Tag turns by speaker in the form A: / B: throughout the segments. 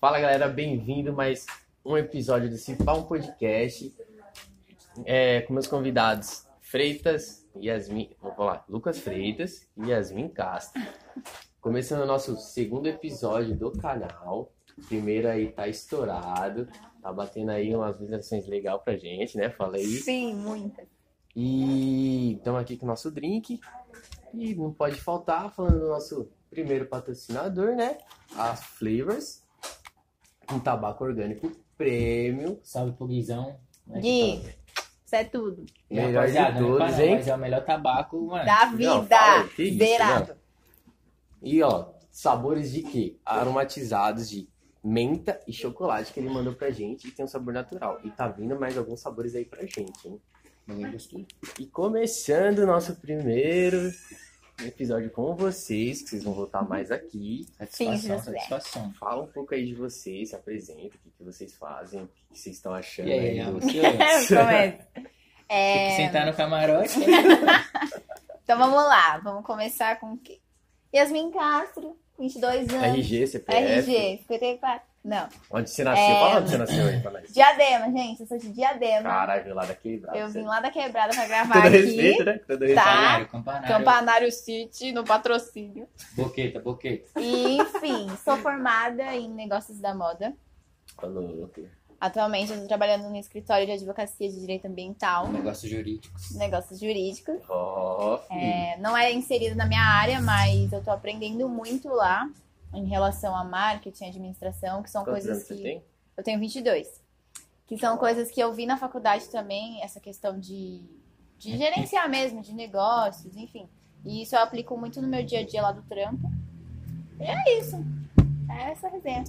A: Fala galera, bem-vindo mais um episódio desse Pão Podcast é, com meus convidados Freitas, Yasmin, vou falar, Lucas Freitas e Yasmin Castro. Começando o nosso segundo episódio do canal. O Primeiro aí tá estourado, tá batendo aí umas visualizações legal pra gente, né? Fala aí.
B: Sim, muitas.
A: E estamos aqui com o nosso drink. E não pode faltar, falando do nosso primeiro patrocinador, né? As Flavors. Um tabaco orgânico prêmio.
C: Salve pro Guizão.
A: é
C: né,
B: Gui,
C: que tá-
B: isso é tudo.
C: E,
A: Melhor
C: rapaziada,
A: de
C: não é pra
A: todos,
C: não,
A: hein?
C: Mas é o melhor tabaco, mano.
B: Da
A: É. Não, fala aí,
B: vida.
A: que isso, né?
B: Zerado.
A: E ó, sabores de quê? Aromatizados de menta e chocolate que ele mandou pra gente. E tem um sabor natural. E tá vindo mais alguns sabores aí pra gente, hein?
C: Ninguém gostou.
A: E começando o nosso primeiro episódio com vocês, que vocês vão voltar mais aqui.
C: Satisfação,
B: José.
C: satisfação.
A: Fala um pouco aí de vocês, se apresenta, o que, que vocês fazem, o que, que vocês estão
C: E
A: achando
C: aí,
A: aí.
C: Ana,
A: do-
C: você?
B: Começa.
C: Tem que
B: É,
C: sentar no camarote.
B: então vamos lá, vamos começar com o quê? Yasmin Castro, 22 anos.
A: RG, CPF,
B: RG, 54. Não,
A: onde você nasceu?
B: É.
A: Fala onde você nasceu aí pra nós.
B: Diadema, gente, eu sou de Diadema.
A: Caralho, veio lá daquele braço.
B: eu vim
A: né?
B: lá da quebrada pra
A: Com
B: gravar
A: Todo
B: aqui.
A: respeito, né? Com Todo
B: Tá.
C: Campanário, campanário.
B: Campanário City, no patrocínio.
C: Boqueta, boqueta.
B: E, enfim, sou formada em negócios da moda. Tá.
A: Tá respeito.
B: Atualmente eu estou trabalhando no escritório de advocacia de direito ambiental,
C: Negócios jurídicos.
B: negócios jurídicos.
A: Ó, filho.
B: É, não é inserido na minha área, mas eu tô aprendendo muito lá em relação a marketing, administração, que são
A: Quantos anos
B: coisas
A: você
B: que
A: tem?
B: eu tenho 22, que são coisas que eu vi na faculdade também, essa questão de, de gerenciar mesmo, de negócios, enfim. E isso eu aplico muito no meu dia a dia lá do trampo. E é isso. É essa a resenha.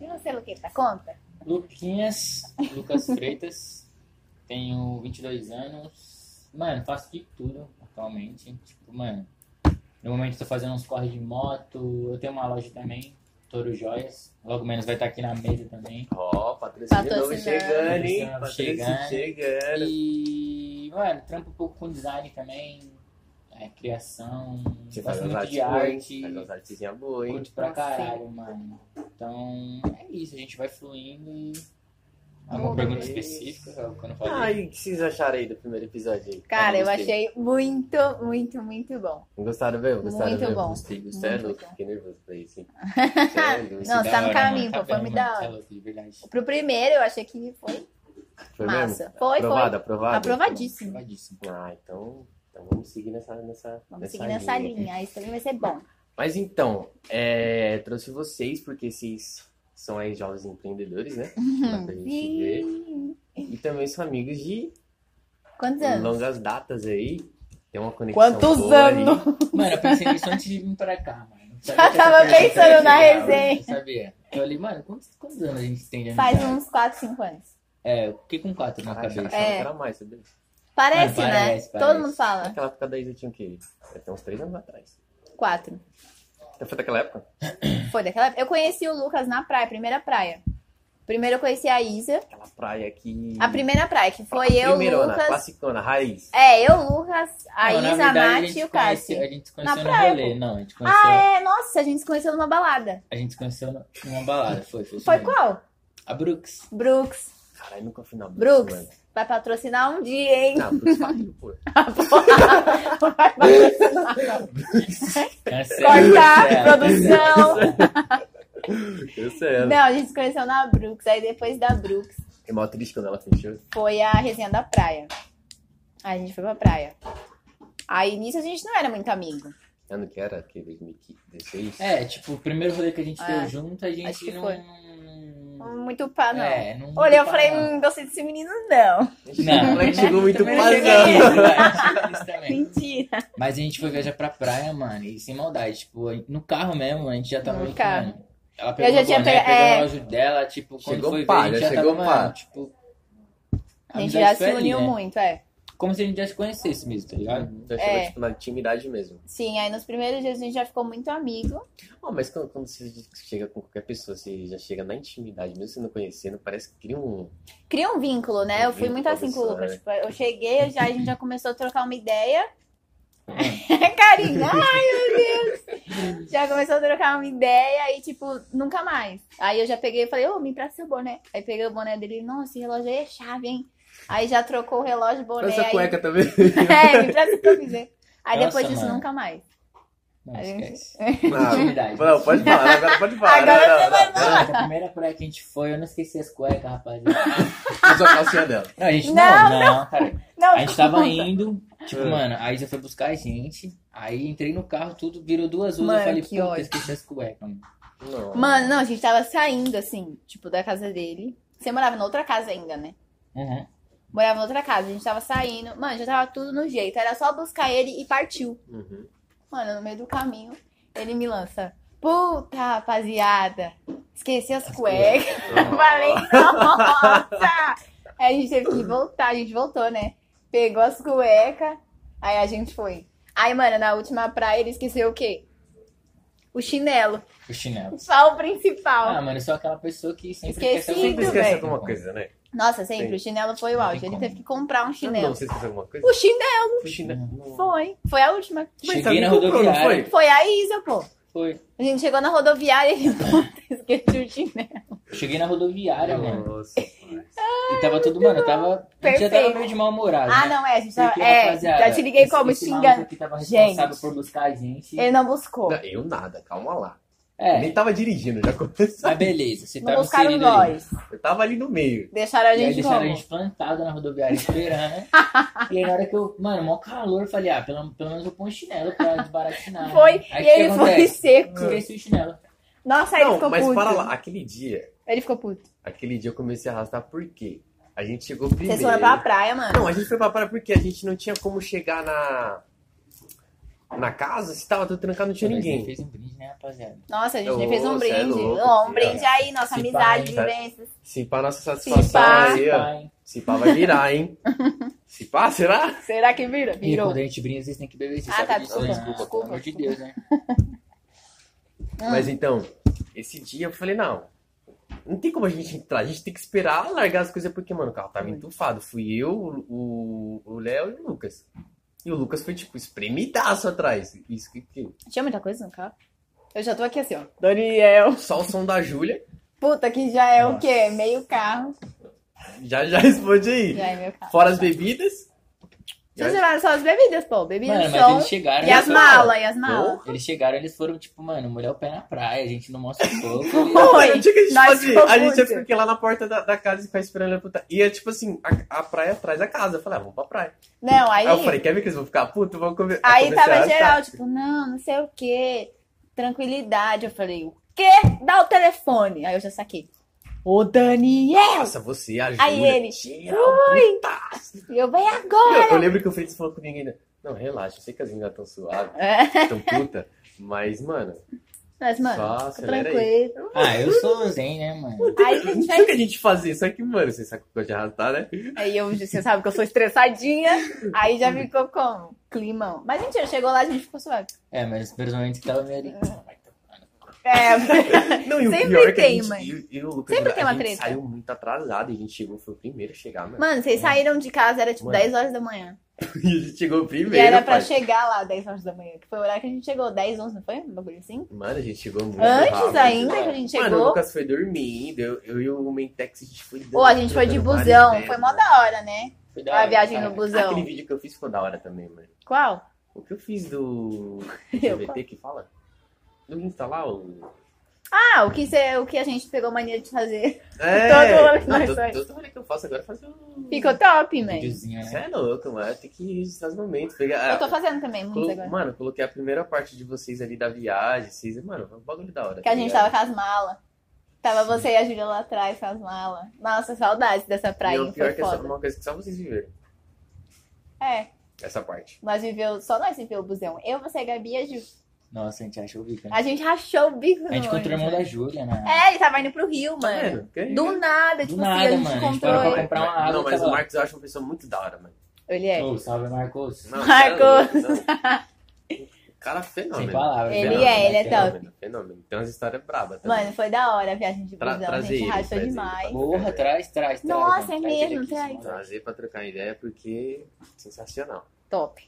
B: E você, Luqueta, conta?
C: Luquinhas, Lucas Freitas. Tenho 22 anos. Mano, faço de tudo atualmente. Tipo, mano, no momento tô fazendo uns corres de moto. Eu tenho uma loja também, Toro Joias. Logo menos vai estar aqui na mesa também.
A: Ó, patrocínio novo
B: Patrocinando.
A: chegando, hein?
C: Patrocínio
A: Patrocínio chegando.
C: E, mano, trampo um pouco com design também. é, criação.
A: Você faz
C: gosto
A: umas artes
C: muito de
A: boas, hein?
C: arte.
A: Faz umas artezinhas boas, hein?
C: Curto pra
B: Sim.
C: caralho, mano. Então, é isso. A gente vai fluindo e... Alguma
B: Boa.
C: pergunta específica? algo que eu não falei?
A: Ah, e o que vocês acharam aí do primeiro episódio aí?
B: Cara, eu
A: Gostei.
B: achei muito, muito, muito bom.
A: Gostaram mesmo? Gostaram
B: Muito
A: mesmo?
B: bom.
A: Gostei, gostei.
B: Muito
A: é louco,
B: bom.
A: fiquei nervoso pra isso. hein? Cê é louco.
B: Não, você tá no
C: Da hora,
B: caminho,
C: mano,
B: pô, foi
C: vendo,
B: muito
C: mano,
B: da
C: cê é
B: hora.
C: louco, de verdade.
B: Pro primeiro, eu achei que foi
A: Foi
B: massa.
A: mesmo?
B: Foi, foi.
A: aprovado, aprovado?
B: Aprovadíssimo.
C: Aprovadíssimo.
A: Ah, então, então vamos seguir nessa nessa
B: Vamos seguir nessa linha. Isso também vai ser bom.
A: Mas então, é, trouxe vocês porque vocês são aí jovens empreendedores, né? Dá pra gente ver.
B: Sim.
A: E também são amigos de
B: Quantos anos?
A: longas datas aí. Tem uma conexão
B: Quantos
A: boa
B: anos?
A: aí.
C: Mano, eu pensei nisso antes de vir pra cá, mano. Já
B: tava pensando na resenha.
C: Eu sabia. Eu falei, mano, quantos, quantos anos a gente tem de
B: Faz um
C: amizade?
B: uns 4, 5 anos.
C: É, eu fiquei com quatro na
A: Caraca, eu
C: cabeça.
A: achava
B: É.
A: que era mais, sabia?
B: Parece,
C: Mano,
B: né?
C: parece,
B: Todo
C: parece.
B: mundo fala.
A: Naquela época da Isa tinha o quê? Até uns três anos atrás.
B: 4.
A: Então Foi daquela época?
B: Foi daquela época. Eu conheci o Lucas na praia, primeira praia. Primeiro eu conheci a Isa.
A: Aquela praia que...
B: A primeira praia, que foi eu,
A: Primeirona,
B: Lucas.
A: classicona, raiz.
B: É, eu, Lucas, a
C: Não, na
B: Isa, a
C: verdade, a
B: Nath
C: gente
B: e o
C: conheceu-
B: Cássio.
C: A gente se conheceu no
B: praia,
C: rolê. Não, a gente conheceu,
B: Ah, é? Nossa, a gente se conheceu numa balada.
C: a gente se conheceu no- numa balada. Foi, foi. isso
B: Foi
C: mesmo.
B: qual?
C: A Brooks.
B: Brooks.
A: Caralho, nunca fui na
B: Brooks.
A: mano.
B: Vai patrocinar um dia, hein?
A: Não, Brooks faliu, pô.
B: Vai patrocinar.
C: Cancela,
B: Cortar,
C: cancela.
B: produção.
A: Eu sei.
B: Não, a gente se conheceu na Brooks. Aí depois da Brooks
A: É mó triste quando ela fechou.
B: foi a resenha da praia. Aí a gente foi pra praia. Aí nisso a gente não era muito amigo.
A: Eu não quero aquele 2016.
C: É, tipo, o primeiro rolê que a gente
B: É,
C: deu junto, a gente
B: acho que
C: não.
B: foi. Muito pá, não.
C: É, não.
B: Olha, eu falei,
C: Não,
B: hum, gostei desse menino, não.
A: O moleque chegou muito
C: também não
A: quase.
B: paz,
C: cheguei
B: não.
C: nisso, né? Não cheguei nisso
B: É.
C: também.
B: Mentira.
C: Mas a gente foi viajar pra praia, mano, e sem maldade, tipo, no carro mesmo, a gente já tava
B: No
C: meio que,
B: carro.
C: mano, Ela pegou
B: já
C: o
B: tinha
C: boné,
B: pega-
C: pegou
B: é.
C: o relógio dela, tipo, quando
A: Chegou
C: foi ver,
A: pá,
C: a gente
A: já
C: já
A: chegou
C: tava,
A: pá.
C: mano, tipo...
B: A gente
C: amizade
B: já
C: foi
B: se
C: ali,
B: uniu
C: né?
B: muito, é.
C: Como se a gente já se conhecesse mesmo, tá ligado?
A: Então
B: É.
A: chegou tipo, na intimidade mesmo.
B: Sim, aí nos primeiros dias a gente já ficou muito amigo.
A: Ó, mas quando, quando você chega com qualquer pessoa, você já chega na intimidade, mesmo você não conhecendo, parece que cria um.
B: Cria um vínculo, né? Eu fui
A: Vínculo,
B: muito assim com o Lucas.
C: é.
A: né?
B: Tipo, eu cheguei, eu já,
C: É.
B: a gente já começou a trocar uma ideia. Carinha, ai meu Deus. já começou a trocar uma ideia e, tipo, nunca mais. Aí eu já peguei e falei, ô, me empresta seu boné. Aí peguei o boné dele, nossa, esse relógio aí é chave, hein? Aí já trocou o relógio, boné.
D: Essa
B: aí...
D: cueca também.
B: é, me empresta sua camiseta. Aí
C: Nossa,
B: depois disso,
C: mano.
B: nunca mais.
C: Não,
B: A gente-
C: esquece.
D: Não, não, pode falar, agora pode falar.
B: Agora
D: Não, não,
B: você vai
D: não,
B: falar.
C: Nossa, a primeira praia que a gente foi, eu não esqueci as cuecas, rapaziada.
D: não. Usa a calcinha dela.
C: Não, a gente não,
B: Não,
C: não, cara.
B: Não,
C: A gente tava
B: conta.
C: indo, tipo,
A: Ah.
D: É.
C: mano, a Isa foi buscar a gente. Aí entrei no carro, tudo, virou duas horas.
B: Mano,
C: eu falei,
B: que
C: puta,
B: ódio.
C: esqueci as cuecas, mano.
A: Não.
B: Mano, não, a gente tava saindo, assim, tipo, da casa dele. Você morava na outra casa ainda, né?
C: Uhum.
B: Morava na outra casa, a gente tava saindo. Mano, já tava tudo no jeito. Era só buscar ele e partiu.
A: Uhum.
B: Mano, no meio do caminho, ele me lança. Puta, rapaziada. Esqueci as cuecas. Eu falei, nossa! Aí a gente teve que voltar, a gente voltou, né? Pegou as cuecas, aí a gente foi. Aí, mano, na última praia ele esqueceu o quê? O chinelo.
C: O chinelo.
B: Só o principal.
C: Ah, mano, eu sou aquela pessoa que sempre
B: Esqueci,
C: esquece alguma
A: Sempre
B: Tudo
C: coisa.
A: esquece
B: bem.
A: alguma coisa, né?
B: Nossa, sempre.
A: Sim.
B: O chinelo foi o
C: Não tem
B: auge. Ele
C: como.
B: teve que comprar um
A: Não,
B: chinelo.
A: você esquece alguma coisa?
B: O chinelo
A: Puxa, não.
B: foi. Foi a última.
C: Cheguei
D: também
C: na
D: comprou, não
C: rodoviária.
D: foi?
B: Foi a Isa, pô.
C: Foi.
B: A gente chegou na rodoviária e ele puta, esqueci o chinelo.
C: Eu cheguei na rodoviária, mano.
A: Nossa, pai.
C: E tava todo, mano, eu tava. A gente já tava
B: Perfeito.
C: meio de mal-humorado.
B: Ah,
C: né?
B: não, é. A gente tava.
C: Porque,
B: é,
C: rapaziada,
B: já te liguei
C: esse-
B: como
C: esse
B: xingando.
C: maluco Tá- que tava
B: Gente.
C: responsável por buscar a gente.
B: Ele não buscou.
A: Não, eu nada, calma lá.
C: É,
A: Nem tava dirigindo, já começou.
C: mas beleza, você
B: Não
C: tava
B: buscaram
C: inserido ali.
B: nós.
A: Eu tava ali no meio.
B: Deixaram a
C: E aí
B: gente
C: deixaram
B: como?
C: a gente plantado na rodoviária esperando. e aí na hora que eu, mano, mó calor, eu falei, ah, pelo, pelo menos eu ponho um chinelo pra desbaratinar.
B: Foi,
C: né? Aí
B: e
C: o que
B: ele foi
C: acontece?
B: seco.
C: Esqueci o chinelo.
B: Nossa, aí ele
A: não,
B: ficou
A: mas
B: puto.
A: para lá, aquele dia,
B: Ele ficou puto.
A: aquele dia eu comecei a arrastar por quê? A gente chegou primeiro.
B: Vocês foram pra praia, mano.
A: Não, a gente foi pra praia porque a gente não tinha como chegar na. Na casa, se tava tudo trancado, não tinha
C: Mas
A: ninguém.
C: Fez um brinde, né, rapaziada?
B: Nossa, a gente
A: Ô,
B: nem fez um
A: cê é
B: brinde.
A: louco,
B: Ó, um
A: filha.
B: brinde aí, nossa
C: Se
B: amizade,
C: pá,
B: vivências.
A: Se pá, nossa satisfação
B: pá.
A: aí, ó.
C: Pai.
A: Se pá, vai virar, hein? Se pá, será?
B: Será que vira?
C: E
B: Virou.
C: quando a gente brinca, vocês têm que beber. Vocês
B: Ah,
C: sabem
B: tá,
C: disso,
A: desculpa,
C: né?
A: desculpa,
C: Pelo amor de Deus, né?
B: Ah.
A: Mas então, esse dia eu falei, não, não tem como a gente entrar, a gente tem que esperar largar as coisas, porque, mano, o carro tava
B: Hum.
A: entufado. Fui eu, o- o o Léo e o Lucas. E o Lucas foi, tipo, espremidaço atrás. Isso que, que-
B: Tinha muita coisa no carro? Eu já tô aqui assim, ó. Daniel.
A: Só o som da Júlia
B: Puta, que já é o
C: Nossa.
B: quê? Meio carro.
A: já, já responde aí.
B: Já é meio carro.
A: Fora as bebidas.
B: Vocês levaram só as bebidas, pô. Bebida,
C: Mano, mas eles
B: som.
A: É
C: chegaram.
B: E
C: eles
B: as
C: foram-
B: malas, e as malas.
C: Eles chegaram, eles foram, tipo, mano, molhar o pé na praia, a gente não mostra o
B: Não.
C: corpo.
B: Oi,
A: Mano, o dia que a gente
B: nós
A: fazia?
B: ficou
A: A gente ia
B: puto.
A: ficar lá na porta da, da casa e ficar esperando a puta. E é tipo assim, a, a praia atrás da casa. Eu falei, ah, vamos pra praia.
B: Não, aí.
A: Aí eu falei, é quer ver que eles vão ficar putos? Vamos comer.
B: Aí
A: comecei a
B: tava
A: arrastar.
B: geral, tipo, não, não sei o quê. Tranquilidade. Eu falei, o quê? Dá o telefone. Aí eu já saquei. Ô, Daniel!
A: Nossa, você, a Júlia.
B: Aí ele,
A: Tira o putaço.
B: E eu, vem
A: Eu, eu
B: agora!
A: lembro que o Freitas falou comigo ainda. Não, relaxa, eu sei que as meninas estão suaves,
B: É,
A: tão puta. Mas, mano,
B: mas, mano,
A: só
B: fica
A: acelera aí.
B: tranquilo.
C: Ah, eu sou zen, né, mano?
B: Aí a
A: Não
B: gente
A: sei o
B: vai.
A: que a gente fazia, só que, mano, você sabe que gosta de arrastar, né?
B: Aí eu, você sabe que eu sou estressadinha. Aí já ficou como? Climão. Mas mentira, chegou lá, a gente ficou suave.
C: É, mas principalmente que tava meio ali.
B: É,
A: Não, e o
B: Sempre
A: pior é que a
B: tem,
A: gente,
B: mãe.
A: e, e o Lucas,
B: Sempre
A: a
B: tem uma
A: gente
B: treta.
A: saiu muito atrasado e a gente chegou, foi o primeiro a chegar, mano.
B: Mano, vocês saíram de casa, era tipo
A: Mano.
B: 10 horas da manhã.
A: E a gente chegou
B: E
A: primeiro,
B: era pra
A: pai.
B: chegar lá 10 horas da manhã, que foi o horário que a gente chegou, 10, 11, não foi? Um bagulho assim?
A: Mano, a gente chegou muito
B: Antes
A: rápido. né?
B: ainda que a gente
A: Mano, o
B: chegou.
A: Lucas foi dormindo, eu, eu e o Mentex, a gente foi dando-
B: Ou a gente foi de
A: trocando várias
B: busão,
A: ideias,
B: foi mó
A: mano.
B: da hora, né?
C: Foi da
B: A
C: hora,
B: viagem
C: cara.
B: no busão.
A: Ah, Aquele vídeo que eu fiz ficou da hora também, mano.
B: Qual?
A: O que eu fiz do
B: Eu-
A: GBT que fala? Do Insta lá, o...
B: Ah, o que, cê, o que a gente pegou mania de fazer. Todo
A: É!
B: ano que nós
A: todo-
B: faz.
A: todo rolê que eu faço agora, eu faço um...
B: Ficou top, man.
C: Videozinho,
A: Você
C: né?
A: é louco, mano. Tem que registrar os momentos. Pegar... Ah,
B: Eu tô fazendo também muitos
A: Colo-
B: agora.
A: Mano, coloquei a primeira parte de vocês ali da viagem. Vocês... Mano, foi um bagulho da hora.
B: Que a gente tava
A: ligado?
B: com as malas. Tava você e a Júlia lá atrás com as malas. Nossa, saudades dessa
A: E
B: praia,
A: o pior
B: foi
A: que é só
B: foda.
A: uma coisa que só vocês viveram.
B: É,
A: Essa parte.
B: nós viveu, só nós viveu o busão. Eu, você, Gabi e a Ju.
C: Nossa, a gente achou o bico, né?
B: A gente rachou o bico.
C: A gente
B: no
C: encontrou o irmão da Júlia, né?
B: É, ele tava indo pro Rio,
A: Tá
B: mano.
A: vendo? Que-
B: Do nada,
C: Do
B: tipo
C: nada,
B: assim, a gente
C: mano, a gente
B: encontrou
C: parou
A: Não,
C: pra
B: ele.
C: comprar uma água,
A: Não, mas
C: tá
A: o
C: lá.
A: Marcos eu acho uma pessoa muito da hora, mano.
B: Ele é.
C: Ô, salve, Marcos.
A: Não, você é louco,
B: Marcos.
A: não. O cara é
C: Sem
A: fenômeno.
C: palavras.
B: Ele
C: né?
B: é, ele é
C: Fenômeno.
A: Fenômeno, fenômeno. Tem umas histórias brabas tá? também.
B: Mano, foi da hora a viagem de
A: Tra-
B: busão. a
A: traz
B: gente
A: ele,
B: rachou
A: traz ele,
B: demais.
A: tá bom.
C: Porra, traz, traz, traz.
B: Nossa,
C: mano,
B: é
C: traz ele
B: mesmo,
C: aqui,
B: traz.
C: esse maluco.
A: Trazer pra trocar ideia porque sensacional.
B: Top.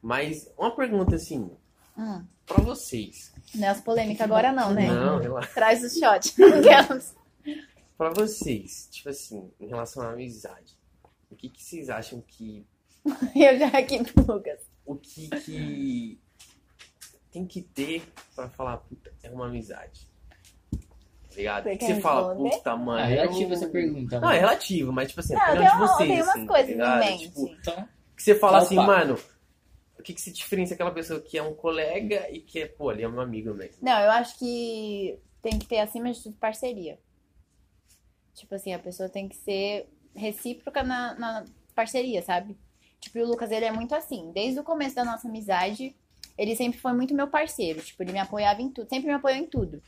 A: Mas uma pergunta assim,
B: Hum.
A: pra vocês,
B: Não é as polêmicas agora não, né?
A: Não, relaxa.
B: Traz o shot. Aquelas.
A: Pra vocês, tipo assim, em relação à amizade, o que, que vocês acham que.
B: Eu já aqui pro Lucas.
A: O que que. Tem que ter pra falar, puta, é uma amizade? Tá ligado?
B: Você
A: O que
B: quer
A: você fala,
B: responder?
A: puta, mano.
C: É relativo
A: eu-
C: essa pergunta.
A: Não,
C: né?" mano.
A: é relativo, mas tipo assim, a
B: Não,
A: opinião
B: tem
A: de
B: uma-
A: vocês.
B: tem umas
A: assim,
B: coisas
A: tá
B: em
A: ligado?
B: mente.
A: Tipo,
C: Então,
A: que você fala
C: Opa.
A: assim, mano, o que, que se diferencia aquela pessoa que é um colega e que é, pô, ele é meu amigo mesmo.
B: Não, eu acho que tem que ter, acima de tudo, parceria. Tipo assim, a pessoa tem que ser recíproca na, na parceria, sabe? Tipo, e o Lucas, ele é muito assim. Desde o começo da nossa amizade, ele sempre foi muito meu parceiro. Tipo, ele me apoiava em tudo, sempre me apoiou em tudo.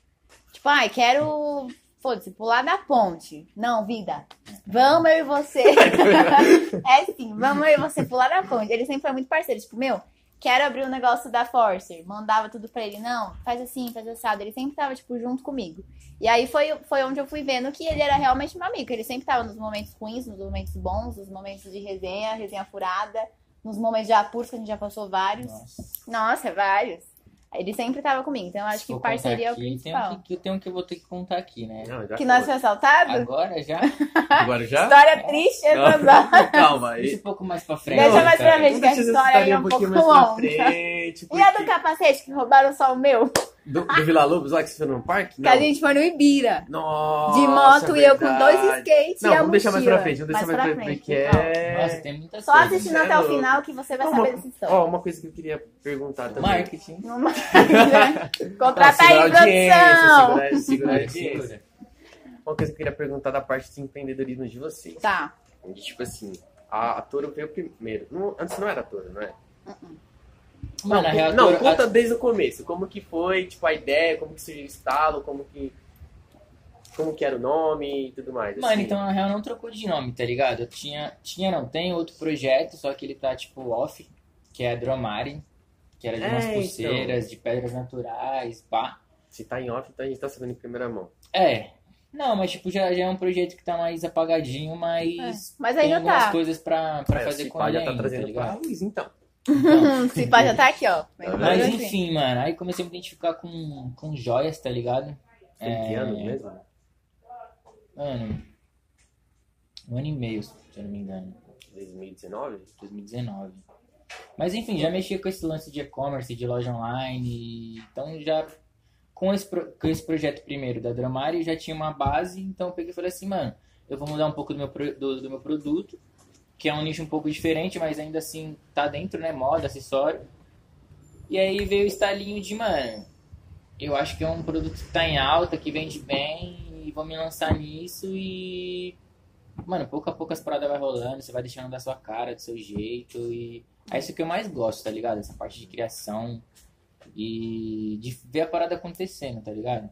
B: Tipo, ai, quero, foda-se, pular da ponte. Não, vida, vamos eu e você. é assim, vamos eu e você pular da ponte. Ele sempre foi muito parceiro. Tipo, meu, quero abrir um negócio da Forcer. Mandava tudo pra ele. Não, faz assim, faz assado. Ele sempre tava, tipo, junto comigo. E aí foi, foi onde eu fui vendo que ele era realmente meu amigo. Ele sempre tava nos momentos ruins, nos momentos bons, nos momentos de resenha, resenha furada, nos momentos de apuros, que a gente já passou vários.
C: nossa.
B: Nossa, vários. Ele sempre tava comigo. Então eu acho
C: se for
B: que parceria é o
C: contar aqui,
B: principal.
C: Tem um que, tem um que eu vou ter que contar aqui, né?
A: Não, já
B: É, Que nós
A: foi.
B: foi assaltado?
C: Agora já?
D: Agora já?
B: História triste essas horas.
D: Calma
C: Deixa
D: aí.
C: um pouco mais pra frente.
B: Deixa
C: cara.
B: mais pra frente, que a
D: Deixa essa
B: história aí
D: história
B: é
D: um
B: um
D: pouquinho
B: pouco
D: mais pra
B: longa.
D: frente.
B: E a do
D: porque-
B: capacete, que roubaram só o meu?
D: do, do Vila Lobos lá que você foi no parque?
B: Que a gente foi no Ibira.
D: Nossa,
B: De moto e eu com dois
D: verdade.
B: skates
D: Não,
B: e a
D: vamos deixar mais pra
B: mochila.
D: frente, vamos deixar mais, pra frente, porque
B: então.
D: é...
C: Nossa, tem muita
B: Só
C: coisa. né?
B: assistindo
D: é
B: até o
D: louco.
B: final que você vai
A: Ó,
B: saber
A: uma-
B: dessa
A: Ó,
B: história.
A: uma coisa que eu queria perguntar também.
C: Marketing.
B: Não mais, né?
A: Pra
B: Contrata
A: segurar a
B: aí,
A: audiência,
B: produção!
A: segurar, segurar a
C: Segura,
A: audiência.
C: segura.
A: Uma coisa que eu queria perguntar da parte de empreendedorismo de vocês.
B: Tá.
A: Onde, tipo assim, a, a Toro veio primeiro. Não, antes não era a Toro, não é?
C: Mano, na
A: não,
C: real,
A: não,
C: a-
A: conta desde o começo. Como que foi, tipo, a ideia, como que surgiu o estalo, como que... Como que era o nome e tudo mais.
C: Mano,
A: assim.
C: então na real não trocou de nome, tá ligado? Eu tinha, tinha não, tem outro projeto, só que ele tá tipo off, que é a Dromari, que era de umas
A: É, então.
C: pulseiras, de pedras naturais, pá.
A: Se tá em off, então a gente tá sabendo em primeira mão.
C: É. Não, mas tipo, já, já é um projeto que tá mais apagadinho, mas
B: É. Mas
C: tem
B: ainda
C: algumas
B: tá.
C: coisas pra, pra
A: É,
C: fazer
A: se
C: com
A: pá,
C: ele
A: já tá
C: ainda, tá
A: trazendo pra
C: ligado?
A: luz, então.
C: Então,
B: Se pá, já tá aqui, ó.
A: Tá
C: mas
A: vendo?
B: Assim.
C: enfim, mano, aí comecei a me identificar com, com joias, tá ligado?
A: Tem que
C: É.
A: ano mesmo?
C: Mano, um ano e meio, se eu não me engano.
A: 2019?
C: 2019. Mas enfim, já mexia com esse lance de e-commerce, de loja online. Então já com esse, pro- com esse projeto primeiro da Dramari já tinha uma base, então eu peguei e falei assim, mano, eu vou mudar um pouco do meu, pro- do, do meu produto, que é um nicho um pouco diferente, mas ainda assim tá dentro, né? Moda, acessório. E aí veio o estalinho de, mano, eu acho que é um produto que tá em alta, que vende bem, e vou me lançar nisso e Mano, pouco a pouco as paradas vai rolando, você vai deixando da sua cara, do seu jeito, e é isso que eu mais gosto, tá ligado? Essa parte de criação e de ver a parada acontecendo, tá ligado?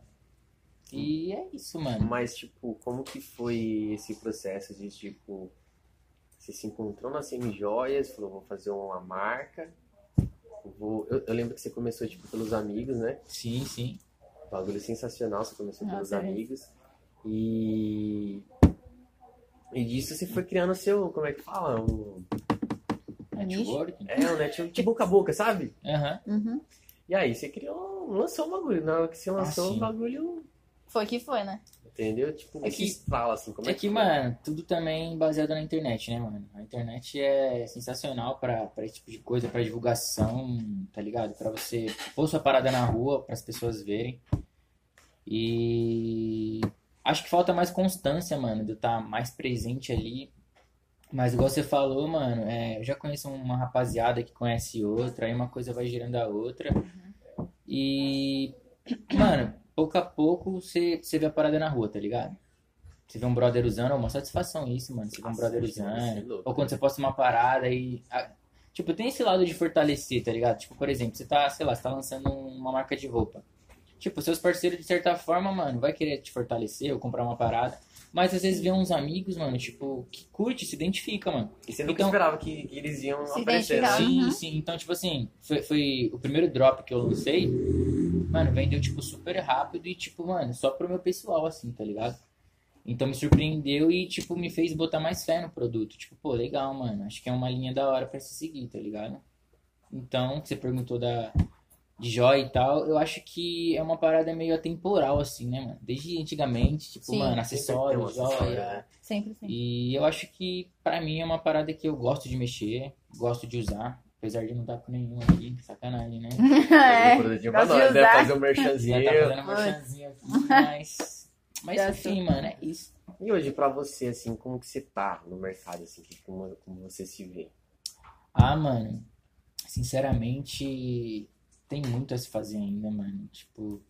C: E é isso, mano.
A: Mas, tipo, como que foi esse processo de, tipo, você se encontrou na Semijoias, falou, vou fazer uma marca, vou... Eu, eu lembro que você começou, tipo, pelos amigos, né?
C: Sim, sim.
A: Bagulho sensacional, você começou pelos
B: Nossa, é.
A: amigos. E... E disso você foi criando o seu, como é que fala? O,
C: Networking.
A: é, o network de boca a boca, sabe?
C: Aham.
B: Uhum.
A: E aí você criou, lançou o bagulho. Na hora que você lançou
C: sim.
A: o bagulho,
B: Foi que foi, né?
A: entendeu? Tipo,
C: É
A: o
C: que-
A: fala assim, como é
C: É que,
A: foi?
C: mano, tudo também baseado na internet, né, mano? A internet é sensacional pra, pra esse tipo de coisa, pra divulgação, tá ligado? Pra você pôr sua parada na rua, pras pessoas verem. E acho que falta mais constância, mano, de eu estar mais presente ali. Mas igual você falou, mano, é, eu já conheço uma rapaziada que conhece outra, aí uma coisa vai girando a outra. E, mano, pouco a pouco você, você vê a parada na rua, tá ligado? Você vê um brother usando, é uma satisfação isso, mano. Você vê um
A: Nossa,
C: brother
A: isso é
C: usando.
A: louco.
C: Ou quando você posta uma parada e. ah, Tipo, tem esse lado de fortalecer, tá ligado? Tipo, por exemplo, você tá, sei lá, você tá lançando uma marca de roupa. Tipo, seus parceiros, de certa forma, mano, vai querer te fortalecer ou comprar uma parada. Mas às vezes vê uns amigos, mano, tipo, que curte, se identifica, mano.
A: E você nunca
C: Então-
A: esperava que, que eles iam
B: Se
A: aparecer, né?
B: identificar.
C: Sim,
B: Uhum.
C: sim. Então, tipo assim, foi, foi o primeiro drop que eu lancei. Mano, vendeu, tipo, super rápido e, tipo, mano, só pro meu pessoal, assim, tá ligado? Então me surpreendeu e, tipo, me fez botar mais fé no produto. Tipo, pô, legal, mano. Acho que é uma linha da hora pra se seguir, tá ligado? Então, você perguntou da, de joia e tal, eu acho que é uma parada meio atemporal, assim, né, mano? Desde antigamente, tipo,
B: Sim.
C: mano,
A: um Acessório,
C: acessórios, joia.
A: né?
B: Sempre sim.
C: E eu acho que pra mim é uma parada que eu gosto de mexer, gosto de usar, apesar de não estar com nenhum aqui, sacanagem, né?
B: É,
A: pra
B: gosto de
A: nós, deve
B: usar.
A: fazer um
C: Já
A: merchanzinho.
C: tá fazendo uma merchanzinha aqui, mas. Mas
B: Já
C: enfim, mano, é isso.
A: E hoje, pra você, assim, como que você tá no mercado, assim, que- como, como você se vê?
C: Ah, mano, sinceramente, tem muito a se fazer ainda, mano. Tipo.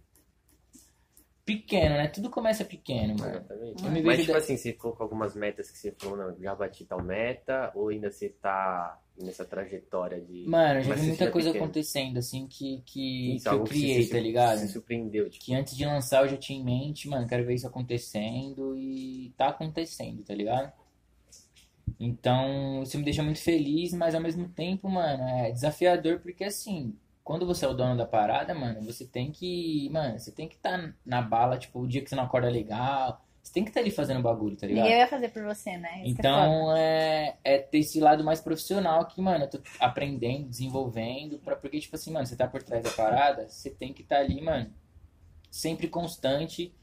C: Pequeno, né? Tudo começa pequeno, mano.
A: Exatamente.
C: É. Eu me
A: Mas,
C: vejo
A: tipo
C: da-
A: assim, você colocou algumas metas que você falou, não, já bati tal meta, ou ainda você tá nessa trajetória de...
C: Mano, já
A: Mas
C: vi
A: você
C: muita
A: já é
C: coisa
A: pequeno. Então,
C: acontecendo, assim, que, que,
A: Isso,
C: que eu
A: algo que você
C: criei,
A: se-
C: tá ligado?
A: Se surpreendeu, tipo,
C: que antes de lançar eu já tinha em mente, mano, quero ver isso acontecendo e tá acontecendo, tá ligado? Então, isso me deixa muito feliz, mas ao mesmo tempo, mano, é desafiador porque assim, quando você é o dono da parada, mano, você tem que, mano, você tem que estar na bala, tipo, o dia que você não acorda legal, você tem que estar ali fazendo bagulho, tá ligado?
B: Ninguém vai fazer por você, né? Isso que é foda.
C: Então é, é ter esse lado mais profissional que, mano, eu tô aprendendo, desenvolvendo, pra, porque, tipo assim, mano, você tá por trás da parada, você tem que estar tá ali, mano, sempre constante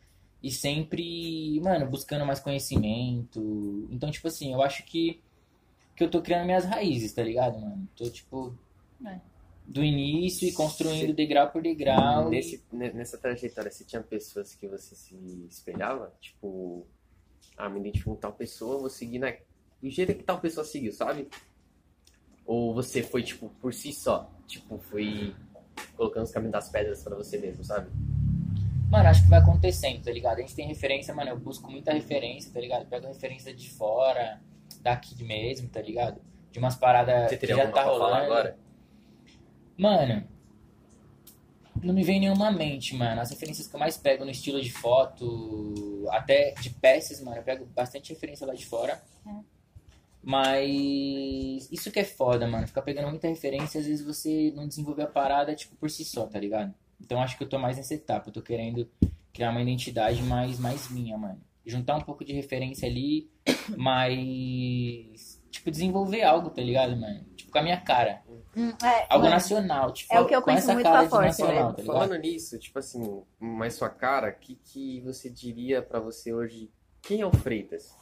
C: e sempre, mano, buscando mais conhecimento. Então, tipo assim, eu acho que, que eu tô criando minhas raízes, tá ligado, mano? Tô, tipo,
B: É.
C: do início e construindo degrau por degrau. e-
A: Nesse, ne- nessa trajetória, você tinha pessoas que você se espelhava? Tipo, ah, me identifico com tal pessoa, vou seguir na... do jeito que tal pessoa seguiu, sabe? Ou você foi, tipo, por si só? Tipo, foi colocando os caminhos das pedras pra você mesmo, sabe?
C: Mano, acho que vai acontecendo, tá ligado? A gente tem referência, mano, eu busco muita referência, tá ligado? Pego referência de fora, daqui mesmo, tá ligado? De umas paradas
A: Você
C: que
A: teria
C: já
A: alguma
C: tá
A: pra
C: rolando.
A: falar agora?
C: Mano, não me vem nenhuma mente, mano. As referências que eu mais pego no estilo de foto, até de peças, mano, eu pego bastante referência lá de fora. Mas isso que é foda, mano. Ficar pegando muita referência, às vezes você não desenvolver a parada, tipo, por si só, tá ligado? Então acho que eu tô mais nessa etapa. Eu tô querendo criar uma identidade mais, mais minha, mano. Juntar um pouco de referência ali, mas. Tipo, desenvolver algo, tá ligado, mano? Tipo, com a minha cara.
B: Hum, é,
C: Algo
B: mano,
C: nacional, tipo,
B: É o que eu
C: com
B: penso
C: essa
B: muito
C: cara
B: com a
C: de
B: Force,
C: nacional,
B: né?
C: tá ligado?
A: Falando nisso, tipo assim, mais sua cara, o que, que você diria pra você hoje? Quem é o Freitas?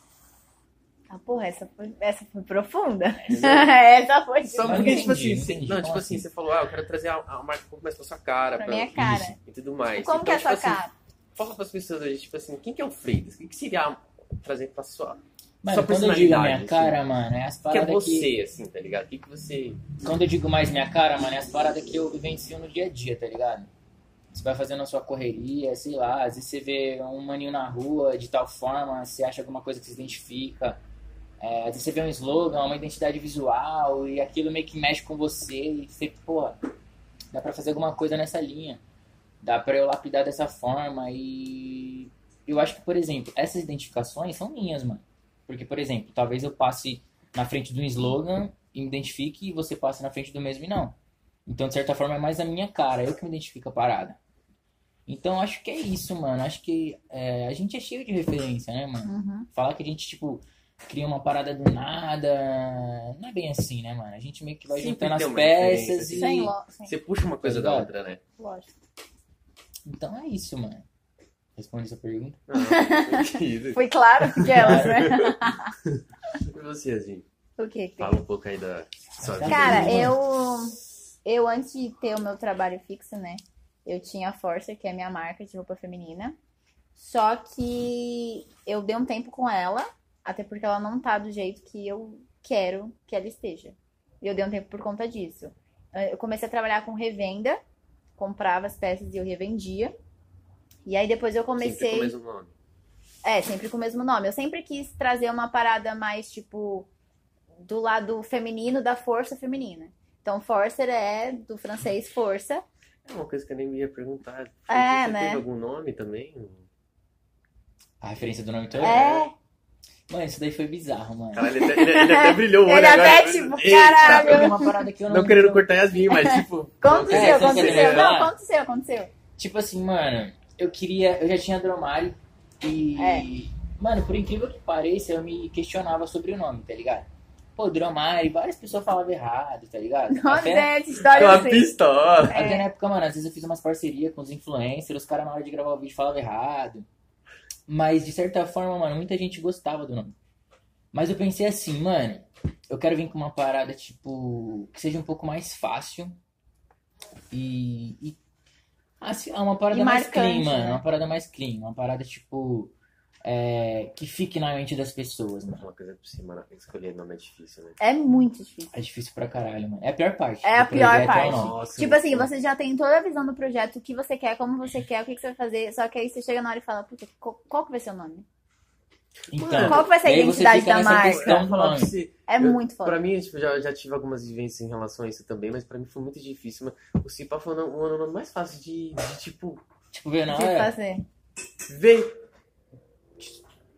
B: Ah, porra, essa foi, essa foi profunda. essa foi
A: Só
C: Mas
A: porque,
C: não
A: tipo assim,
C: entendi, não
A: você-
C: entendi.
A: não,
C: Como
A: tipo assim,
C: assim?
A: você falou, ah, eu quero trazer a, a marca um pouco mais pra sua cara,
B: pra
A: pra-
B: minha cara.
A: e tudo mais.
B: Como que é a
A: tipo
B: sua
A: assim,
B: cara?
A: Fala pras pessoas hoje, tipo assim, quem que é o Freitas? O que, que seria trazer pra sua.
C: Mano,
A: Sua
C: quando eu digo
A: personalidade,
C: minha cara, mano, é as
A: O né? que é
C: paradas
A: você, assim, tá ligado? O que, que você.
C: Quando eu digo mais minha cara, mano, é as paradas que eu vivencio no dia a dia, tá ligado? Você vai fazendo a sua correria, sei lá, às vezes você vê um maninho na rua de tal forma, você acha alguma coisa que se identifica. É, às vezes você vê um slogan, uma identidade visual, e aquilo meio que mexe com você, e você, pô, dá pra fazer alguma coisa nessa linha. Dá pra eu lapidar dessa forma, e eu acho que, por exemplo, essas identificações são minhas, mano. Porque, por exemplo, talvez eu passe na frente de um slogan e me identifique e você passa na frente do mesmo e não. Então, de certa forma, é mais a minha cara, eu que me identifico a parada. Então, acho que é isso, mano. Acho que é, a gente é cheio de referência, né, mano?
B: Uhum.
C: Falar que a gente, tipo, cria uma parada do nada, não é bem assim, né, mano? A gente meio que vai
A: Sempre
C: juntando
A: tem
C: as
A: uma
C: peças e...
B: Sem lo... sem...
A: Você puxa uma coisa da
C: Tá ligado?
A: outra, né?
B: Lógico.
C: Então é isso, mano. Responde essa pergunta.
A: Não, Ah, não,
B: Foi claro que elas, né?
A: E você, assim,
B: O que que tem?
A: fala um pouco aí da sua vida.
B: Cara,
C: Mano.
B: eu, eu antes de ter o meu trabalho fixo, né? Eu tinha a Forcer, que é a minha marca de roupa feminina. Só que eu dei um tempo com ela, até porque ela não tá do jeito que eu quero que ela esteja. E eu dei um tempo por conta disso. Eh, Eu comecei a trabalhar com revenda, comprava as peças e eu revendia. E aí depois eu
A: Sempre
B: comecei.
A: com o mesmo um nome.
B: É, sempre com o mesmo nome. Eu sempre quis trazer uma parada mais, tipo, do lado feminino da força feminina. Então, Forcer é do francês força.
A: É uma coisa que eu nem ia perguntar.
B: É,
A: você
B: né?
A: teve algum nome também?
C: A referência do nome todo?
B: É,
C: Mano, isso daí foi bizarro, mano.
A: Caralho, ele até, ele- ele até brilhou o olho
B: Ele até,
A: agora.
B: tipo,
A: Eita,
B: caralho.
C: Teve uma parada que eu não
A: Não querendo cortar Yasmin, mas tipo.
B: aconteceu,
C: É, você quer
B: aconteceu. Não,
C: levar?
B: aconteceu, aconteceu.
C: Tipo assim, mano, eu queria. Eu já tinha Dromari e.
B: É.
C: Mano, por incrível que pareça, eu me questionava sobre o nome, tá ligado? Pô, Dromari, várias pessoas falavam errado, tá ligado?
B: Nossa,
C: Até,
B: é, essa história
A: Uma
B: assim.
A: pistola.
C: até
B: É.
C: na época, mano, às vezes eu fiz umas parcerias com os influencers, os caras na hora de gravar o vídeo falavam errado. Mas, de certa forma, mano, muita gente gostava do nome. Mas eu pensei assim, mano, eu quero vir com uma parada, tipo, que seja um pouco mais fácil. E. e assim, uma parada
B: E
C: mais
B: marcante,
C: clean, mano.
B: né?
C: Uma parada mais clean. Uma parada, tipo. é, que fique na mente das pessoas, mano.
A: Uma coisa por cima, né? escolher nome é difícil, né?
B: É muito difícil.
C: É difícil pra caralho, mano. É a pior parte.
B: É a
C: do
B: pior
C: projeto,
B: parte.
C: não.
A: Nossa,
B: Tipo assim, você já tem toda a visão do projeto, o que você quer, como você quer, o que, que você vai fazer. Só que aí você chega na hora e fala, puta, qual, qual que vai ser o nome?
C: Então,
B: qual que vai ser a
C: e aí você
B: identidade
C: fica
B: da
C: nessa
B: marca?
C: questão
A: Então,
C: do
A: falar
C: nome.
A: pra você,
B: É
A: Eu-
B: muito foda.
A: Pra mim, tipo, eu já, eu já tive algumas vivências em relação a isso também, mas pra mim foi muito difícil. Mas o Cipa foi um um nome mais fácil de, de, tipo,
C: Tipo, veio na
B: de
C: hora.
B: fazer,
A: ver.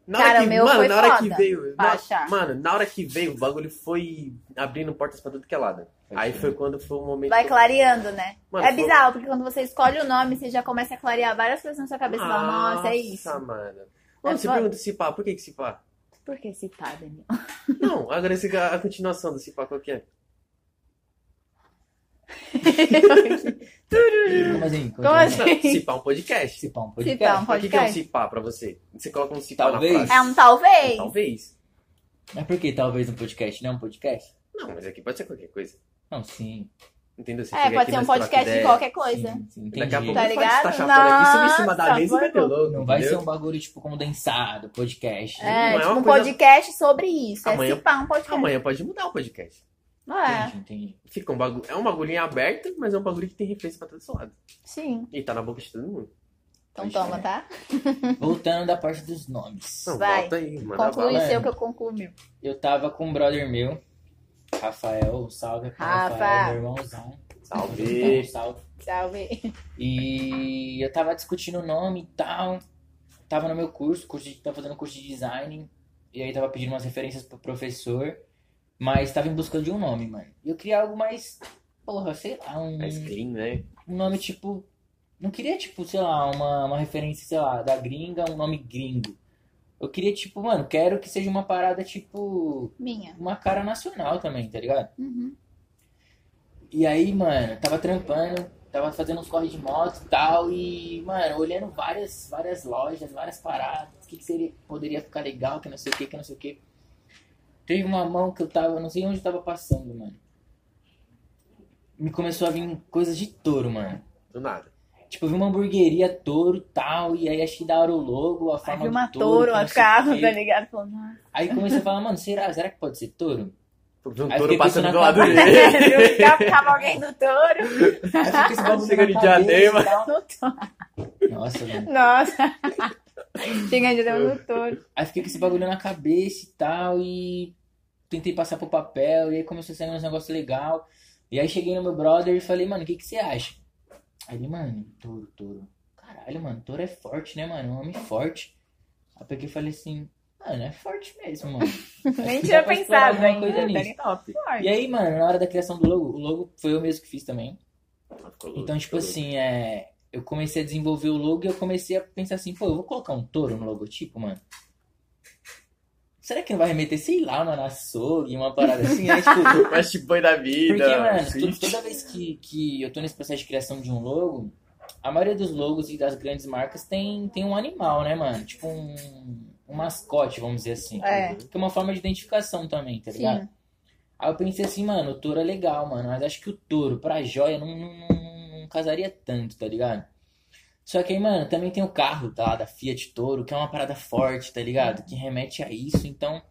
A: Na hora
B: Cara,
A: que,
B: o meu
A: mano,
B: foi
A: na hora
B: foda,
A: que veio.
B: pra
A: na-
B: achar.
A: mano, na hora que veio, o bagulho foi abrindo portas pra tudo que é lado. Aí foi quando foi o momento.
B: Vai clareando, né?
A: Mano,
B: é
A: foi-
B: bizarro, porque quando você escolhe o nome, você já começa a clarear várias coisas na sua cabeça. Nossa, fala, nossa, é isso.
A: Nossa, mano. Quando você
B: foda.
A: pergunta Cipá, por que que Cipá?
B: É, tipo, Por que citar, Daniel?
A: Não, agora esse- a a continuação do Cipá, qual que é?
C: Como assim?
B: Como assim?
A: Não, Cipá é um podcast.
B: Cipá, um
C: Cipão, podcast.
A: O que que é um
B: podcast.
A: Cipá pra você? Você coloca um Cipá
C: Talvez.
A: na frase.
B: É um talvez.
A: Talvez.
C: Mas por que talvez um podcast? Não é um podcast?
A: Não, mas aqui pode ser qualquer coisa.
C: Não, sim.
A: Entendeu? Você
B: É,
A: chega
B: pode
A: aqui,
B: ser um
A: nós troca
B: podcast de
A: ideia.
B: qualquer coisa.
C: Sim, sim,
A: Daqui a pouco
C: entendi.
B: Tá
A: tá
B: ligado?
A: ligado? tá chapando aqui, subiu em cima
B: Nossa,
A: da mesa e
B: foi
A: vai ter
B: bom.
A: louco.
C: Não vai ser
A: entendeu?
C: um bagulho, tipo, condensado, podcast.
B: É,
A: Não é
B: tipo
A: uma
B: um
A: coisa-
B: podcast sobre isso. É
A: Amanhã-
B: cipar um podcast.
A: Amanhã pode mudar o podcast.
B: Não é?
C: Entendi, entendi.
A: Fica um bagulho. É um bagulho em aberto, mas é um bagulho que tem referência pra todo lado.
B: Sim.
A: E tá na boca de todo mundo.
B: Então
C: Pois
B: toma,
C: é.
B: tá?
C: Voltando da parte dos nomes.
A: Não,
B: Vai.
A: Então, volta aí, manda
B: Conclui
A: bala.
B: o seu que eu concluo o meu.
C: Eu tava com um brother meu, Rafael, um salve pro
B: Rafa.
C: Rafael, meu irmãozão. Um
A: Salve.
C: salve.
B: Salve.
C: E eu tava discutindo o nome e tal. Tava no meu curso, curso de, tava fazendo curso de design. E aí tava pedindo umas referências pro professor. Mas tava em busca de um nome, mano. E eu queria algo mais. Porra, sei lá, um,
A: Mais clean, né?
C: um nome tipo. Não queria, tipo, sei lá, uma, uma referência, sei lá, da gringa, um nome gringo. Eu queria, tipo, mano, quero que seja uma parada, tipo,
B: Minha.
C: uma cara nacional também, tá ligado?
B: Uhum.
C: E aí, mano, tava trampando, tava fazendo uns corre de moto e tal, e, mano, olhando várias, várias lojas, várias paradas, o que, que seria, poderia ficar legal, que não sei o que, que não sei o que. Teve uma mão que eu tava, não sei onde eu tava passando, mano. Me começou a vir coisas de touro, mano.
A: Do nada.
C: Tipo, eu vi uma hamburgueria touro e tal, e aí achei da hora o logo, a
B: Aí
C: forma
B: viu uma
C: de touro,
B: touro,
C: que não
B: a
C: sei o
B: carro,
C: quê.
B: tá ligado? Falou, nossa.
C: Aí comecei a falar, mano, será, será que pode ser touro?
A: Vi um
C: Aí
A: touro
C: fiquei
A: passando
C: pensando
A: do
C: na
A: lado
C: cabeça.
A: dele.
B: Viu? Já ficava alguém no touro.
C: Aí eu fiquei esse bagulho
A: Chega
C: na
A: de
C: cabeça e
A: diadema.
C: tal.
B: No touro.
C: Nossa, mano.
B: Nossa. Chega de Deus no touro.
C: Aí fiquei com esse bagulho na cabeça e tal, e tentei passar pro papel, e aí começou a sair uns negócios legal. E aí cheguei no meu brother e falei, mano, o que que você acha? Aí ele, mano, touro, touro. Caralho, mano, touro é forte, né, mano? É Um homem forte. Aí eu peguei e falei assim, mano, é forte mesmo, mano.
B: Nem
C: Acho que
B: tinha
C: dá pra explorar
B: pensado
C: alguma
B: ainda.
C: coisa
B: tá
C: nisso.
B: ligado? Forte.
C: E aí, mano, na hora da criação do logo, o logo foi eu mesmo que fiz também. Então, tipo assim, é, eu comecei a desenvolver o logo e eu comecei a pensar assim, pô, eu vou colocar um touro no logotipo, mano. Será que não vai remeter, sei lá, mano, açougue, uma parada assim? Aí, tipo,
A: West Boy da vida.
C: porque, mano,
A: Sim.
C: to- toda vez que, que eu tô nesse processo de criação de um logo, a maioria dos logos e das grandes marcas tem, tem um animal, né, mano? Tipo um, um mascote, vamos dizer assim.
B: É.
A: Uhum.
C: Que é uma forma de identificação também, tá ligado?
B: Sim.
C: Aí eu pensei assim, mano, o touro é legal, mano, mas acho que o touro pra joia não, não, não- não casaria tanto, tá ligado? Só que aí, mano, também tem o carro tá, lá da Fiat Touro, que é uma parada forte, tá ligado? Que remete a isso. Então,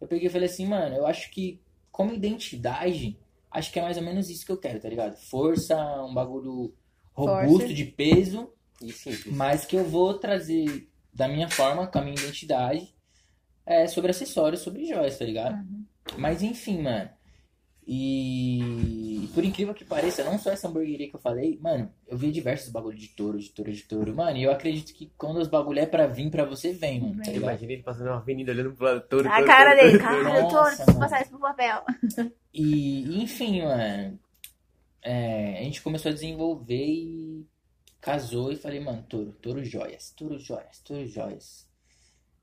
C: eu peguei e falei assim, mano, eu acho que como identidade, acho que é mais ou menos isso que eu quero, tá ligado? Força, um bagulho robusto
B: Força.
C: de peso,
A: E é simples.
C: mas que eu vou trazer da minha forma, com a minha identidade, é, sobre acessórios, sobre joias, tá ligado? Mas enfim, mano. E por incrível que pareça, não só essa hamburgueria que eu falei, mano, eu vi diversos bagulho de touro, de touro, de touro, mano. E eu acredito que quando os bagulho é pra vir, pra você vem, mano, tá
B: Vem.
C: ligado?
A: Imagina ele passando uma avenida olhando pro lado touro.
B: A
A: touro,
B: cara
A: touro,
B: dele,
A: touro.
B: cara, touro,
C: Nossa,
B: preciso
C: mano.
B: passar isso pro papel.
C: E enfim, mano. é, a gente começou a desenvolver e casou e falei, mano, touro, touro joias, touro joias, touro joias.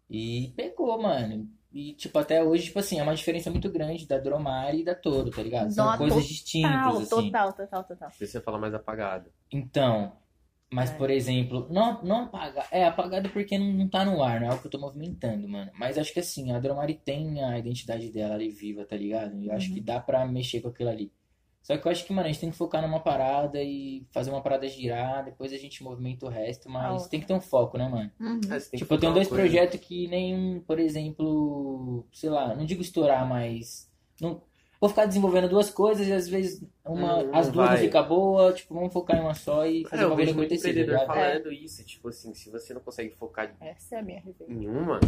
C: E pegou, mano. E, tipo, até hoje, tipo assim, é uma diferença muito grande da Dromari e da Toro, tá ligado? São
B: Nossa,
C: coisas
B: total,
C: distintas, assim.
B: total, total, total.
A: Porque você fala mais apagado.
C: Então, mas
B: É.
C: por exemplo, não, não apaga, é apagado porque não, não tá no ar, não é o que eu tô movimentando, mano. Mas acho que assim, a Dromari tem a identidade dela ali viva, tá ligado? E eu acho que dá pra mexer com aquilo ali. Só que eu acho que, mano, a gente tem que focar numa parada e fazer uma parada girar, depois a gente movimenta o resto,
B: A
C: mas
B: outra.
C: tem que ter um foco, né, mano?
A: É,
B: Uhum.
A: você tem que
C: Tipo, eu tenho
A: falar
C: dois
A: uma coisa.
C: projetos que nenhum, por exemplo, sei lá, não digo estourar, mas não vou ficar desenvolvendo duas coisas e às vezes uma,
A: Hum,
C: as duas não
A: vai.
C: fica boa, tipo, vamos focar em uma só e
A: É,
C: fazer o
A: eu
C: bagulho
A: vejo muito
C: acontecer, tá
A: empreendedor
C: ligado?
A: falando isso. Tipo assim, se você não consegue focar
B: Essa é a minha receita.
A: em uma,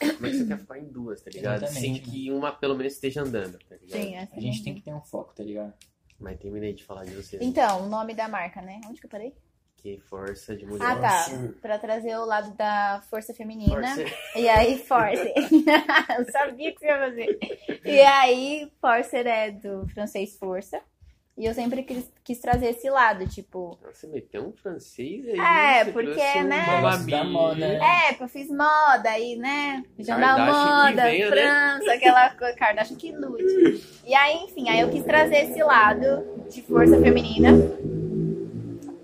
A: como é que você quer focar em duas, tá ligado?
C: Exatamente,
A: Sem que uma pelo menos esteja andando, tá ligado?
B: Sim, essa é
C: A
B: a
C: gente
B: minha
C: tem que ter um foco, tá ligado?
A: Mas terminei de falar de você.
B: Então, o nome da marca, né? Onde que eu parei?
A: Que força de mulher.
B: Ah, tá.
C: Force.
B: Pra trazer o lado da força feminina.
A: Força.
B: E aí, Force. eu sabia que você ia fazer. E aí, Forcer é do francês força. E eu sempre quis, quis trazer esse lado, tipo.
A: Nossa, meteu um francês aí.
B: É,
A: você
B: porque,
A: trouxe um
B: né?
A: Malabim.
C: Da
A: né?
C: moda.
B: É, eu fiz moda aí, né? Região da
A: Kardashian que
B: moda,
A: venha, né?
B: França, aquela coisa, Kardashian que lute. E aí, enfim, aí eu quis trazer esse lado de força feminina.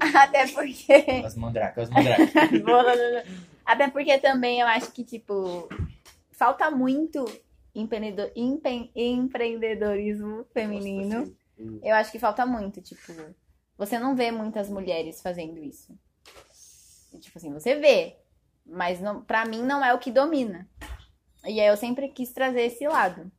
B: Até porque.
C: As mandracas, as mandracas.
B: Bola, né? Até porque também eu acho que, tipo, falta muito empreendedor, empre- empreendedorismo feminino.
A: Nossa, assim,
B: Eu acho que falta muito, tipo, você não vê muitas mulheres fazendo isso. E, Tipo assim, você vê, mas não, pra mim não é o que domina. E aí eu sempre quis trazer esse lado.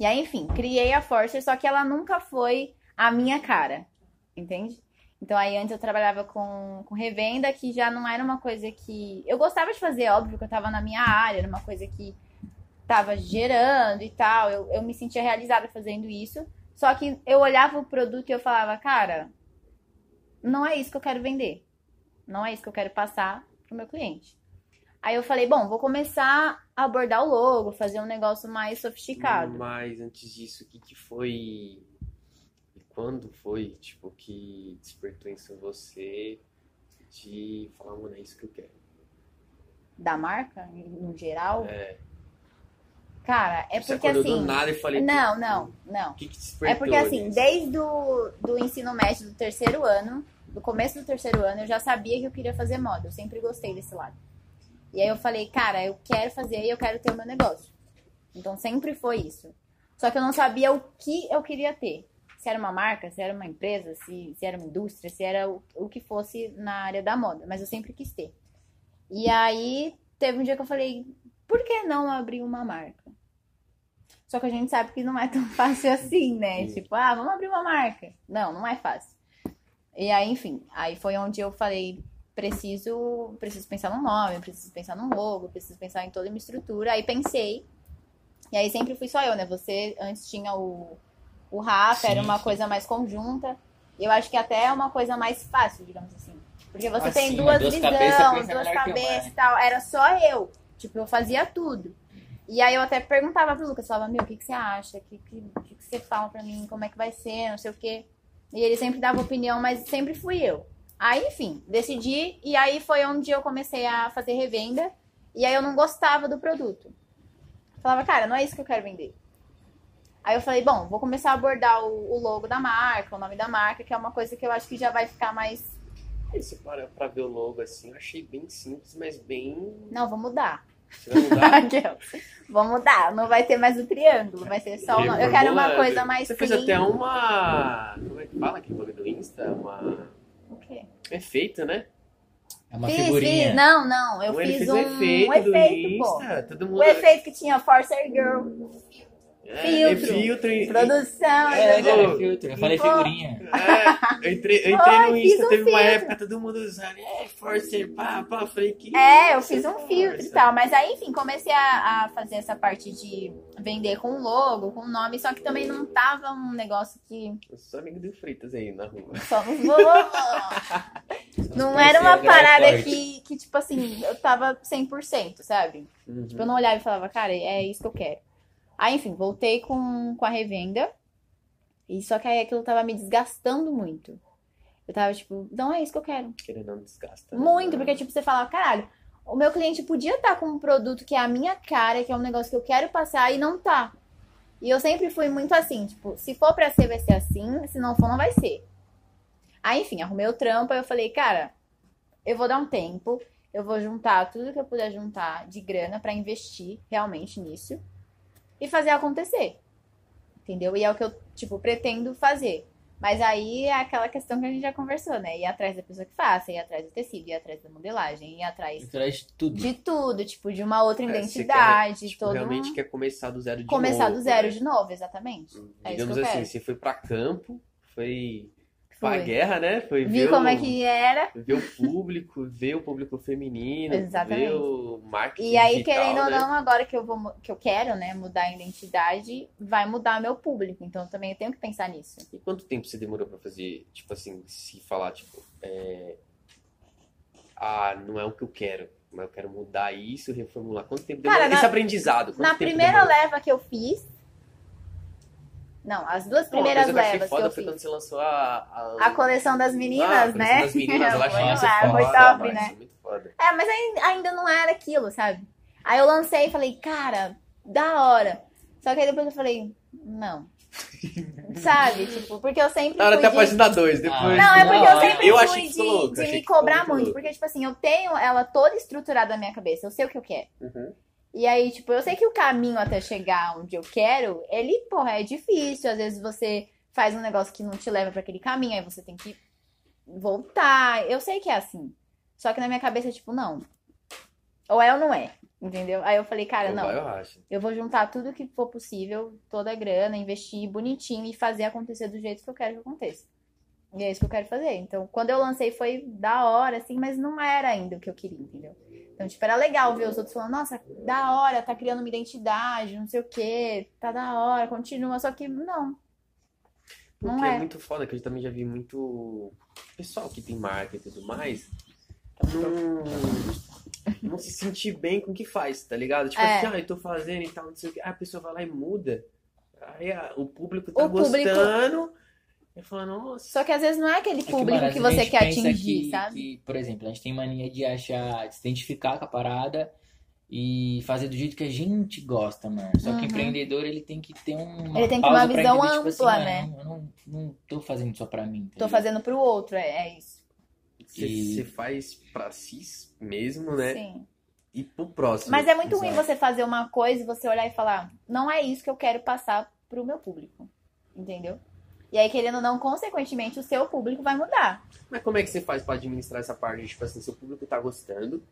B: E aí, enfim, criei a Forcer, só que ela nunca foi a minha cara, entende? Então aí antes eu trabalhava com, com revenda, que já não era uma coisa que. Eu gostava de fazer, óbvio, que eu tava na minha área, era uma coisa que tava gerando e tal. Eu, eu me sentia realizada fazendo isso. Só que eu olhava o produto e eu falava, cara, não é isso que eu quero vender. Não é isso que eu quero passar pro meu cliente. Aí eu falei, bom, vou começar a abordar o logo, fazer um negócio mais sofisticado.
A: Mas antes disso, o que, que foi. E quando foi, tipo, que despertou isso em você de falar, mano, é isso que eu quero.
B: Da marca, no geral.
A: É,
B: Cara, é
A: Tipo, você
B: porque
A: acordou do
B: assim.
A: nada e falei, né?"
B: Não, não, não.
A: O que, que
B: É
A: despertou?
B: porque assim,
A: nisso?
B: desde o do ensino médio do terceiro ano, do começo do terceiro ano, eu já sabia que eu queria fazer moda. Eu sempre gostei desse lado. E aí eu falei, cara, eu quero fazer e eu quero ter o meu negócio. Então sempre foi isso. Só que eu não sabia o que eu queria ter. Se era uma marca, se era uma empresa, se, se era uma indústria, se era o, o que fosse na área da moda. Mas eu sempre quis ter. E aí teve um dia que eu falei, por que não abrir uma marca? Só que a gente sabe que não é tão fácil assim, né?
A: Sim.
B: Tipo, ah, vamos abrir uma marca. Não, não é fácil. E aí, enfim, aí foi onde eu falei, preciso, preciso pensar num nome, preciso pensar num logo, preciso pensar em toda uma estrutura. Aí pensei. E aí sempre fui só eu, né? Você antes tinha o, o Rafa, era
C: Sim,
B: uma
C: sim.
B: coisa mais conjunta. Eu acho que até é uma coisa mais fácil, digamos assim. Porque você
C: Assim,
B: tem duas,
C: duas
B: visões,
C: cabeças pensa
B: duas
C: melhor que uma,
B: cabeças e
C: né?
B: tal. Era só eu. Tipo, eu fazia tudo. E aí eu até perguntava pro Lucas, falava, meu, o que, que você acha? O que, que, o que, que você fala pra mim? Como é que vai ser? Não sei o quê. E ele sempre dava opinião, mas sempre fui eu. Aí, enfim, decidi. E aí foi onde eu comecei a fazer revenda. E aí eu não gostava do produto. Falava, cara, não é isso que eu quero vender. Aí eu falei, bom, vou começar a abordar o, o logo da marca, o nome da marca, que é uma coisa que eu acho que já vai ficar mais.
A: Aí você para pra ver o logo assim, eu achei bem simples, mas bem.
B: Não, vou mudar.
A: Você vai mudar?
B: Aquela. vou mudar. Não vai ter mais o triângulo, vai ser só o nome. Eu quero uma
A: Reformulando.
B: coisa mais
A: Você fez
B: clean.
A: até uma. Como é que fala aquele blog do Insta? Uma. um
B: O quê?
A: Efeito, né?
C: É uma
B: Fiz,
C: figurinha.
B: fiz. Não, não. Eu
A: Então ele
B: fiz
A: fez
B: um,
A: o efeito
B: um
A: do
B: efeito, pô.
A: Insta. Todo mundo.
B: O efeito que tinha Forcer Girl,
A: é,
B: filtro.
A: é filtro e-
B: produção. né?
C: É,
B: e-
C: já
A: Pô.
C: era filtro. Eu falei
B: Pô.
C: figurinha.
A: É, eu entrei, eu entrei
B: Ai,
A: no
B: fiz
A: Insta,
B: um
A: teve uma
B: filtro.
A: época todo mundo usando, é, Forcer, pá, pá, falei que.
B: É, eu fiz um
A: Força.
B: filtro e tal. Mas aí, enfim, comecei a, a fazer essa parte de vender com logo, com nome, só que também não tava um negócio que
A: Eu sou amigo do Freitas aí na rua.
B: só nos vovô. Não era
C: é
B: uma parada que, que, tipo assim, eu tava 100%, sabe?
A: Uhum.
B: Tipo, eu não olhava e falava, cara, é isso que eu quero. Aí, enfim, voltei com, com a revenda. E só que aí aquilo tava me desgastando muito. Eu tava tipo, não é isso que eu quero.
A: Querendo ou não desgasta. né?
B: Muito, porque, tipo, você fala, caralho, o meu cliente podia estar com um produto que é a minha cara, que é um negócio que eu quero passar e não tá. E eu sempre fui muito assim, tipo, se for pra ser, vai ser assim, se não for, não vai ser. Aí, enfim, arrumei o trampo, aí eu falei, cara, eu vou dar um tempo, eu vou juntar tudo que eu puder juntar de grana pra investir realmente nisso e fazer acontecer. Entendeu? E é o que eu, tipo, pretendo fazer. Mas aí é aquela questão que a gente já conversou, né? Ir atrás da pessoa que faça, ir atrás do tecido, ir atrás da modelagem, ir atrás
C: Atrás de tudo.
B: de tudo, tipo, de uma outra
A: É, você quer,
B: identidade, de
A: tipo,
B: todo
A: realmente
B: um-
A: quer começar do zero de
B: começar
A: novo,
B: do zero
A: né?
B: de novo, exatamente. É isso
A: Digamos
B: que eu
A: assim,
B: quero.
A: você foi pra campo, foi pra
B: Foi.
A: guerra, né? Foi
B: Vi
A: ver
B: como
A: o-
B: é que era.
A: ver o público, ver o público feminino,
B: Exatamente.
A: ver o marketing
B: E aí,
A: digital,
B: querendo ou
A: né?
B: não, agora que eu vou mu- que eu quero, né, mudar a identidade, vai mudar meu público. Então também eu tenho que pensar nisso.
A: E quanto tempo você demorou pra fazer, tipo assim, se falar, tipo, é, ah, não é o que eu quero, mas eu quero mudar isso, reformular. Quanto tempo
B: Cara,
A: demorou?
B: na-
A: Esse aprendizado, quanto
B: Na
A: tempo
B: primeira
A: demorou?
B: leva que eu fiz. Não, as duas
A: Não, uma
B: primeiras
A: coisa que eu achei
B: levas que
A: foda
B: eu
A: foi
B: fiz.
A: quando você lançou a... A,
B: A coleção das
A: Ah, a
B: meninas,
A: coleção
B: né?
A: das meninas, eu achei
C: Foi
A: isso
C: lá,
A: foda,
B: foi top,
A: Márcia,
B: né?
A: muito foda.
B: É, mas ai- ainda não era aquilo, sabe? Aí eu lancei e falei, cara, da hora. Só que aí depois eu falei, não. sabe? Tipo, porque eu sempre.
A: Na hora até
B: fui
A: a
B: de-
A: página 2, depois...
B: Não, é porque eu
C: Não,
B: sempre
A: eu
B: fui
A: achei que
B: de,
A: ficou louco,
B: de
A: achei
B: me
A: que ficou
B: cobrar
A: muito
B: muito.
A: louco.
B: Porque, tipo assim, eu tenho ela toda estruturada na minha cabeça. Eu sei o que eu quero.
A: Uhum.
B: E aí, tipo, eu sei que o caminho até chegar onde eu quero, ele, porra, é difícil. Às vezes você faz um negócio que não te leva pra aquele caminho, aí você tem que voltar. Eu sei que é assim. Só que na minha cabeça, é tipo, não. Ou é ou não é. Entendeu? Aí eu falei, cara,
A: Então
B: não.
A: vai, eu acho.
B: Eu vou juntar tudo que for possível, toda a grana, investir bonitinho e fazer acontecer do jeito que eu quero que aconteça. E é isso que eu quero fazer. Então, quando eu lancei foi da hora, assim, mas não era ainda o que eu queria, entendeu? Então, tipo, era legal ver os outros falando, nossa, da hora, tá criando uma identidade, não sei o quê, tá da hora, continua, só que não. Não
A: Porque
B: é.
A: é muito foda, que eu também já vi muito pessoal que tem marca e tudo mais,
B: Tá
A: não, não se sentir bem com o que faz, tá ligado? Tipo
B: É.
A: assim, ah, eu tô fazendo e tal, não sei o que. Aí a pessoa vai lá e muda. Aí a- o público
B: O
A: tá
B: público-
A: gostando. E fala, nossa,
B: Só que às vezes não é aquele
C: É que,
B: público
C: mano, às
B: que
C: vezes a
B: você
C: gente
B: quer
C: pensa
B: atingir,
C: que-
B: sabe?
C: que, por exemplo, a gente tem mania de achar, de se identificar com a parada e fazer do jeito que a gente gosta, mano. Só
B: Uhum.
C: que empreendedor, ele tem que ter um, uma
B: Ele tem que ter
C: pausa
B: uma
C: pra
B: visão
C: entender, tipo
B: ampla,
C: assim,
B: né?
C: mano, Eu não, não tô fazendo só pra mim.
B: Tô
C: ligado?
B: fazendo pro outro, é, é isso.
A: você
C: E-
A: você faz pra si mesmo, né?
B: Sim.
A: E pro próximo.
B: Mas é muito ruim
C: Exato.
B: você fazer uma coisa e você olhar e falar, não é isso que eu quero passar pro meu público. Entendeu? E aí, querendo ou não, consequentemente, o seu público vai mudar.
A: Mas como é que você faz pra administrar essa parte? Tipo assim, seu público tá gostando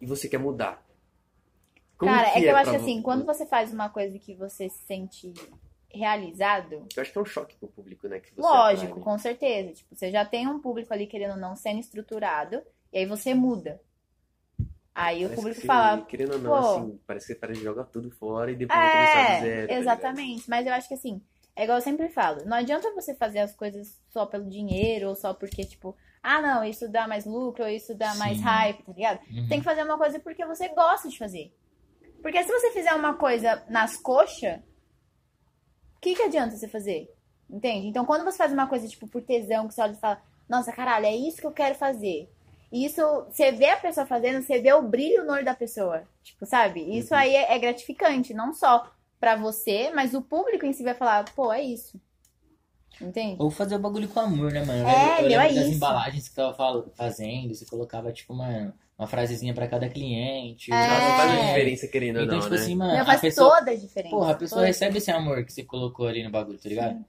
A: e você quer mudar. Como
B: Cara, é que eu acho
A: pra
B: que
A: vo- Hum.
B: assim, quando você faz uma coisa que você se sente realizado,
A: Eu acho que é um choque pro público, né? Que você
B: lógico,
A: atrai, né?
B: com certeza. Tipo, você já tem um público ali, querendo ou não, sendo estruturado, e aí você muda. Aí o
A: Parece
B: público
A: que,
B: fala,
A: Querendo ou não,
B: pô.
A: assim, parece que você para de jogar tudo fora e depois vai começar do zero.
B: É,
A: tá ligado?
B: exatamente. Mas eu acho que assim, é igual eu sempre falo, não adianta você fazer as coisas só pelo dinheiro ou só porque, tipo, ah, não, isso dá mais lucro, ou isso dá mais
C: Sim.
B: hype, tá ligado?
C: Uhum.
B: Tem que fazer uma coisa porque você gosta de fazer. Porque se você fizer uma coisa nas coxas, o que, que adianta você fazer? Entende? Então, quando você faz uma coisa, tipo, por tesão, que você olha e fala, nossa, caralho, é isso que eu quero fazer. E isso, você vê a pessoa fazendo, você vê o brilho no olho da pessoa. Tipo, sabe?
C: Uhum.
B: Isso aí é, é gratificante, não só pra você, mas o público em si vai falar, pô, é isso. Entende?
C: Ou fazer o bagulho com amor, né, mano? Eu
B: É,
C: lembro- eu
B: meu, é
C: lembro das
B: isso.
C: embalagens que você tava fal- fazendo, você colocava, tipo, mano, uma frasezinha pra cada cliente.
B: É.
A: Nossa, faz
B: É.
A: a diferença, querendo ou
C: Então,
A: não,
C: tipo
A: né?
C: assim, mano,
B: Meu,
C: a
B: faz
C: pessoa
B: toda a diferença.
C: Porra, a pessoa
B: Toda.
C: recebe esse amor que você colocou ali no bagulho, tá ligado?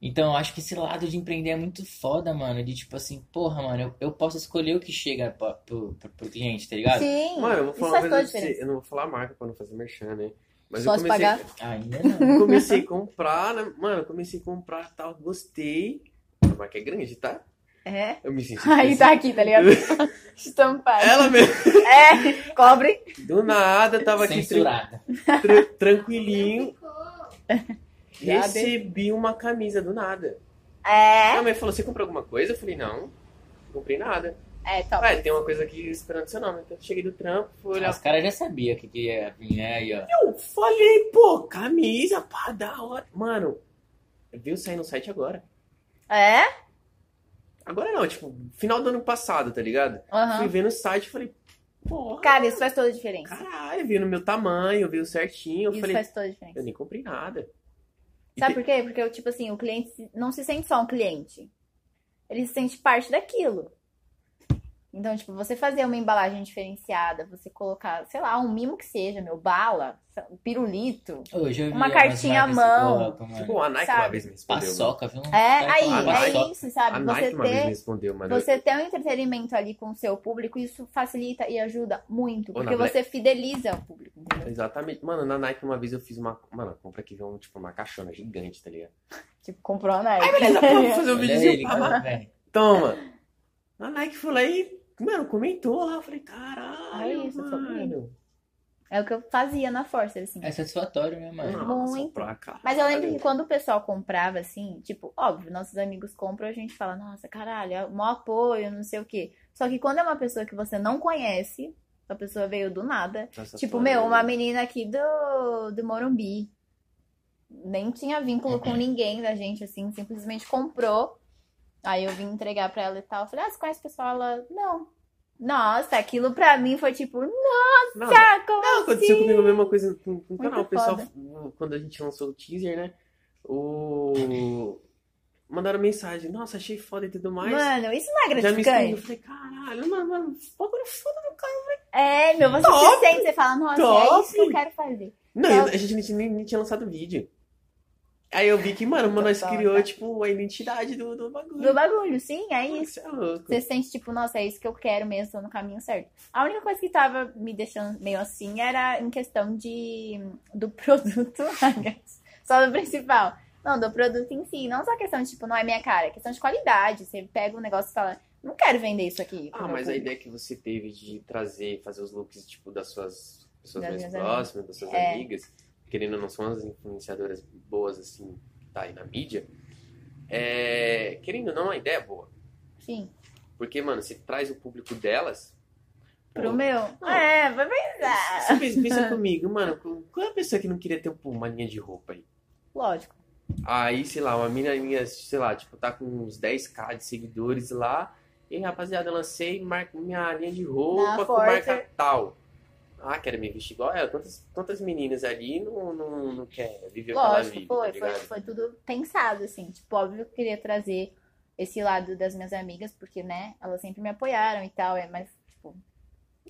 C: Então, eu acho que esse lado de empreender é muito foda, mano. De tipo assim, porra, mano, eu, eu posso escolher o que chega pra- pro, pro, pro cliente, tá ligado?
B: Sim,
A: Mano, eu vou
B: isso
A: falar uma coisa
B: faz toda a
A: pra você.
B: diferença.
A: Eu não vou falar a marca pra não fazer merchan, né? Mas
B: Só
A: eu
B: se
A: comecei,
B: pagar.
C: Ainda não.
A: comecei a comprar, né? Mano, eu comecei a comprar tal, gostei. A marca é grande, tá?
B: É.
A: Eu me senti.
B: Aí tá aqui, tá ligado? Estampado.
A: Ela mesmo.
B: É, cobre.
A: Do nada, tava aqui
C: Censurada.
A: tran- tran- tranquilinho.
B: Já
A: Recebi uma camisa do nada.
B: É.
A: Minha mãe falou: Você comprou alguma coisa? Eu falei: Não, não comprei nada.
B: É, top.
A: Ah, tem uma coisa aqui esperando seu nome. Então, eu cheguei do trampo, fui olhar.
C: Os caras já sabiam o que, que ia vir, né? Aí, ó.
A: Eu falei, pô, camisa, pá, da hora. Mano, viu sair no site agora.
B: É?
A: Agora não, tipo, final do ano passado, tá ligado?
B: Aham.
A: Fui ver no site e falei, porra,
B: Cara, isso faz toda a diferença.
A: caralho, viu no meu tamanho, viu certinho. Eu
B: isso
A: falei,
B: faz toda a diferença.
A: eu nem comprei nada. E
B: Sabe
A: te-
B: por quê? Porque, tipo assim, o cliente se- não se sente só um cliente. Ele se sente parte daquilo. Então, tipo, você fazer uma embalagem diferenciada, você colocar, sei lá, um mimo que seja, meu, bala, pirulito.
C: Hoje eu vi
B: Uma
C: umas
B: cartinha à
C: marcas
B: mão.
C: que colocam, mano.
A: Tipo, a Nike
B: Sabe?
A: uma vez me respondeu. mano.
C: Paçoca, viu?
B: É, aí,
A: uma
B: é
A: Nike.
B: isso,
A: A
B: sabe?
A: Nike
B: Você
A: uma vez me
B: ter,
A: respondeu, mano.
B: você ter um entretenimento ali com o seu público, isso facilita e ajuda muito,
A: Ou na
B: porque você fideliza o público, entendeu?
A: Exatamente. Mano, na Nike uma vez eu fiz uma. Mano, compra que veio um, tipo, uma caixona gigante, tá ligado?
B: Tipo, comprou a Nike.
A: Vamos fazer um
C: Olha
A: videozinho
C: ele,
A: pra
C: cara, velho.
A: Toma! A Nike foi lá e, mano, comentou lá. Eu falei, caralho,
B: É isso, eu tô
A: mano.
B: É o que eu fazia na Força, assim.
C: É satisfatório, né, mano?
A: Nossa,
B: Muito.
A: pra caralho.
B: Mas eu lembro que quando o pessoal comprava, assim, tipo, óbvio, nossos amigos compram, a gente fala, nossa, caralho, é o maior apoio, não sei o quê. Só que quando é uma pessoa que você não conhece, a pessoa veio do nada,
A: Nossa,
B: tipo,
A: pra-
B: meu, uma menina aqui do, do Morumbi, nem tinha vínculo com ninguém da gente, assim, simplesmente comprou. Aí eu vim entregar pra ela e tal. Eu falei, ah, você conhece o pessoal? Ela, não. Nossa, aquilo pra mim foi tipo,
A: Não,
B: nossa, como
A: não, aconteceu
B: assim?
A: comigo a mesma coisa com com o canal. O
B: Muito
A: pessoal,
B: foda.
A: o- quando a gente lançou o teaser, né? O. Mandaram mensagem, nossa, achei foda e tudo mais.
B: Mano, isso não é
A: Já me
B: gratificante?
A: excluiu. Eu falei, caralho, mano, mano, bagulho foda do cara.
B: É, meu, você se
A: Top!
B: sente, você fala, nossa, é
A: Top!
B: isso que eu quero fazer.
A: Não,
B: Não.
A: a gente nem, tinha- nem tinha lançado o vídeo. Aí eu vi que, mano, mano, nós
B: Foda.
A: criou, tipo, a identidade do, do bagulho.
B: Do bagulho, sim, é
A: Isso
B: isso.
A: é louco.
B: Você sente, tipo, nossa, é isso que eu quero mesmo, tô no caminho certo. A única coisa que tava me deixando meio assim era em questão de do produto, só do principal. Não, do produto em si, não só questão de, tipo, não é minha cara, é questão de qualidade. Você pega um negócio e fala, não quero vender isso aqui. pro
A: Ah,
B: meu
A: mas a
B: público.
A: ideia que você teve de trazer, fazer os looks, tipo, das suas pessoas
B: Das
A: mais
B: minhas
A: próximas, das suas
B: É.
A: amigas, querendo ou não, são as influenciadoras boas, assim, que tá aí na mídia. É, querendo ou não, a ideia é boa.
B: Sim,
A: Porque, mano, você traz o público delas.
B: pro
A: pô,
B: meu.
A: Não.
B: É, vai pensar.
A: Você pensa- pensa comigo, mano, qual é a pessoa que não queria ter pô, uma linha de roupa aí?
B: Lógico.
A: Aí, sei lá, uma mina minha, sei lá, tipo, tá com uns 10k de seguidores lá. E aí, rapaziada, eu lancei mar- minha linha de roupa
B: Na
A: com
B: Forte.
A: marca tal. Ah, quero me vestir igual ela. Quantas, quantas meninas ali não, não, não quer viver aquela
B: Lógico,
A: vida,
B: foi,
A: tá
B: foi,
A: ligado?
B: foi tudo pensado, assim. Tipo, óbvio que eu queria trazer esse lado das minhas amigas, porque, né, elas sempre me apoiaram e tal, é, mas, tipo.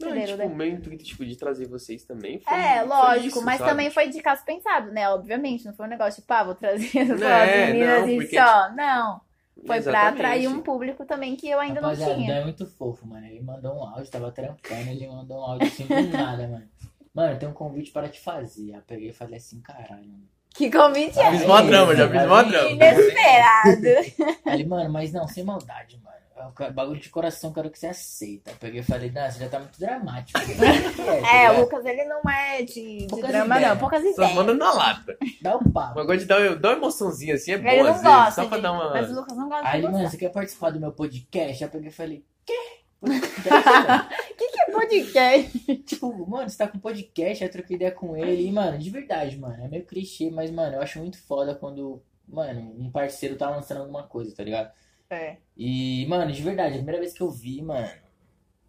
A: Não, e,
B: Entenderam,
A: tipo,
B: né?
A: o meu intuito, tipo, de trazer vocês também foi,
B: É,
A: foi
B: lógico,
A: isso,
B: mas
A: sabe?
B: também foi de caso pensado, né? Obviamente, não foi um negócio tipo, ah, vou trazer as
A: Não,
B: meninas
A: Né, não,
B: e
A: porque- tipo,
B: só. Não, foi pra
A: Exatamente.
B: atrair um público também que eu ainda não
C: Rapaziada, o Dan
B: tinha.
C: é muito fofo, mano. Ele mandou um áudio, tava trampando, ele mandou um áudio assim do nada, mano. Mano, tem um convite para te fazer. Aí eu peguei e falei assim, caralho. mano.
B: Que convite é
A: Fiz mó drama, já fiz mó drama.
B: inesperado.
C: Aí ele, mano, mas não, sem maldade, mano. É um bagulho de coração, quero que você aceita. Aí eu peguei e falei, não, você já tá muito dramático. mano.
B: É,
C: tá
B: o
C: ligado?
B: Lucas, ele não é de, de
C: Poucas
B: drama,
C: ideias.
B: não, poucas
A: Só
B: ideias.
A: manda na lata.
C: Dá o papo.
A: O negócio de dar, dar uma emoçãozinha assim é boa,
B: Ele não
A: às vezes,
B: gosta,
A: só pra
B: de-
A: dar uma.
B: mas o Lucas não gosta
C: Aí
B: de
C: ele, mano,
B: você.
C: você quer participar do meu podcast? Aí eu peguei e falei,
B: O que, que é podcast?
C: tipo, mano, você tá com podcast, aí eu troquei ideia com ele. E, mano, de verdade, mano, é meio clichê, mas, mano, eu acho muito foda quando, mano, um parceiro tá lançando alguma coisa, tá ligado?
B: É.
C: E, mano, de verdade, a primeira vez que eu vi, mano,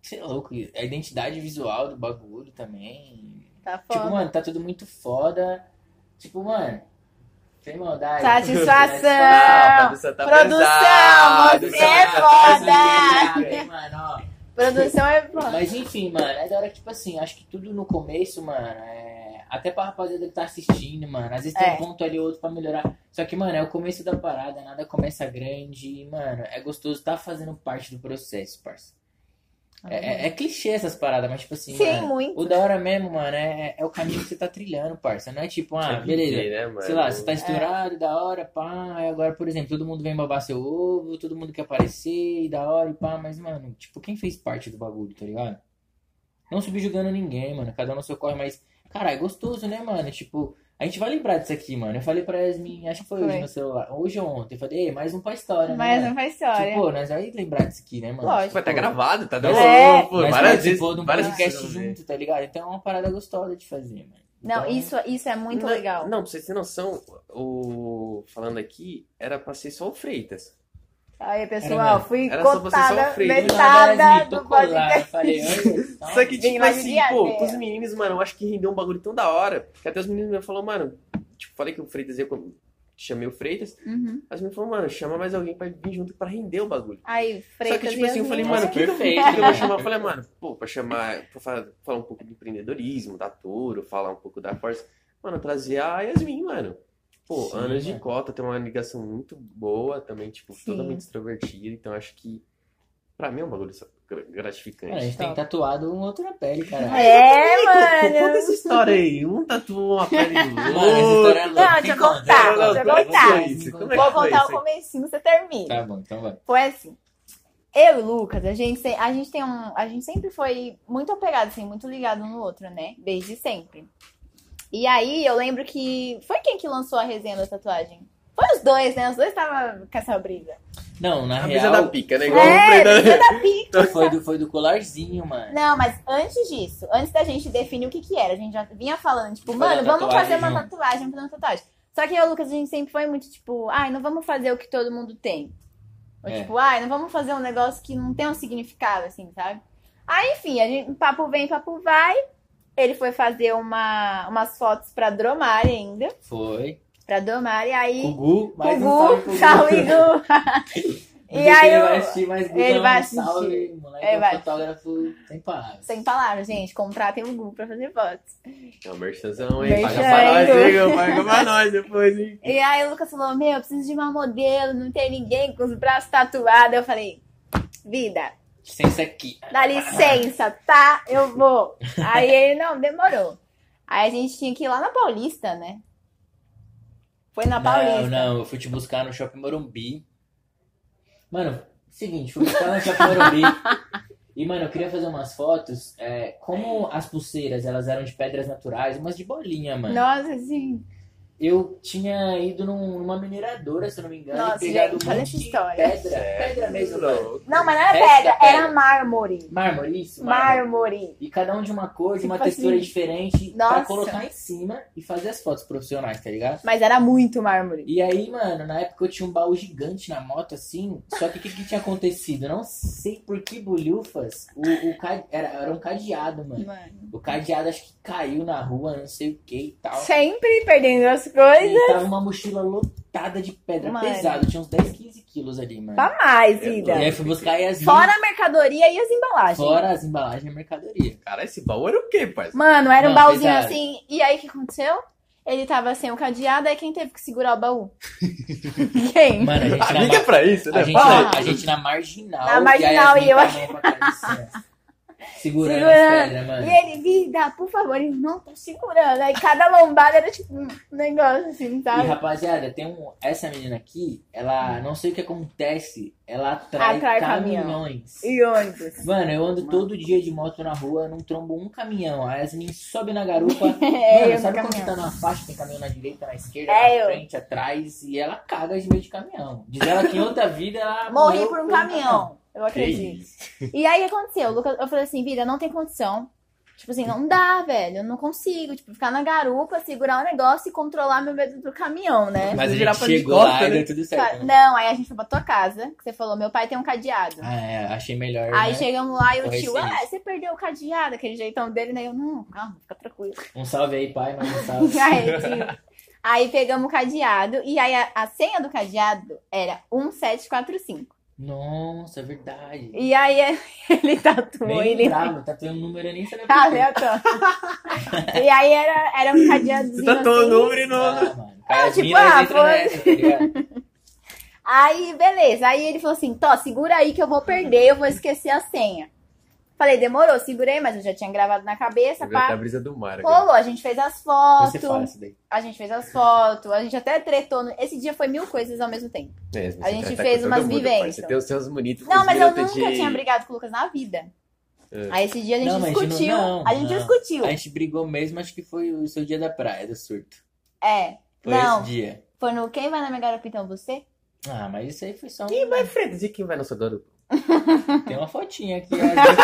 C: sei louco, a identidade visual do bagulho também.
B: Tá foda.
C: Tipo, mano, tá tudo muito foda. Tipo, mano, sem maldade.
B: Satisfação.
A: Ah, produção tá pesada,
B: Produção, você
A: tá
B: é
A: pesada.
C: Satisfação, mano, ó.
B: Produção é foda.
C: Mas enfim, mano, é da hora que, tipo assim, acho que tudo no começo, mano, é. Até pra rapaziada que tá assistindo, mano. Às vezes tem
B: É.
C: um ponto ali ou outro pra melhorar. Só que, mano, é o começo da parada, nada começa grande. E, mano, é gostoso tá fazendo parte do processo, parça. É, é- é clichê essas paradas, mas, tipo assim,
B: Sim,
C: mano,
B: muito.
C: o da hora mesmo, mano, é, é o caminho que você tá trilhando, parça. Não é tipo, ah,
A: É
C: beleza.
A: viver, né, mano?
C: Sei lá, você tá estourado, da hora, pá. Aí agora, por exemplo, todo mundo vem babar seu ovo, todo mundo quer aparecer, e da hora, e pá. Mas, mano, tipo, quem fez parte do bagulho, tá ligado? Não subjugando ninguém, mano. Cada um no seu corre, mas, caralho, é gostoso, né, mano? Tipo, a gente vai lembrar disso aqui, mano. Eu falei pra Yasmin, acho que foi,
B: Foi.
C: hoje no celular, hoje ou ontem. Eu falei, ei, mais um pra história,
B: Mas
C: né?
B: não faz
C: mano?
B: história.
C: Tipo, pô, nós vai lembrar disso aqui, né, mano?
B: Lógico.
A: Vai tá
C: Tipo,
A: gravado, tá
C: Mas-
A: dando
B: É.
A: pô,
C: nós
A: várias vezes.
C: participou de um
A: várias
C: podcast
A: vezes. assim.
C: junto, tá ligado? Então é uma parada gostosa de fazer, mano.
B: não,
C: Então,
B: isso, isso é muito
A: Não,
B: legal.
A: Não, pra vocês terem noção, o... falando aqui, era pra ser só o Freitas.
B: Aí, pessoal,
C: mesmo.
B: fui
A: Era só você só
B: cotada,
A: freio.
B: vetada do
C: Eu
B: podcast.
C: falei, olha só.
A: Só que, tipo
B: mais
A: assim,
B: viagem,
A: pô,
B: é.
A: com os meninos, mano, eu acho que rendeu um bagulho tão da hora. Que até os meninos me falaram, mano, tipo, falei que o Freitas ia. com- Chamei o Freitas,
B: Uhum.
A: as meninas falaram, mano, chama mais alguém pra vir junto pra render o bagulho.
B: Aí,
A: Só
B: Freitas
A: que, tipo
B: e né?
A: assim, eu falei,
B: Yasmin.
A: mano,
C: Nossa,
A: que perfeito
C: perfeito,
A: que eu vou
C: né?
A: chamar. Eu falei, mano, pô, pra chamar, pra falar, falar um pouco de empreendedorismo, da Toro, falar um pouco da Força. Mano, eu trazia a Yasmin, mano. Pô,
C: Sim,
A: anos de
C: mano.
A: cota, tem uma ligação muito boa também, tipo,
B: Sim.
A: totalmente extrovertida. Então, acho que, pra mim, é um bagulho só- gra- gratificante.
C: Cara, a gente tem tatuado um outro na pele, cara.
B: É,
A: Conta- Conta
B: mano.
A: essa história aí. Um tatuou uma pele do outro.
C: Mano, essa história é louca.
B: Não, deixa eu
C: Conta,
B: contar,
C: conta,
B: deixa eu
C: conta.
B: contar.
C: Conta isso, como é que
B: Vou
A: foi
B: contar
A: isso
B: o
A: aí?
B: comecinho, você termina.
C: Tá bom, então vai.
B: Foi assim. Eu e o Lucas, a gente, se- a gente tem um. A gente sempre foi muito apegado, assim, muito ligado um no outro, né? Desde sempre. E aí eu lembro que. Foi quem que lançou a resenha da tatuagem? Foi os dois, né? Os dois estavam com essa briga.
C: Não, na
A: A brisa da
C: é real,
A: pica, né? Igual o
B: É,
A: Freitas-
B: briga da pica.
C: foi do, foi do colarzinho, mano.
B: Não, mas antes disso, antes da gente definir o que que era, a gente já vinha falando, tipo,
C: Fazer
B: mano,
C: uma
B: vamos fazer
C: tatuagem
B: uma
C: junto.
B: tatuagem, vamos fazer uma tatuagem. Só que eu e o Lucas, a gente sempre foi muito tipo, ai, não vamos fazer o que todo mundo tem. Ou
C: É.
B: tipo, ai, não vamos fazer um negócio que não tem um significado, assim, sabe? Aí, enfim, a gente, papo vem, papo vai. Ele foi fazer uma, umas fotos pra Dromari ainda.
C: Foi.
B: Pra Dromari, aí.
C: Gugu, mais um salve pro
B: Gugu, salve, Gu!
C: Gugu.
B: E aí,
C: ele vai
B: eu,
C: assistir, mas Gugu
B: ele
C: é um
B: vai
C: Salve, moleque,
B: Ele
C: é um
B: vai-
C: fotógrafo sem palavras.
B: sem palavras, gente, contratem o Gu pra fazer fotos.
A: É um merchanzão, hein? Paga
B: Merchan,
A: pra nós,
B: hein?
A: hein? Gão? Paga pra nós depois, hein?
B: E aí o Lucas falou: Meu, eu preciso de uma modelo, não tem ninguém com os braços tatuados. Eu falei: Vida,
C: Licença aqui.
B: dá licença, tá? Eu vou. Aí ele: Não, demorou. Aí a gente tinha que ir lá na Paulista, né? Foi na Paulista.
C: Não, não, eu fui te buscar no Shopping Morumbi. Mano, seguinte, fui buscar no Shopping Morumbi. E, mano, eu queria fazer umas fotos. é, como as pulseiras, elas eram de pedras naturais, umas de bolinha, mano.
B: Nossa, sim.
C: Eu tinha ido num- numa mineradora, se eu não me engano,
B: Nossa,
C: e pegado
B: gente,
C: um
B: olha
C: monte
B: essa
C: de
B: história.
C: pedra.
A: é
C: Pedra mesmo, mano.
B: Não, mas não era
C: Essa
B: pedra,
C: pedra.
B: era mármore.
C: é Mármore, isso? Mármore.
B: Mármore.
C: E cada um de uma cor, de
B: Tipo
C: uma textura
B: assim,
C: diferente,
B: nossa.
C: pra colocar em cima e fazer as fotos profissionais, tá ligado?
B: Mas era muito mármore.
C: E aí, mano, na época eu tinha um baú gigante na moto, assim. Só que o que, que tinha acontecido? Eu não sei por que bolhufas. O, o ca- era, era um cadeado, mano.
B: Mano.
C: O cadeado acho que caiu na rua, não sei o que e tal.
B: Sempre perdendo as coisas.
C: E tava uma mochila lotada de pedra
B: é Mano.
C: pesada. Tinha uns 10, 15 quilos ali, mano.
B: Pra mais,
A: É
B: vida.
C: E aí fui buscar a Yasmin.
B: Fora a mercadoria e as embalagens.
C: fora as embalagens e a mercadoria.
A: Cara, esse baú era o quê, parceiro?
B: Mano, era um
C: Não,
B: baúzinho
C: pesado.
B: assim. E aí o que aconteceu? Ele tava sem o cadeado, aí quem teve que segurar o baú? quem?
C: Mano, a gente
A: Ah,
C: na,
A: liga
C: mar...
A: pra isso, né?
C: a gente,
A: Fala
C: na,
A: aí.
C: a gente na marginal.
B: Na marginal,
C: e, a Yasmin
B: e eu-
C: com a mão pra cara de cima, Segurando, as
B: Segurando.
C: pedras, mano.
B: E ele, vida, por favor, ele não tá segurando. Aí cada lombada era tipo um negócio assim,
C: E
B: sabe?
C: rapaziada, tem um. Essa menina aqui, ela não sei o que acontece, ela atrai,
B: Atrai caminhão.
C: caminhões.
B: E ônibus.
C: Mano, eu ando todo dia de moto na rua, não trombo um caminhão. A Yasmin sobe na garupa.
B: É, eu
C: mano,
B: no
C: sabe quando
B: caminhão.
C: você tá numa faixa, tem caminhão na direita, na esquerda,
B: É,
C: na
B: eu.
C: frente, atrás, e ela caga de meio de caminhão. Diz ela que em outra vida ela.
B: Morri
C: tá- morreu
B: por um caminhão. Eu
A: Que
B: acredito.
A: isso.
B: E aí o que aconteceu? O Lucas- Eu falei assim, vida, não tem condição. Tipo assim, não dá, velho. Eu não consigo, tipo, ficar na garupa, segurar o negócio e controlar meu medo do caminhão, né?
C: Mas a
A: Virar
C: gente
A: pra gente
C: chegou
A: gosta,
C: lá e
A: né?
C: deu tudo certo. Né?
B: Não, aí a gente foi pra tua casa, que você falou, meu pai tem um cadeado.
C: Ah, é, achei melhor.
B: Aí
C: né? assim.
B: chegamos lá e o
C: Correr
B: tio,
C: sem
B: ah, você perdeu o cadeado, aquele jeitão dele, né? Eu, não, calma, fica tranquilo.
C: Um salve aí, pai, mas um salve.
B: aí, tio. Aí pegamos o cadeado, e aí a, a senha do cadeado era 1745.
C: Nossa, é verdade.
B: E aí ele tatuou,
C: Nem
B: ele.
C: lembrava, tá tendo um número, eu nem sabia por
B: Ah,
C: quê.
B: eu tô. e aí era, era um
A: Você
B: cadeadozinho.
C: tá
A: tatuou o
B: assim.
A: número e não.
C: Ah, mano. Cara, as
B: tipo,
C: minas
B: ah,
C: entram nessa, tá ligado?
B: Aí, beleza. Aí ele falou assim: Tó, segura aí que eu vou perder, eu vou esquecer a senha. Falei, demorou, segurei, mas eu já tinha gravado na cabeça,
A: Vai dar a
B: pá.
A: brisa do mar agora.
B: Rolou, a gente fez as
C: Você fala
B: fotos,
C: isso é daí.
B: a gente fez as fotos, a gente até tretou. no- Esse dia foi mil coisas ao mesmo tempo.
A: É, você
B: A gente
A: trata com
B: fez
A: todo
B: umas
A: mundo,
B: vivências.
A: parceiro. Tem os seus bonitos.
B: Não,
A: os
B: mas eu
A: minutos
B: nunca
A: de-
B: tinha brigado com o Lucas na vida.
A: É.
B: Aí esse dia a gente
C: Não, mas não-
B: discutiu.
C: não,
B: a gente
C: não.
B: discutiu.
C: A gente brigou mesmo, acho que foi o seu dia da praia, do surto.
B: É.
C: Foi
B: não,
C: esse dia.
B: foi no Quem vai na minha garupa então você?
C: Ah, mas isso aí foi só um...
A: Ih, mas Freitas, e quem vai no seu dono?
C: Tem uma fotinha aqui. ó, de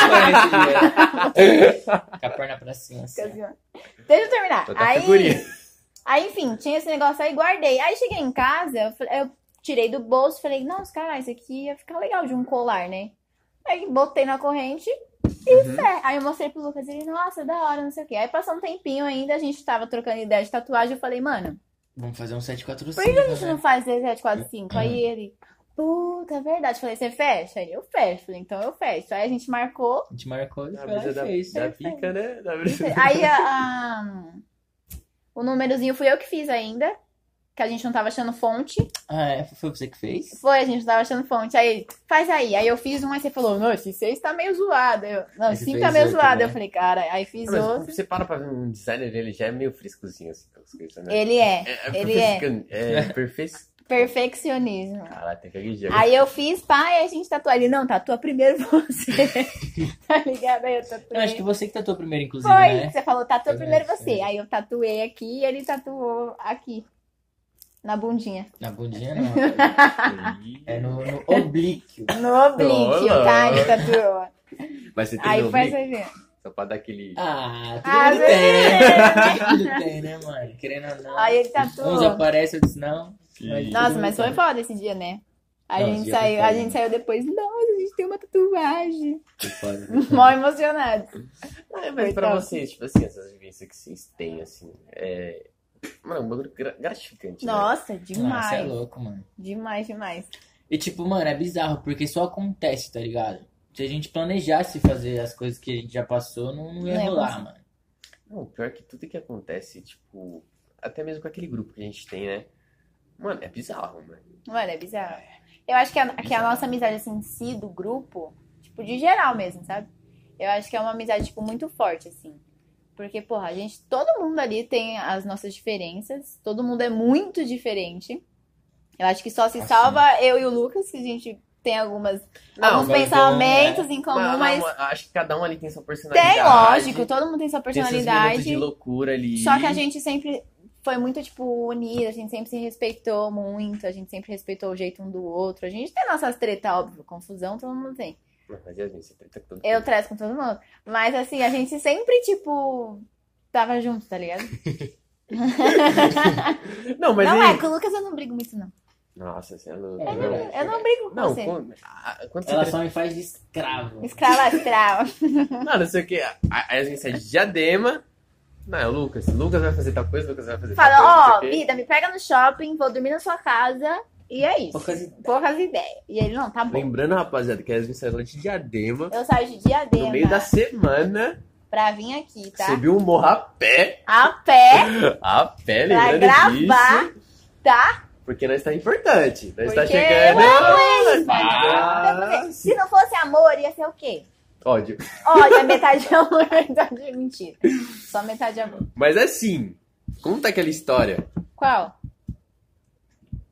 C: esse dia. né? Com a perna pra cima, assim. ó.
B: Deixa eu terminar.
A: Tá
B: Aí,
A: figurinha.
B: aí, enfim, tinha esse negócio aí, guardei. Aí cheguei em casa, eu, falei- eu tirei do bolso, falei, nossa, caralho, isso aqui ia ficar legal de um colar, né? Aí botei na corrente e fé. Aí eu mostrei pro Lucas, ele, nossa, da hora, não sei o quê. Aí passou um tempinho ainda, a gente tava trocando ideia de tatuagem, eu falei, mano,
C: Vamos fazer um 745.
B: por que a
C: né?
B: gente não faz 3745? Aí ele, puta, é verdade. Eu Falei, você fecha? Aí eu fecho, falei, então eu fecho. Aí a gente marcou
C: A gente marcou e
D: Da
C: foi lá
D: brisa
C: e
D: da,
C: fez.
D: da pica, né? Da brisa
B: Aí a- a- o númerozinho fui eu que fiz ainda. Que a gente não tava achando fonte.
C: Ah, é? Foi você que fez?
B: Foi, a gente não tava achando fonte. Aí, ele, faz aí. Aí eu fiz um, aí você falou, não, esse seis tá meio zoado. Eu, não,
C: Aí você
B: cinco
C: fez
B: tá meio
C: oito,
B: zoado.
C: né?
B: Eu falei, cara, aí fiz
A: Mas
B: outro.
A: você para pra ver um designer, ele já é meio frescozinho assim, pelas coisas, né?
B: Ele é. ele é.
A: perfec- é perfec-
B: Perfeccionismo.
A: Caralho, tem que gaguejar.
B: Aí eu fiz, pá, e a gente tatuou. Ele, não, tatua primeiro você. tá ligado? Aí eu tatuei.
C: Eu acho que você que tatuou primeiro, inclusive,
B: Foi,
C: né?
B: você falou, tatua
A: é,
C: Foi
B: primeiro
C: mesmo,
B: você.
C: foi.
B: Aí eu tatuei aqui e ele tatuou aqui. Na bundinha.
C: Na bundinha, não. É no, no oblíquo.
B: No oblíquo,
A: Olá.
B: tá? Ele tatuou.
A: Mas você tem
B: Aí
A: no
B: faz
A: bico?
B: assim.
A: Só pra dar aquele...
C: Ah, tudo
B: Ah,
C: tem. Tudo tem, né, mano? Querendo ou não.
B: Aí ele
C: Uns
B: tatuou.
C: aparecem, outros não.
A: Sim.
B: Nossa, mas foi foda esse dia, né? A
C: é Não, esse
B: gente
C: dia foi
B: saiu, a
C: foda.
B: gente saiu depois, nossa, a gente tem uma tatuagem.
C: Que foda.
B: Mó emocionado. Ah,
A: É, mas pra
B: Coitado.
A: vocês, tipo assim, essas vivências que vocês têm, assim, é... Mano, é um bagulho gra- gratificante, né?
B: Nossa,
C: Ah, você é
B: demais.
C: louco, mano.
B: demais, demais.
C: E tipo, mano, é bizarro, porque só acontece, tá ligado? Se a gente planejasse fazer as coisas que a gente já passou, não, não ia
B: Não é ia
C: rolar,
B: conseguir.
C: mano.
A: Não, pior que tudo que acontece, tipo, até mesmo com aquele grupo que a gente tem, né? Mano, é bizarro, mano.
B: Mano, é bizarro. Eu acho que a, que a nossa amizade, assim, em si, do grupo, tipo, de geral mesmo, sabe? Eu acho que é uma amizade, tipo, muito forte, assim. Porque, porra, a gente, todo mundo ali tem as nossas diferenças, todo mundo é muito diferente. Eu acho que só se
C: Assim.
B: salva eu e o Lucas, que a gente tem algumas, alguns
C: mas é,
B: pensamentos em comum,
A: Mas-
B: mas
A: mas acho que cada um ali tem sua personalidade.
B: tem, lógico, todo mundo tem sua
A: Tem seus minutos
B: personalidade.
A: de loucura ali.
B: Só que a gente sempre foi muito, tipo, unida, a gente sempre se respeitou muito, a gente sempre respeitou o jeito um do outro. A gente tem nossas tretas, óbvio, confusão todo mundo tem.
A: Não, Mas Yasmin, você tá treta com todo
B: Eu
A: mundo.
B: treto com todo mundo. Mas assim, a gente sempre, tipo, tava junto, tá ligado?
A: Não, mas
B: não
A: aí...
B: é, com o Lucas eu não brigo muito, não.
A: Nossa, você é louco.
C: É
B: Eu não,
C: verdade,
B: eu não brigo com
A: Não,
B: você.
A: quando, a- quando você
C: Ela
A: treta-
C: só me faz de escravo.
B: Escrava, escrava.
A: Não, não sei o que. A, a Yasmin sai de diadema. Não, é o Lucas. Lucas vai fazer tal coisa, Lucas vai fazer tal coisa.
B: Fala, ó,
A: não sei o quê.
B: vida, me pega no shopping, vou dormir na sua casa. E é isso.
C: Poucas ideias.
B: Poucas ideias. E ele, não, tá bom.
A: Lembrando, rapaziada, que a Yasmin saiu lá de diadema.
B: Eu saio de diadema
A: No meio da semana,
B: pra vir aqui, tá?
A: subiu um morro a pé,
B: A pé.
A: a pé,
B: pra
A: lembrando
B: gravar,
A: disso,
B: tá?
A: porque nós tá importante, nós tá
B: Porque
A: chegando...
B: eu amo eles,
A: Ah,
B: velho. Eu amo eles. Se não fosse amor, ia ser o quê?
A: ó, de-
B: Olha, metade é amor, metade é mentira. Só metade é amor.
A: Mas assim, conta aquela história
B: Qual?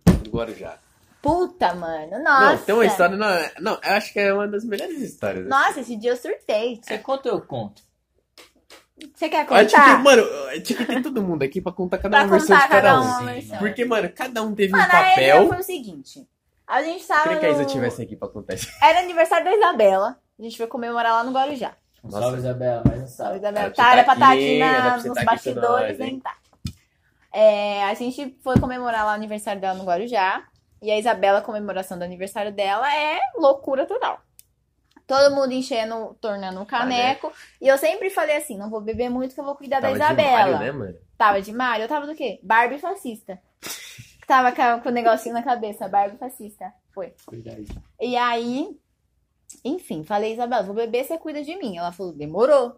A: do Guarujá.
B: Puta, mano.
A: Não,
B: Nossa.
A: tem uma história... Não, não, eu acho que é uma das melhores histórias.
B: Nossa, esse dia eu surtei.
C: Você conta ou eu conto?
B: Você quer
A: Eu É. acho que,
B: contar?
A: mano, eu tinha que ter todo mundo aqui pra contar cada
B: Pra
A: uma versão de
B: contar cada
A: cada
B: um
A: um.
B: uma
C: Sim,
B: versão.
C: mano.
A: Porque, mano, cada um teve um
B: Mano, a
A: papel.
B: ideia foi o seguinte. A gente tava
A: Queria que a Isa
B: no-
A: tivesse aqui pra contar isso.
B: Era aniversário da Isabela. A gente foi comemorar lá no Guarujá.
C: Um
A: Nossa.
C: salve, Isabela, mas não
B: Salve,
C: salve.
B: Isabel.
A: Ela
B: Tá, era pra
A: tá
B: estar
A: aqui,
B: aqui
A: era
B: na,
A: pra você
B: nos
A: tá aqui com
B: bastidores,
A: nós, hein?
B: nem tá. É, a gente foi comemorar lá o aniversário dela no Guarujá. E a Isabela, a comemoração do aniversário dela, é loucura total. Todo mundo enchendo, tornando um caneco. E eu sempre falei assim: não vou beber muito, que eu vou cuidar
A: Tava
B: da
A: de
B: Isabela.
A: Mario, né, mano?
B: Tava de Mario, eu tava do quê? Barbie fascista. Tava ca- com o negocinho na cabeça, Barbie fascista. Foi.
C: Verdade.
B: E aí, enfim, falei, Isabela, vou beber, você cuida de mim. Ela falou, demorou.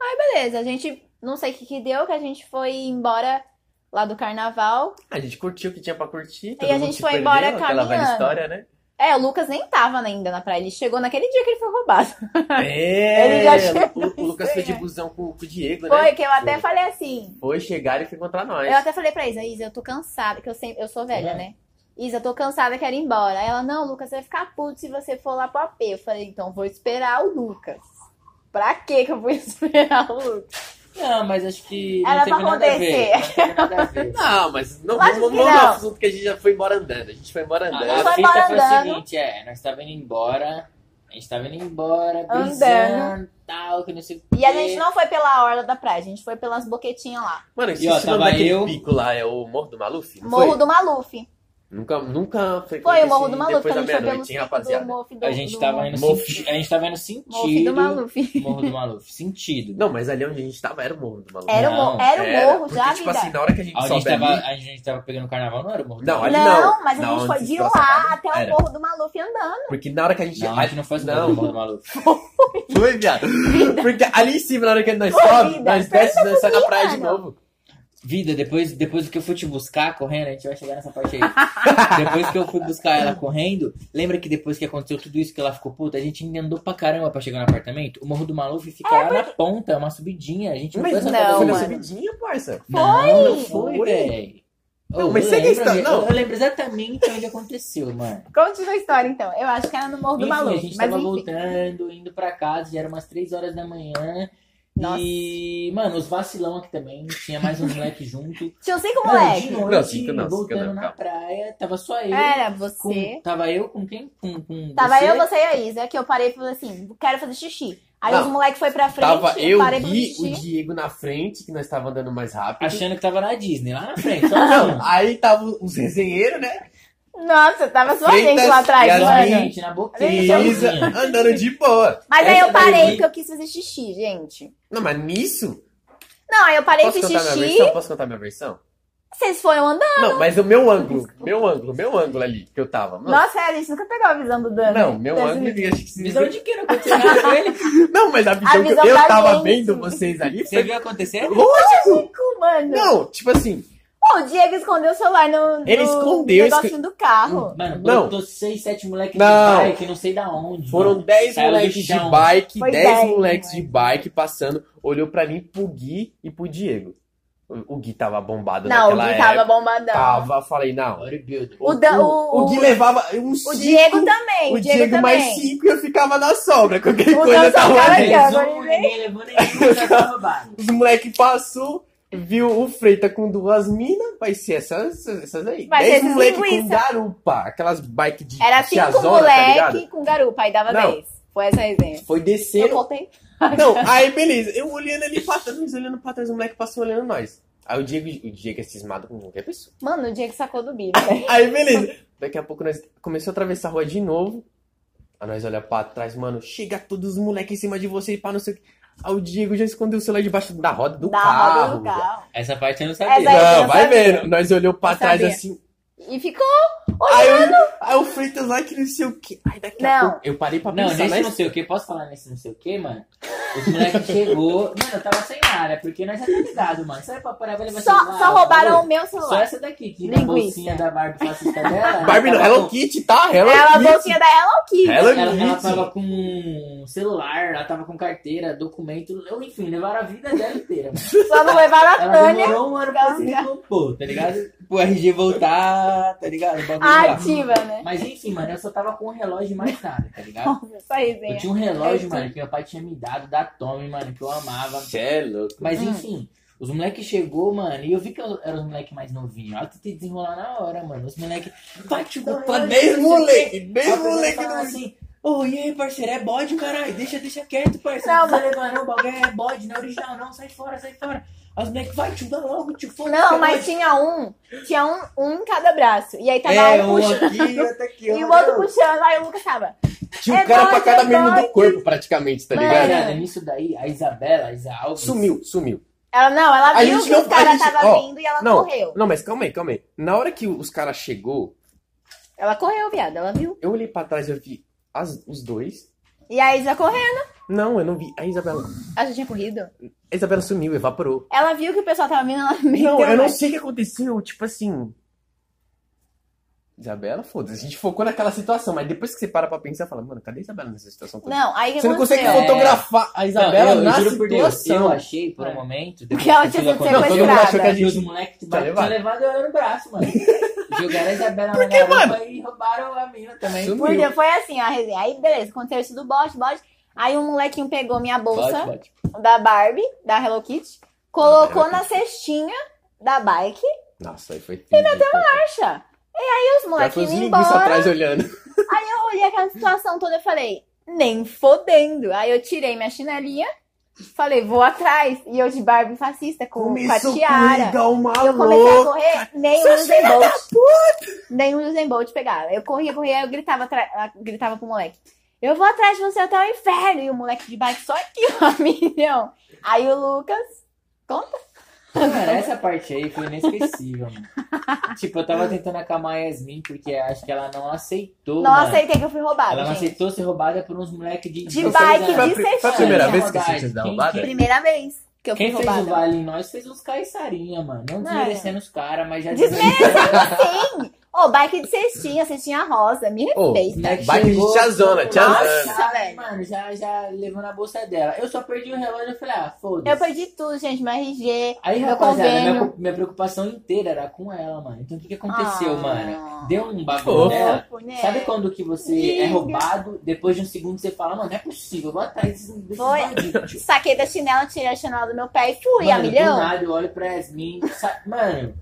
B: Aí, beleza, a gente, não sei o que que deu, que a gente foi embora lá do carnaval.
A: A gente curtiu o que tinha pra curtir.
B: E a gente foi embora
A: Aquela velha
B: caminhando.
A: história, né?
B: É, o Lucas nem tava ainda na praia, ele chegou naquele dia que ele foi roubado. Ele
A: É,
B: já chegou,
A: o, o Lucas foi de
B: né?
A: busão com, com o Diego, né?
B: Foi, que eu até
A: Foi.
B: falei assim,
A: Foi chegar e foi encontrar nós.
B: eu até falei pra Isa, Isa, eu tô cansada, que eu, sempre, eu sou velha,
C: É.
B: né? Isa, eu tô cansada, quero ir embora. Aí Ela, não, Lucas, você vai ficar puto se você for lá pro AP. Eu falei, então vou esperar o Lucas. Pra quê que eu vou esperar o Lucas?
C: Não, mas acho que.
B: Era
C: não teve
B: pra
C: nada a ver. Não teve nada a ver.
A: Não, mas não
B: Lógico
A: vamos
B: que
A: vamos
B: não.
A: no assunto que a gente já foi embora andando. A gente foi embora
C: A,
A: andando.
B: Não foi
C: a fita foi o
B: andando.
C: seguinte, é, nós tava indo embora, a gente tava indo embora,
B: Andando.
C: brisando, tal, que não sei o
B: E a
C: quê.
B: gente não foi pela orla da praia, a gente foi pelas boquetinhas lá.
A: Mano,
C: E, ó,
A: esqueci o nome
C: tava
A: daquele
C: eu-
A: pico lá, é o Morro do Maluf? Não
B: Morro
A: foi?
B: do Maluf.
A: Nunca, nunca frequentei
B: Foi o Morro
A: assim,
B: do Maluf,
A: depois
B: que a
A: da
B: gente foi pelo
A: meia-noite, hein,
B: circo do
A: rapaziada?
B: Mofi do
C: A gente
B: do-
C: tava indo
A: Mof.
C: sentido. A gente tava indo
B: Mofi
C: sentido.
B: do Maluf.
C: Morro do Maluf. Sentido.
A: Não, mas ali onde a gente tava era o Morro do Maluf.
B: Era o,
C: Não,
B: mo- era o morro
A: porque,
B: já,
A: tipo
B: amiga.
A: assim, na hora que a gente
C: A gente,
A: sobe
C: tava,
A: ali...
C: a gente tava pegando carnaval, não era o Morro do
A: Não,
C: Maluf.
A: ali
B: não,
A: não.
B: mas a
A: Não,
B: gente foi
A: antes
B: de
A: da
B: lá
A: sacada,
B: até o
A: era.
B: morro do Maluf andando.
A: Porque na hora que a gente...
C: Não, a gente não faz o
A: Não.
C: Morro do Maluf.
A: Foi, viado. Porque ali em cima, na hora que nós
B: Ô,
A: sobe,
B: vida,
A: nós desce, nós sai na
B: subir,
A: praia de
B: mano.
A: novo.
C: Vida, depois, depois que eu fui te buscar correndo, a gente vai chegar nessa parte aí. depois que eu fui buscar ela correndo, lembra que depois que aconteceu tudo isso que ela ficou puta, a gente ainda andou pra caramba pra chegar no apartamento? O Morro do Maluf fica lá na ponta, é uma subidinha. A gente não foi
A: Mas
C: essa
B: Tipo, não,
A: foi
C: subidinha.
A: na
B: mano.
A: subidinha, parça.
C: Não, não foi,
A: Foi.
C: velho.
A: Não, mas você que está- não.
C: Eu lembro exatamente onde aconteceu, mano.
B: Continua a história, então. Eu acho que era no Morro do
C: Enfim,
B: Maluf.
C: a gente
B: mas
C: tava
B: enfim.
C: voltando, indo pra casa, já era umas 3 horas da manhã.
B: Nossa.
C: E, mano, os vacilão aqui também. Tinha mais um moleque junto.
B: Tinha cinco
C: Mano, de
B: moleques.
C: noite,
A: Não, cinco não, cinco
C: voltando
A: não,
C: na
A: calma.
C: praia, tava só eu.
B: Era
C: com-
B: você.
C: tava eu com quem? Com, com
B: É, Tava
C: você.
B: eu, você e a Isa, que eu parei e falei assim, quero fazer xixi. Aí
A: Não,
B: os moleques foi pra frente,
A: Tava eu,
B: parei pra fazer
A: Gui, o
B: xixi.
A: Diego na frente, que nós tava andando mais rápido.
C: Achando que tava na Disney, lá na frente. Só
A: Não,
C: assim.
A: aí tava os resenheiros, né?
B: Nossa, tava sua
A: Freitas
B: gente lá atrás,
A: e
C: Só
A: as
C: a
A: minhas-
B: mano.
C: gente, na
B: Gente,
C: boquinha.
B: eu-
A: Isa
C: sozinha.
A: andando de boa.
B: Mas aí
C: Essa
B: eu parei
C: daí-
B: porque eu quis fazer xixi, gente.
A: Não, mas nisso...
B: Não, aí eu parei e
A: Posso
B: fiz
A: contar minha então?
B: xixi,
A: versão? Posso contar minha versão?
B: vocês foram andando.
A: Não, mas o meu ângulo, meu ângulo, meu ângulo ali que eu tava. Não,
B: Nossa, é, a gente nunca pegou a visão do Dani.
A: não meu
B: Deus
A: ângulo.
B: me
A: eu acho que se-
C: Visão de que não aconteceu nada com ele.
A: Não, mas a visão,
B: visão
A: que eu
B: da
A: tava
B: gente.
A: vendo vocês ali
C: Você
A: foi.
C: viu acontecer?
A: Lógico!
B: livre, mano.
A: Não, tipo assim,
B: Pô, o Diego escondeu o celular no, no
A: Ele escondeu, Hum,
B: negocinho do carro.
C: Mano,
A: Não.
C: botou 6, 7 moleques de
A: Não.
C: bike, não sei da onde.
A: foram
C: mano.
A: 10
C: Saiu do
A: moleques de
C: chão.
A: bike,
B: Foi
A: 10
B: dez,
A: moleques de
B: mano.
A: bike passando, olhou pra mim pro Gui e pro Diego. O o Gui tava bombado
B: Não, o
A: naquela
B: Gui tava
A: época.
B: bombadão.
A: Tava, falei, não.
C: Bodybuilder.
B: O Dan- o-
A: o Gui levava uns
B: O
A: cinco,
B: Diego também,
A: o
B: o Diego,
A: Diego
B: também.
A: mais 5 e eu ficava na sobra. Qualquer
B: O
A: coisa
B: Dan só
A: tava
B: ficava
A: ali.
B: aqui, ó. agora
C: Resumo,
B: ele-
C: ninguém levou nenhum pra ser roubado.
A: Os moleque passou, viu o Freita com duas minas, vai ser essas, essas aí.
B: Vai ser
A: 10
B: esses
A: moleque com
B: linguiça.
A: garupa, aquelas bike de
B: Era
A: tiazona,
B: cinco
A: tá ligado?
B: moleque com garupa, aí dava
A: Não.
B: 10. Foi essa a resenha.
A: Foi
B: Eu
A: descendo.
B: contei.
A: Não, aí beleza. Eu olhando ali pra trás, nós olhando pra trás, o moleque passou olhando nós. Aí o Diego, o Diego é cismado com qualquer pessoa.
B: Mano, o Diego sacou do bico. né? velho.
A: Aí beleza. Daqui a pouco nós começou a atravessar a rua de novo. Aí nós olhamos pra trás, mano, chega todos os moleques em cima de você e pá, não sei o que. Aí o Diego já escondeu o celular debaixo da roda do
B: Da
A: carro.
B: roda do carro.
C: Essa parte eu não
B: Essa
C: sabia.
B: aí-
A: Não,
B: eu
A: vai
B: sabia.
A: vendo. Nós olhou pra
B: Eu
A: trás
B: sabia.
A: assim.
B: E ficou.
A: Aí, eu, aí o Freitas lá que não sei o que. Aí daqui a
B: Não.
A: pouco eu parei pra
C: Não,
A: pensar.
C: nesse
A: mas-
C: não sei o que, posso falar nesse não sei o que, mano? Os moleques chegou. Mano, eu tava sem área, porque nós já tá ligado, mano. Sai pra parar, vai levar
B: Só,
C: celular,
B: só roubaram
C: bagulho.
B: o meu
C: Só
A: é
B: celular.
C: essa daqui, que na
B: Linguiça.
C: bolsinha da Barbie fascista dela.
A: Barbie não,
C: ela tava
A: Hello
C: com-
A: Kitty, tá? Hello
B: Ela
A: Kitty.
B: bolsinha da Hello Kitty.
A: Hello
C: Ela, ela
A: Kitty.
C: tava com um celular, ela tava com carteira, documento, eu, enfim, levaram a vida dela inteira. mano.
B: Só não levaram a
C: Ela
B: Tânia.
C: demorou um ano pra se recompor, tá ligado? Pro RG voltar, tá ligado? O bagulho
B: A
C: lá.
B: ativa, né?
C: Mas enfim, mano, eu só tava com um relógio e mais nada, tá ligado?
B: Essa
C: Eu
B: resenha.
C: tinha um relógio, mano, que meu pai tinha me dado da Tommy, mano, que eu amava.
A: Cê é louco.
C: Mas
B: Hum.
C: enfim, os moleques chegou, mano, e eu vi que eu era os moleques mais novinhos. Aí eu tentei desenrolar na hora, mano. Os moleques. Tá, tipo,
A: Pra 10 moleque, 10 moleque
C: moleque
A: do
C: assim. Ô, e aí, parceiro, é bode, caralho. Deixa, deixa quieto, parceiro.
B: Não,
C: Não, não precisa levar, não. O bagulho é bode, não é original, não. Sai fora, sai fora. Aí os moleques, vai, tio, dá logo, é tio, foda
B: Não, mas tinha um. Tinha um, um em cada braço. E aí tava
A: É,
B: um
A: um
B: puxando
A: aqui, outro aqui,
B: e o outro puxando. Aí o Lucas tava.
A: Tinha um
B: É
A: cara pra
B: nóis,
A: cada
B: é
A: membro do
B: nóis.
A: corpo, praticamente, tá
B: Mano.
A: ligado?
C: Cara, nisso daí, a Isabela, a Isa Alves.
A: Sumiu, sumiu.
B: Ela não, ela
A: A
B: viu
A: gente
B: que
A: não-
B: os caras
A: a gente-
B: estavam
A: ó,
B: vindo e ela
A: não.
B: correu.
A: Não, mas calma aí, calma aí. Na hora que os caras chegou,
B: Ela correu, viado. Ela viu.
A: eu olhei pra trás e eu vi as- os dois.
B: E a Isa correu. Não,
A: Não, eu não vi. A Isabela,
B: Ela já tinha corrido.
A: a Isabela sumiu, evaporou.
B: Ela viu que o pessoal tava vindo, ela meteu
A: Não, eu não
B: mais.
A: sei o que aconteceu, tipo assim. Isabela, foda-se. A gente focou naquela situação, mas depois que você para pra pensar, fala, mano, cadê a Isabela nessa situação? toda?
B: Não, aí o que
A: você não consegue
B: aconteceu?
C: É.
A: fotografar a Isabela
C: eu, eu
A: na
C: juro por Deus, eu
A: situação.
C: achei por um momento. depois
B: Que ela
C: que
B: tinha
C: tudo
B: sido
C: aconteceu-
A: Não, todo mundo achou que a
B: sequestrada.
A: gente
C: E os moleques que
A: Tá
C: bate- tinham
A: levado.
C: levado ela no braço, mano. Jogaram a Isabela na
A: Por que,
C: garupa
A: mano?
C: e roubaram a mina também.
A: Sumiu.
B: Porque foi assim a resenha. Aí, beleza, aconteceu isso do bote, bote. Aí um molequinho pegou minha bolsa
C: Bate, bate.
B: da Barbie, da Hello Kitty, colocou na cestinha da bike,
A: Nossa, aí foi triste.
B: acha? E aí os
A: Já foi
B: molequinhos
A: Tá os
B: indo
A: linguiça
B: embora.
A: atrás olhando.
B: Eu olhei aquela situação toda e falei, nem fodendo. Aí eu tirei minha chinelinha, Falei, vou atrás. E eu de Barbie fascista, com, com a
A: tá
B: tiara.
D: cuida uma
B: Eu comecei a
D: louca.
B: correr, nem o Usain Bolt. Nem o Usain Bolt pegava. Eu corria, corria, eu gritava, atra- ah, gritava pro moleque. Eu vou atrás de você até o inferno. E o moleque de bike só aqui, ó, milhão. Aí o Lucas.
C: Cara, essa parte aí foi inesquecível, mano. tipo, eu tava tentando acalmar a Yasmin, porque acho que ela não aceitou.
B: Não
C: mano.
B: aceitei que eu fui roubada,
C: Ela é não
B: gente.
C: aceitou ser roubada por uns moleques de.
B: De
C: 16
B: bike,
C: anos.
B: de
D: Foi a, pri- foi a primeira
C: Quem-
D: vez que você tinha
C: quem-
A: roubada?
C: quem-
B: Primeira vez que eu fui
C: Quem fez o
B: roubada.
C: vale em nós fez uns caiçarinha, mano. Não
B: Mano.
C: desmerecendo os caras, mas já
B: Desmerecendo sim! Ô, bike de cestinha, cestinha rosa, me
A: Ô,
B: respeita.
C: Moleque
A: Bike de
C: chegou,
A: tiazona, tiazona.
B: Nossa, velho.
C: Mano, já, já levou na bolsa dela. Eu só perdi o relógio, eu falei, ah, foda-se.
B: Eu perdi tudo, gente, meu RG,
C: Aí,
B: meu
C: rapaziada, minha,
B: convênio.
C: cu- minha preocupação inteira era com ela, mano. Então, o que que aconteceu,
B: Ah.
C: mano? Deu um bagulho
A: Fofo.
C: nela.
B: Fofo, né?
C: Sabe quando que você é
B: Diga.
C: roubado, depois de um segundo você fala, mano, não é possível, eu vou atrás desses desses
B: Foi.
C: bandidos, tio.
B: Saquei da chinela, tirei a chinela do meu pé e fui, a
C: Mano, do
B: milhão.
C: nada, eu olho pra Yasmin. sa- Mano,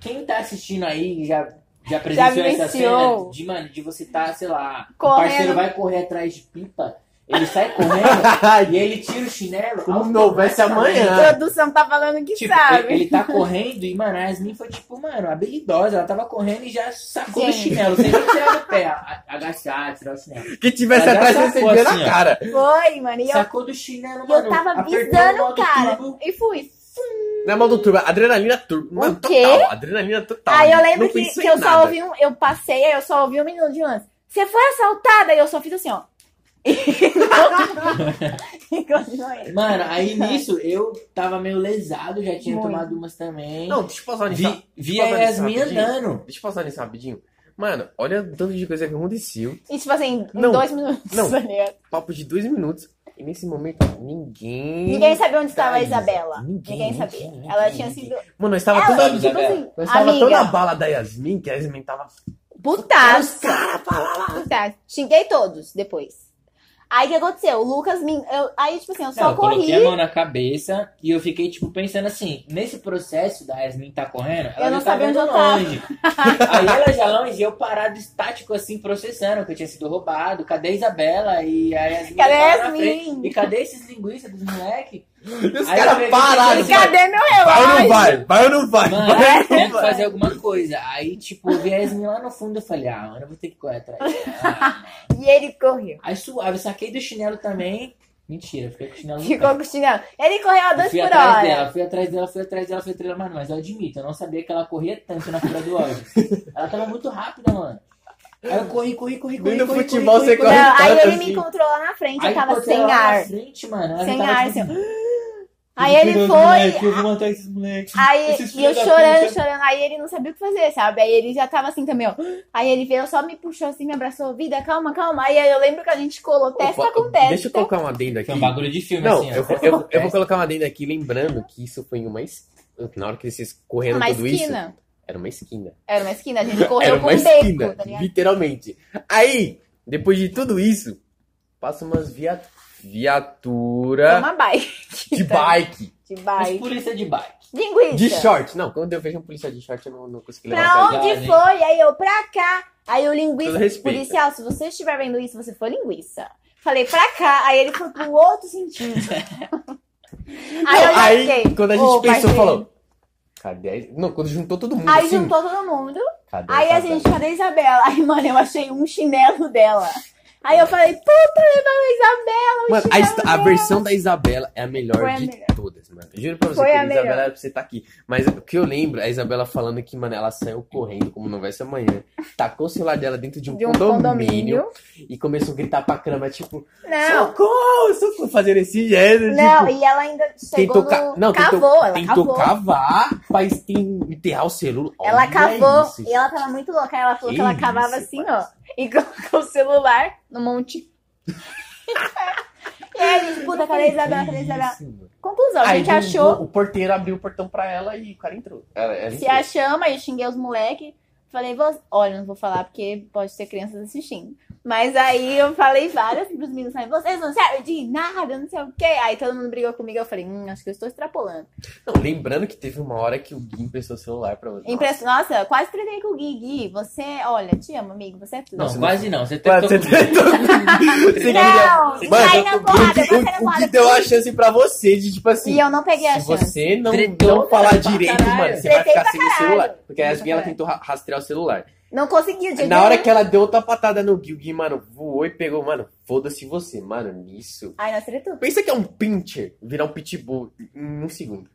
C: quem tá assistindo aí já, já presenciou essa
B: vivenciou.
C: cena de, mano, de você tá, sei lá, o
B: Correndo.
C: parceiro vai correr atrás de pipa, ele sai correndo e ele tira o chinelo.
D: Como não houvesse amanhã.
B: A produção tá falando que
C: Tipo,
B: sabe.
C: ele, ele tá correndo e, mano, a Yasmin foi, tipo, mano, habilidosa. Ela tava correndo e já sacou do
B: Gente.
C: chinelo. Sem nem tirar do pé, a- agachar, tirar o chinelo.
A: Que tivesse
C: Mas
A: atrás,
C: essa
A: você
C: foi
A: via na
C: assim, ó.
A: cara.
B: Foi, mano. E eu,
C: Sacou do chinelo,
B: e eu
C: mano.
B: tava
C: apertou
B: avisando
C: modo
B: o cara.
C: turbo.
B: E fui.
A: Na mão do turbo, adrenalina turbo. Mano,
B: quê?
A: total. Adrenalina total.
B: aí
A: Tá,
B: eu
A: Não
B: lembro que,
A: pensou
B: que
A: em
B: eu
A: nada.
B: só ouvi um. Eu passei, aí eu só ouvi um minuto de lance. Você foi assaltada? E eu só fiz assim, ó. E continuei.
C: Mano, aí nisso eu tava meio lesado, já tinha
B: Muito.
C: tomado umas também.
A: Não, deixa eu passar nisso.
C: vi, vi a
A: Fala nisso
C: Yasmin
A: rapidinho.
C: andando.
A: Deixa eu passar nisso rapidinho. Mano, olha o tanto de coisa que aconteceu.
B: E tipo assim, em
A: Não.
B: dois minutos.
A: Não.
B: tá ligado?
A: Papo de dois minutos. E nesse momento, ninguém.
B: Ninguém sabia onde estava a
A: Ninguém,
B: Isabela. Ninguém,
A: ninguém,
B: sabia.
A: ninguém,
B: Ela
A: ninguém.
B: tinha sido.
A: Mano, nós tava
B: Ela,
A: toda.
B: tipo
C: Isabela.
B: assim,
A: Nós tava tão na
B: amiga,
A: bala da Yasmin que a Yasmin tava.
B: putaço. Putaço. Xinguei todos depois. Aí o que aconteceu? O Lucas me. eu- aí, tipo assim, eu só
C: eu
B: corri.
C: coloquei a mão na cabeça e eu fiquei, tipo, pensando assim, nesse processo da Yasmin tá correndo, ela
B: Eu não
C: já tava
B: sabia onde
C: indo
B: eu tava.
C: longe. Aí ela já longe e eu parado estático, assim, processando, que eu tinha sido roubado. Cadê a Isabela? E a Yasmin
B: Cadê
C: já
B: a
C: tava na
B: Yasmin?
C: frente. E cadê esses linguiças dos moleque?
A: E os
C: Aí eu
A: caras
C: peguei-
A: pararam.
C: Cara,
B: Cadê meu
A: Vai ou não
B: relógio?
A: vai? Vai ou não vai?
C: Mano,
A: Vai ou
C: tem
A: não
C: que
A: vai?
C: fazer alguma coisa. Aí, tipo, eu vi a Yasmin lá no fundo, eu falei, ah, mano, eu vou ter que correr atrás. dela. Ah,
B: E ele correu.
C: Aí suave, saquei do chinelo também. Mentira, fiquei com o chinelo no pé.
B: Ficou com o chinelo. Ele correu a
C: Eu
B: dois
C: fui
B: por
C: atrás
B: hora.
C: dela, fui atrás dela, fui atrás dela, fui atrás dela, mano, mas eu admito, eu não sabia que ela corria tanto na fila do ódio. ela tava muito rápida, mano. Aí eu corri, corri, corri, corri.
A: Nem no
C: corri,
A: futebol
C: corri,
A: você
C: corri,
B: Não,
A: corre.
C: corri.
B: aí
A: tanto
B: ele me
A: assim.
B: encontrou lá na frente, eu
C: Aí
B: tava
C: quando
B: sem
C: ela lá na
B: ar.
C: Frente, mano, ela
B: Sem
C: tava
B: ar,
C: tipo,
B: sem-
C: "Eu
B: Aí
C: vou
B: ele
C: tirar os moleque, Eu
B: foi.
C: vou matar esses moleques.
B: Aí
C: esses
B: e eu
C: filhos da
B: chorando,
C: puta."
B: chorando. Aí ele não sabia o que fazer, sabe? Aí ele já tava assim também, ó. Aí ele veio, só me puxou assim, me abraçou, vida, calma, calma. Aí eu lembro que a gente colou testa
A: Opa,
B: com testa.
A: Deixa eu colocar um adendo aqui.
C: Foi um bagulho de filme,
A: Não,
C: assim, ó.
A: eu, vou- eu, vou- eu vou colocar uma adenda aqui, lembrando que isso foi em uma esquina. Na hora que vocês correram
B: uma
A: tudo isso,
B: esquina.
A: era uma esquina.
B: Era uma esquina, a gente
A: era
B: correu com
A: uma
B: o
A: esquina,
B: beco, tá ligado?
A: literalmente. Aí, depois de tudo isso, passa umas via...
B: Foi
A: viatura
B: Uma bike.
A: de
B: tá?
A: bike,
B: De
C: Os
B: bike.
C: polícia de bike.
B: Linguiça.
A: de né? short. Não, quando eu vejo um policial de short, eu não, não consigo
B: Pra
A: levantar.
C: Nossa,
B: onde
C: legal, hein?
B: foi? Aí eu pra cá. Aí o linguiça,
A: Todo respeito.
B: policial, se você estiver vendo isso, você foi linguiça. Falei pra cá, aí ele foi pro outro sentido. aí eu já
A: aí,
B: fiquei,
A: quando a gente
B: "Ô,
A: pensou,
B: parceiro."
A: falou... Cadê? a- Não, quando juntou todo mundo,
B: Aí
A: assim,
B: juntou todo mundo.
A: cadê
B: Aí a
A: cadê?
B: gente, cadê a Isabela? Aí, mano, eu achei um chinelo dela. Aí eu falei, puta, levaram a Isabela, um o
A: Mano, a,
B: chinelo
A: hist- a
B: dela.
A: versão da Isabela é a melhor
B: é Foi a
A: de
B: melhor.
A: todas, mano. Eu Juro pra você
B: Foi
A: que
B: a
A: a Isabela
B: melhor.
A: era pra você tá aqui. Mas o que eu lembro é a Isabela falando que, mano, ela saiu correndo como não vai ser amanhã. Tacou o celular dela dentro de um,
B: De um
A: condomínio,
B: condomínio.
A: e começou a gritar pra cama, tipo,
B: Não,
A: socorro, socorro, fazendo esse gênero.
B: não,
A: tipo,
B: e ela ainda
A: tentou,
B: chegou no...
A: ca- não,
B: cavou,
A: tentou,
B: ela
A: tentou
B: cavou.
A: cavar pra esti- enterrar o celular.
B: Ela
A: Olha
B: cavou
A: isso,
B: e ela tava muito louca. Ela falou que,
A: Que
B: ela cavava
A: isso,
B: assim, ó, e colocou o celular no monte. e aí a gente, puta, cadê a Isabela? Cadê a Isabela?
A: Isso, mano.
B: Conclusão, Então, a
A: Aí um
B: gente
A: do-
B: achou,
A: O porteiro abriu o portão pra ela e o cara entrou. Ela- ela
B: se
A: entrou.
B: achamos, aí eu xinguei os moleque. Falei, "Vo- olha, não vou falar porque pode ter crianças assistindo. Mas aí eu falei várias pros meninos, sabe? Vocês não servem de nada, não sei o quê. Aí todo mundo brigou comigo, eu falei, hum, acho que eu estou extrapolando.
A: Não, lembrando que teve uma hora que o Gui emprestou o celular pra você.
B: Impresso, nossa, eu quase tretei com o Gui. Gui, você, olha, te amo, amigo, você é tudo.
C: Não,
A: você não-
C: quase não. Você
A: Mano,
C: tentou.
A: você tentou. Você
B: Não, é
A: queria-
B: de sair na
A: o
B: porrada,
A: Gui-
B: eu
A: o-
B: vou sair na
A: o Gui
B: porrada.
A: deu a chance pra você de, tipo assim.
B: E eu não peguei a
A: Se
B: chance.
A: você não,
C: Tretou
A: não falar
C: pra
A: direito,
C: caralho.
A: mano, você vai
B: Tretei
A: ficar
B: pra
A: sem o celular.
B: caralho.
A: Porque a Yasmin, ela
B: Pra
A: tentou ra- rastrear o celular.
B: Não consegui, de
A: Na hora que ela deu outra patada no Gui, o Gui, mano, voou e pegou. Mano, foda-se você, mano, nisso.
B: Ai, nós tretou.
A: Pensa que é um pincher virar um pitbull em um segundo.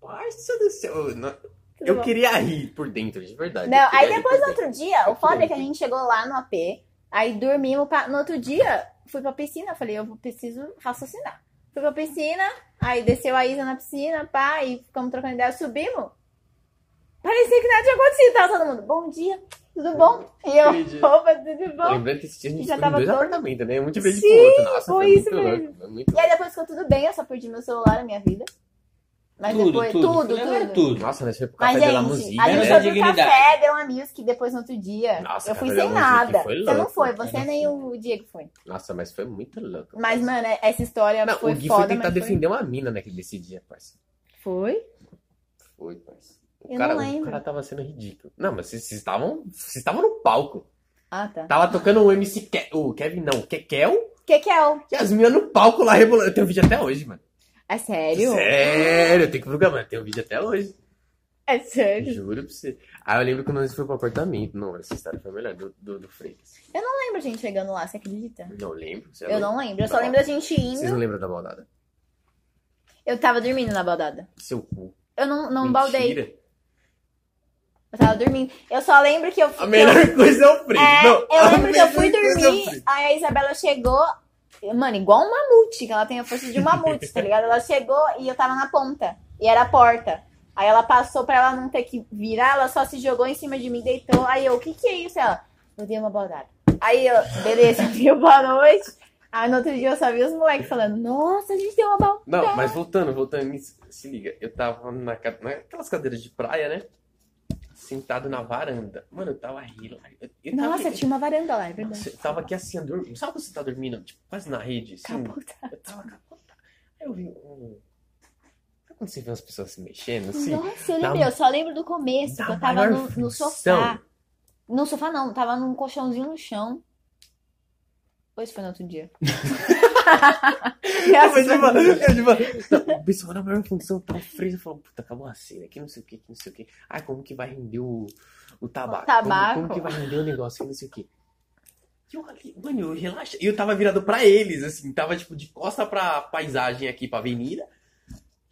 A: Parça do céu. não-
B: Tudo
A: Eu
B: Tá bom.
A: queria rir por dentro, de verdade. Eu
B: Não, aí
A: queria rir
B: depois
A: por
B: no outro dia, o
A: Eu
B: foda
A: queria
B: é que a
A: ver.
B: gente chegou lá no AP, aí dormimos. pra- No outro dia, fui pra piscina, falei, eu vou- preciso raciocinar. Fui pra piscina, aí desceu a Isa na piscina, pá, e ficamos trocando ideia, subimos. Parecia que nada tinha acontecido, tava todo mundo, bom dia, tudo bom? E eu,
A: Entendi.
B: opa, tudo bom?
A: Lembrando que esse dia a gente
B: Já
A: ficou em
B: tava
A: dois
B: todo-
A: apartamentos, né? Um de vez
B: Sim,
A: pro outro. Nossa,
B: foi
A: muito
B: isso
A: louco,
B: mesmo.
A: foi muito
B: E aí depois ficou tudo bem, eu só perdi meu celular, a minha vida. Mas
C: tudo,
B: depois,
C: tudo,
B: tudo,
C: Levaram
B: tudo.
C: tudo.
A: Nossa, nós foi pro
B: Mas,
A: café da
B: gente, a
A: música,
B: gente
C: né?
B: foi
A: né?
B: pro
C: Dignidade.
B: café, deu uma music, depois no outro dia.
A: Nossa,
B: eu fui
A: café da
B: sem
A: music
B: nada.
A: foi
B: Você não
A: louco. né?
B: foi, você
C: Eu não
B: nem o Diego foi.
A: Nossa, mas foi muito louco.
B: Mas, mano, essa história
A: Não,
B: foi
A: o Gui
B: foda,
A: foi tentar
B: mas
A: defender uma mina naquele desse dia, parça.
B: foi... Foi?
A: Foi, parça. O
B: Eu
A: cara,
B: não
A: o
B: lembro.
A: cara tava sendo ridículo. Não, mas vocês vocês estavam. Vocês estavam no palco.
B: Ah, tá.
A: Tava tocando o MC Ke o Kevin, não, Kekel
B: Que que é o...
A: e as minas no palco lá rebolando. Eu tenho vídeo até hoje, mano.
B: É sério?
A: Sério, eu tenho que procurar, mano. Eu tenho vídeo até hoje.
B: É sério?
A: Juro pra você. Aí eu lembro que nós foi pro apartamento. Não, essa história foi a melhor do, do, do Freitas.
B: Eu não lembro a gente chegando lá, você acredita?
A: Não lembro. Você é
B: Eu
A: louco?
B: não lembro, eu só
A: Não.
B: lembro a gente
A: Vocês
B: indo.
A: não lembram da baldada?
B: Eu tava dormindo na baldada.
A: Seu cu.
B: Eu não, não
A: Mentira.
B: baldei, eu tava dormindo. Eu só lembro que eu...
A: A melhor coisa é o Freitas.
B: É,
A: não,
B: eu
A: a
B: lembro que eu fui
A: melhor coisa é o Freitas.
B: dormir, aí a Isabela chegou, mano, igual um mamute, que ela tem a força de um mamute, tá ligado? Ela chegou e eu tava na ponta, e era a porta. Aí ela passou pra ela não ter que virar, ela só se jogou em cima de mim, deitou. Aí eu, o que que é isso? Ela, eu dei uma baldada. Aí eu, beleza, viu, boa noite. Aí no outro dia eu só vi os moleques falando, nossa, a gente deu uma baldada.
A: Não, mas voltando, voltando nisso, se liga. Eu tava na, ca- naquelas cadeiras de praia, né? Sentado na varanda. Mano, eu tava rindo. Eu, eu tava,
B: Nossa, tinha uma varanda lá, é verdade.
A: tá Nossa, eu tava aqui assim, dormindo. Sabe quando você tá dormindo? Tipo, quase na rede, assim?
B: Capota.
A: Eu tava capotado. Aí eu vi um. Sabe quando você vê as pessoas se mexendo assim?
B: Nossa, eu
A: Dá
B: lembrei, eu só lembro do começo,
A: Dá
B: que eu tava
A: maior
B: no, no
A: função.
B: sofá. No sofá não, tava num colchãozinho no chão. Ou isso foi no outro dia? É assim,
A: Não, mas, mano, eu, tipo, não, o pessoal na maior função tá preso e falou, puta, acabou a cena, que não sei o que, que não sei o que. Ai, como que vai render o, o tabaco?
B: O tabaco.
A: Como, como que vai render o negócio, que não sei o que. E eu ali, mano, eu relaxa. E eu tava virado pra eles, assim, tava tipo de costa pra paisagem aqui, pra avenida.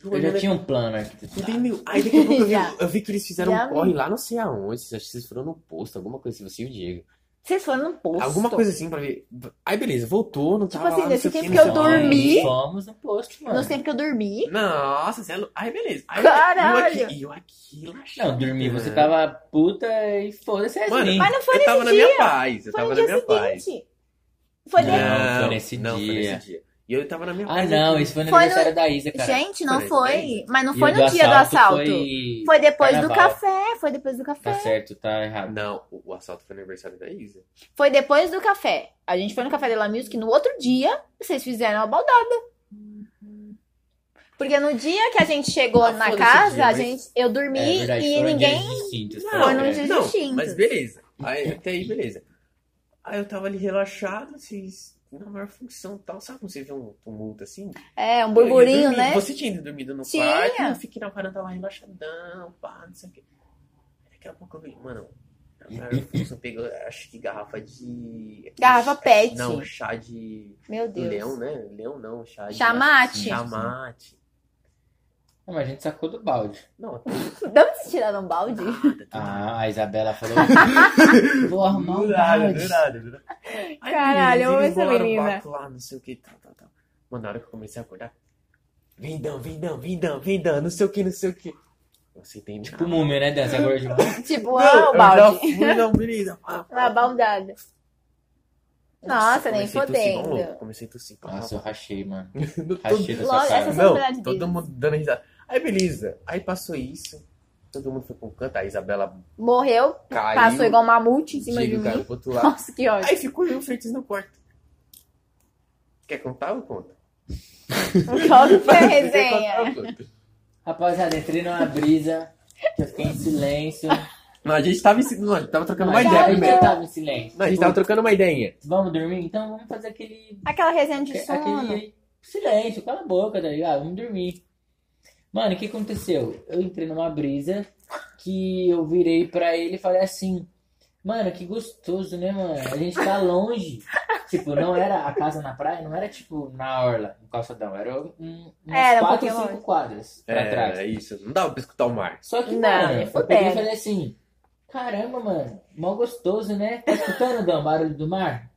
C: Eu já tinha um plano arquitetado.
A: Entendeu? Aí daqui a pouco eu vi,
B: Já.
A: eu vi que eles fizeram
B: Já
A: um corre lá, não sei aonde. Acho que vocês foram no posto, alguma coisa assim, você e o Diego.
B: Vocês foram no posto.
A: Alguma coisa assim pra ver. Aí beleza, voltou, não tava
B: assim,
A: lá, não sei
B: nesse
A: o
B: tempo
A: não
B: que
A: sei o
B: eu
A: quê.
B: dormi.
C: Fomos no posto, mano.
B: No tempo que eu dormi.
A: Nossa, você é lou- Aí beleza. Aí,
B: Caralho!
A: E eu aqui, e eu aqui laxando.
C: Não, dormi. Você
A: É.
C: tava puta e foda-se é
A: Mano,
C: assim.
B: Mas não foi
A: eu tava na
B: dia.
A: minha paz. Eu
B: Foi
A: tava na
B: no dia
A: minha paz. É.
B: seguinte. Foi, de-
C: Não, foi nesse
A: não, foi
C: dia.
A: nesse dia. E eu tava na minha
C: Ah,
A: paz.
C: não,
A: aqui.
C: isso foi no
B: Foi no-
C: aniversário da Isa, cara.
B: Gente, não
A: Peraí,
B: foi.
A: peraí.
B: Mas não
C: E
B: foi
C: o
B: no dia do assalto.
C: Foi...
B: Foi depois do
C: Carnaval.
B: café. Foi depois do
C: Tá
B: café.
C: certo, tá errado.
A: Não, o o assalto foi no aniversário da Isa.
B: Foi depois do café. A gente foi no Café de La Music no outro dia, vocês fizeram a baldada. Porque no dia que a gente chegou
A: Ah,
B: na
A: foda-se
B: casa,
A: esse dia,
B: a
A: mas-
B: gente, eu dormi
C: É verdade,
B: e
C: foram
B: ninguém.
C: dias distintos,
B: Não, Foi
C: tá
B: num
A: é,
B: dia
C: certo.
A: não,
B: distinto.
A: Mas beleza. Aí, até aí, beleza. Aí eu tava ali relaxado, fiz na maior função e tal. Sabe quando você vê um tumulto assim?
B: É, um
A: Eu
B: burburinho,
A: dormi.
B: né?
A: Você tinha ido dormido no
B: Tinha.
A: quarto, eu fiquei na varanda lá relaxadão, pá, não sei o quê. Daqui a pouco eu vi, mano, a maior função pegou, acho que garrafa de.
B: Garrafa pet.
A: Não, chá de.
B: Meu Deus.
A: Leão, né? Leão não, chá de.
B: Chamate.
A: Chamate.
C: Não, mas a gente sacou do balde.
A: Não, tá
B: Dá pra vocês tirar um balde?
A: nada, tá nada.
C: Ah, a Isabela falou. Vou arrumar um
A: Do nada,
C: balde.
A: do nada, do nada. Aí,
B: Caralho,
A: beleza,
B: eu amo
A: eles
B: essa
A: bolaram um
B: menina.
A: barco lá, não sei o que, tal, tal, tal. Mano, na hora que eu comecei a acordar, vindão, vindão, vindão, vindão, não sei o que, não sei o que. Você entende?
C: Tipo múmia, né, Dan? Você é gordo demais.
B: tipo, ah,
A: Não,
B: o
A: eu já
B: balde.
A: fui na Brisa. Ah,
B: Uma baldada. Nossa, nem
A: comecei a tossir igual
B: fodendo.
A: assim, louco, Comecei a tossir. pá,
C: Nossa, eu rachei, mano.
A: pá.
C: Rachei da sua
B: Lógico,
C: cara.
B: essas são
A: Não,
B: verdadeiras.
A: todo mundo dando risada. Aí beleza. Aí passou isso. Todo mundo foi com canto. A Isabela
B: Morreu,
A: caiu.
B: passou igual um mamute em
A: o
B: cima de
A: Diego
B: mim.
A: caiu pro outro lado.
B: Nossa, que ódio.
A: Aí ficou eu e o Freitas no quarto. Quer contar ou conta?
B: Qual que foi a
A: Quer
B: É, resenha?
A: contar ou conta?
C: Rapaziada, entrei numa brisa, que eu fiquei em silêncio.
A: Não, a gente tava, em si- não, a gente tava trocando uma
C: Mas
A: ideia
C: a gente
A: primeiro.
C: tava em silêncio.
A: Não, a gente tava trocando uma ideinha.
C: Vamos dormir? Então vamos fazer aquele
B: Aquela resenha de
C: Que-
B: sono.
C: Aquele silêncio, cala a boca, tá ligado? Vamos dormir. Mano, o que aconteceu? Eu entrei numa brisa que eu virei pra ele e falei assim: Mano, que gostoso, né, mano? A gente tá longe. tipo, não era a casa na praia, não era tipo na orla, no calçadão. Era um, umas
B: Era um
C: quatro
B: pouquinho
C: ou cinco
B: longe.
C: quadras pra
A: É,
C: trás.
A: é isso. Não dava pra escutar o mar.
C: Só que,
B: Não, é
C: mano,
B: me
C: eu peguei e
B: fudendo.
C: falei assim: caramba, mano, mó gostoso, né? Tá escutando, Dan, o barulho do mar?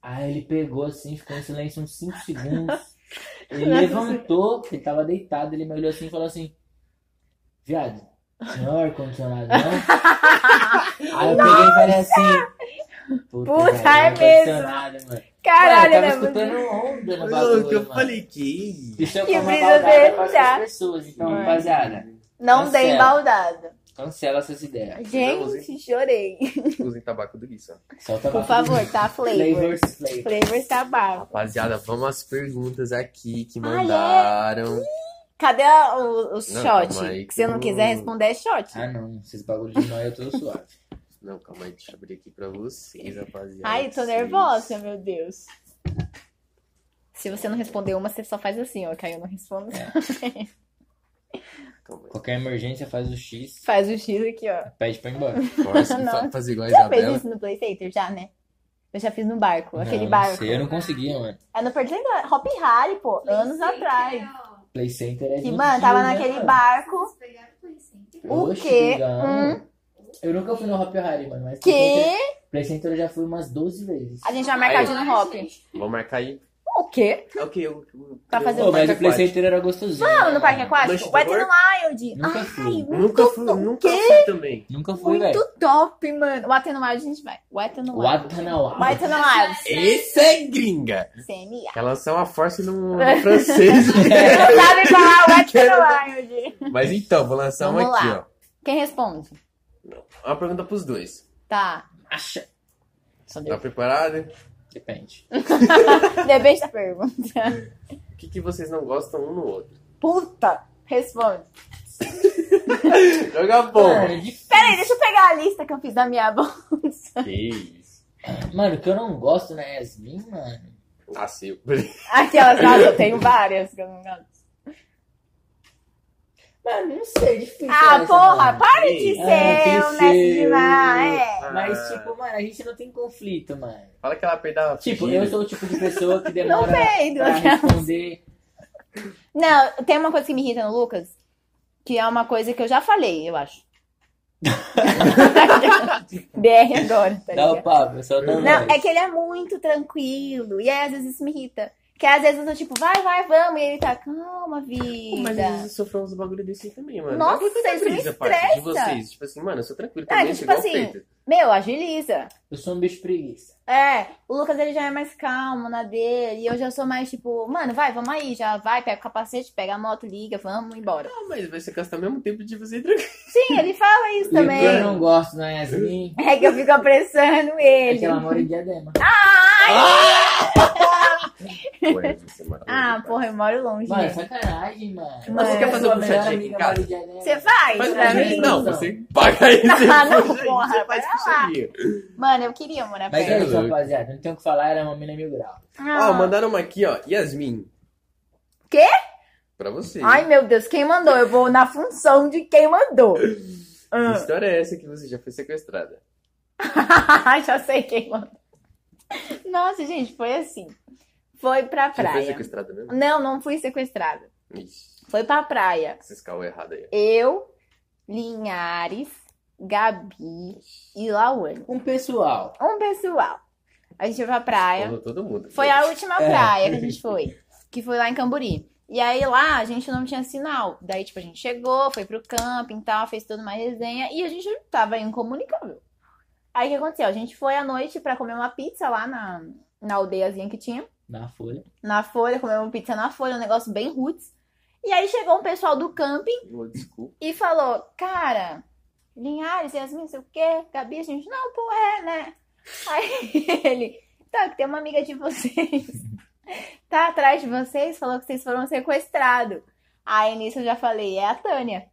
C: Aí ele pegou assim, ficou em silêncio uns 5 segundos. Ele
B: Não é
C: levantou, ele tava deitado, ele me olhou assim e falou assim: viado, tinha um ar-condicionado, não? Aí eu peguei e falei assim:
B: Puta,
C: velho,
B: é mesmo.
C: ar-condicionado, mano.
B: Caralho,
C: Mano, eu
B: né?
C: tava escutando onda no
A: Eu,
C: bagulho,
A: eu
C: mano.
A: falei que...
C: Isso é
B: Que
C: uma
B: brisa
C: maldade
B: dele,
C: para
B: tá?
C: as pessoas. Então,
B: Mano.
C: rapaziada,
B: Não dei
C: Cancela.
B: embaldado.
C: cancela essas ideias.
A: Vamos,
B: Gente, chorei.
A: Usem tabaco do Gui, só.
C: Solta
B: Por
C: lá.
B: favor, tá? Flavor.
C: Flavors, flavors.
B: Flavor tá bafo.
A: Rapaziada, vamos às perguntas aqui que
B: Ah, é?
A: mandaram.
B: Cadê a- o, o
A: Não,
B: shot?
A: calma aí
B: Que se eu não
A: que eu-
B: quiser responder, é shot.
C: Ah, não. Esses bagulho de nóia eu tô suave.
A: Não, calma aí, deixa eu abrir aqui pra vocês, rapaziada.
B: Ai, tô
A: Vocês-
B: nervosa, meu Deus. Se você não responder uma, você só faz assim, ó. Que aí eu não respondo.
A: Calma aí.
C: Qualquer emergência faz o X,
B: Faz o X aqui, ó.
C: pede pra ir embora.
A: Força,
B: Não.
A: fa- fazer igual a
B: Já fez
A: Isabela.
B: isso no Playcenter, já, né? Eu já fiz no barco, aquele
C: não,
B: barco.
C: Não sei, eu não conseguia, mano.
B: É no Playcenter, Hop Harry, pô, anos atrás.
C: Play Center é
B: Que,
C: de
B: mano,
C: tio,
B: tava
C: né,
B: naquele
C: mano?
B: barco. O
C: Oxe,
B: quê? Hum?
C: não. Eu nunca fui no Hop Harry, mano. Mas Play Center,
B: Que
C: Play Center eu já fui umas 12 vezes.
B: a gente vai marcar
A: Aí.
B: de no Hop.
A: Vou marcar aí. É
B: O quê?
A: Ok, eu. eu
B: Pra fazer
C: Pô,
A: o
C: mas o Play Center era gostosinho.
B: Não, no é
C: né,
B: Parque
C: mano?
A: Lanche
B: Aquático?
A: do
B: Vai ter no
A: Horto?
B: Wild.
C: Nunca fui.
B: Ai,
A: Nunca
B: muito
A: fui,
B: top.
A: nunca
B: Quê?
A: fui também.
C: Nunca fui, velho.
B: Muito top, mano. O Atena Wild a gente vai. O Atena Wild.
C: Watanawa.
B: O Atena Wild.
A: Esse é gringa!
B: CNA.
A: Ela são uma força no, no francês. né?
B: Não sabe falar o Atena Wild.
A: Mas então, vou lançar uma
B: Vamos
A: aqui,
B: lá. Quem responde?
A: ó. Uma pergunta pros dois.
B: Tá.
C: Acha.
B: Só
A: Tá
B: deu-
A: preparado?
C: Depende.
B: Depende da pergunta.
A: O que, que vocês não gostam um no outro?
B: Puta. Responde.
A: Joga bom!
C: Mano, é difícil.
B: Peraí, deixa eu pegar a lista que eu fiz da minha bolsa.
A: que isso?
C: Mano, o que eu não gosto na Yasmin, mano.
A: Nasceu.
B: Aquelas, nossa, eu tenho várias que eu não gosto.
C: Mano, não sei, é difícil.
B: Ah,
C: essa,
B: porra,
C: mano.
B: para de
A: Ah,
B: ser
C: tem
B: um honesto
C: seu.
B: demais. É.
C: Mas,
A: Ah. Tá
C: tipo, mano, a gente não tem conflito, mano.
A: Fala que ela perdeu a
C: Tipo,
A: fugida.
C: eu sou o tipo de pessoa que
B: Não
C: demora
B: peido.
C: pra responder.
B: Não, tem uma coisa que me irrita no Lucas, que é uma coisa que eu já falei, eu acho. BR agora, tá
C: Dá o
B: ligado?
C: papo, eu só dou
B: Não,
C: mais.
B: é que ele é muito tranquilo. E aí, às vezes isso me irrita. Que às vezes eu tô tipo, vai, vai, vamos. E ele tá, calma,
A: Pô, Mas
B: vida.
A: às vezes sofreu uns um bagulho desse aí também, mano.
B: Nossa,
A: Dá muita
B: isso me
A: brisa, parça, de
B: estressa.
A: vocês. Tipo assim, mano, eu sou tranquilo
B: É,
A: também,
B: tipo
A: chegou
B: assim,
A: ao peito.
B: Meu, agiliza.
C: Eu sou um bicho preguiça.
B: É, o Lucas ele já é mais calmo na dele, e eu já sou mais tipo, mano, vai, vamos aí, já vai, pega o capacete, pega a moto, liga, vamos embora.
A: Ah, mas vai ser gastar o mesmo tempo de você tranquilo.
B: Sim, ele fala isso
C: E o que eu
B: também.
C: não gosto na Yasmin
B: É que eu fico apressando
C: é que
B: ele.
C: ela mora em diadema.
B: Ah, porra, eu moro longe,
C: Mano, é
B: né?
C: sacanagem, mano.
B: Mas você quer
A: fazer
C: Sua
A: um
C: melhor
A: puxadinho
C: amiga
A: aqui em casa?
C: mora em Diadema.
B: Você faz
A: Mas
B: pra
A: pra
B: mim?
A: mim, não, você paga esse
B: Ah, não,
A: puxa aí,
B: porra,
A: você um faz
B: vai lá.
A: puxadinho.
B: Mano, eu queria morar
C: Mas
B: perto.
C: é isso,
A: Louco.
C: rapaziada. Não tem o que falar, era uma mina mil grau.
A: é- Ó,
B: Ah.
A: mandaram uma aqui, ó. Yasmin.
B: Quê?
A: Pra você.
B: Ai, meu Deus, quem mandou? Eu vou na função de quem mandou.
A: Que
B: Ah.
A: história é essa que você já foi sequestrada?
B: Ah. Já sei quem mandou. Nossa, gente, foi assim. Foi pra
A: Já foi
B: praia.
A: sequestrada mesmo?
B: Não, não fui sequestrada.
A: Ixi,
B: Foi pra praia.
A: esses caô errado aí.
B: Eu, Linhares, Gabi e Lawane.
C: Um pessoal.
B: Um pessoal. A gente foi pra praia.
A: Falou todo mundo.
B: Foi a última
C: É.
B: praia que a gente foi. Que foi lá em Camburi. E aí lá a gente não tinha sinal. Daí, tipo, a gente chegou, foi pro camping e tal, fez toda uma resenha e a gente tava incomunicável. Aí o que aconteceu? A gente foi à noite pra comer uma pizza lá na, na aldeiazinha que tinha
C: Na folha.
B: na Folha, comemos pizza na Folha, um negócio bem roots. E E aí chegou um pessoal do camping
A: Ô, Desculpa.
B: e falou: Cara, Linhares, Yasmin, não sei o quê, Gabi, a gente, não, pô, é, né? Aí ele, tá, que tem uma amiga de vocês, tá atrás de vocês, falou que vocês foram sequestrados. Aí nisso eu já falei: É a Tânia,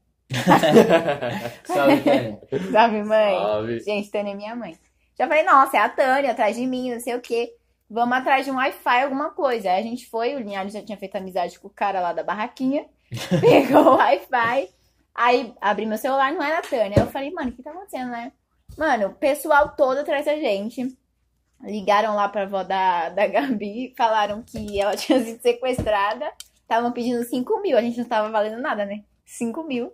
C: Salve, velho.
B: sabe, mãe?
A: Salve.
B: Gente, Tânia é minha mãe. Já falei, nossa, é a Tânia atrás de mim, não sei o quê. Vamos atrás de um Wi-Fi, alguma coisa. Aí a gente foi, o Linhares já tinha feito amizade com o cara lá da barraquinha. Pegou o Wi-Fi. Aí abri meu celular, não era a Tânia. Aí eu falei, mano, o que tá acontecendo, né? Mano, o pessoal todo atrás da gente. Ligaram lá pra avó da, da Gabi, falaram que ela tinha sido sequestrada. Estavam pedindo 5 mil, a gente não tava valendo nada, né? 5 mil.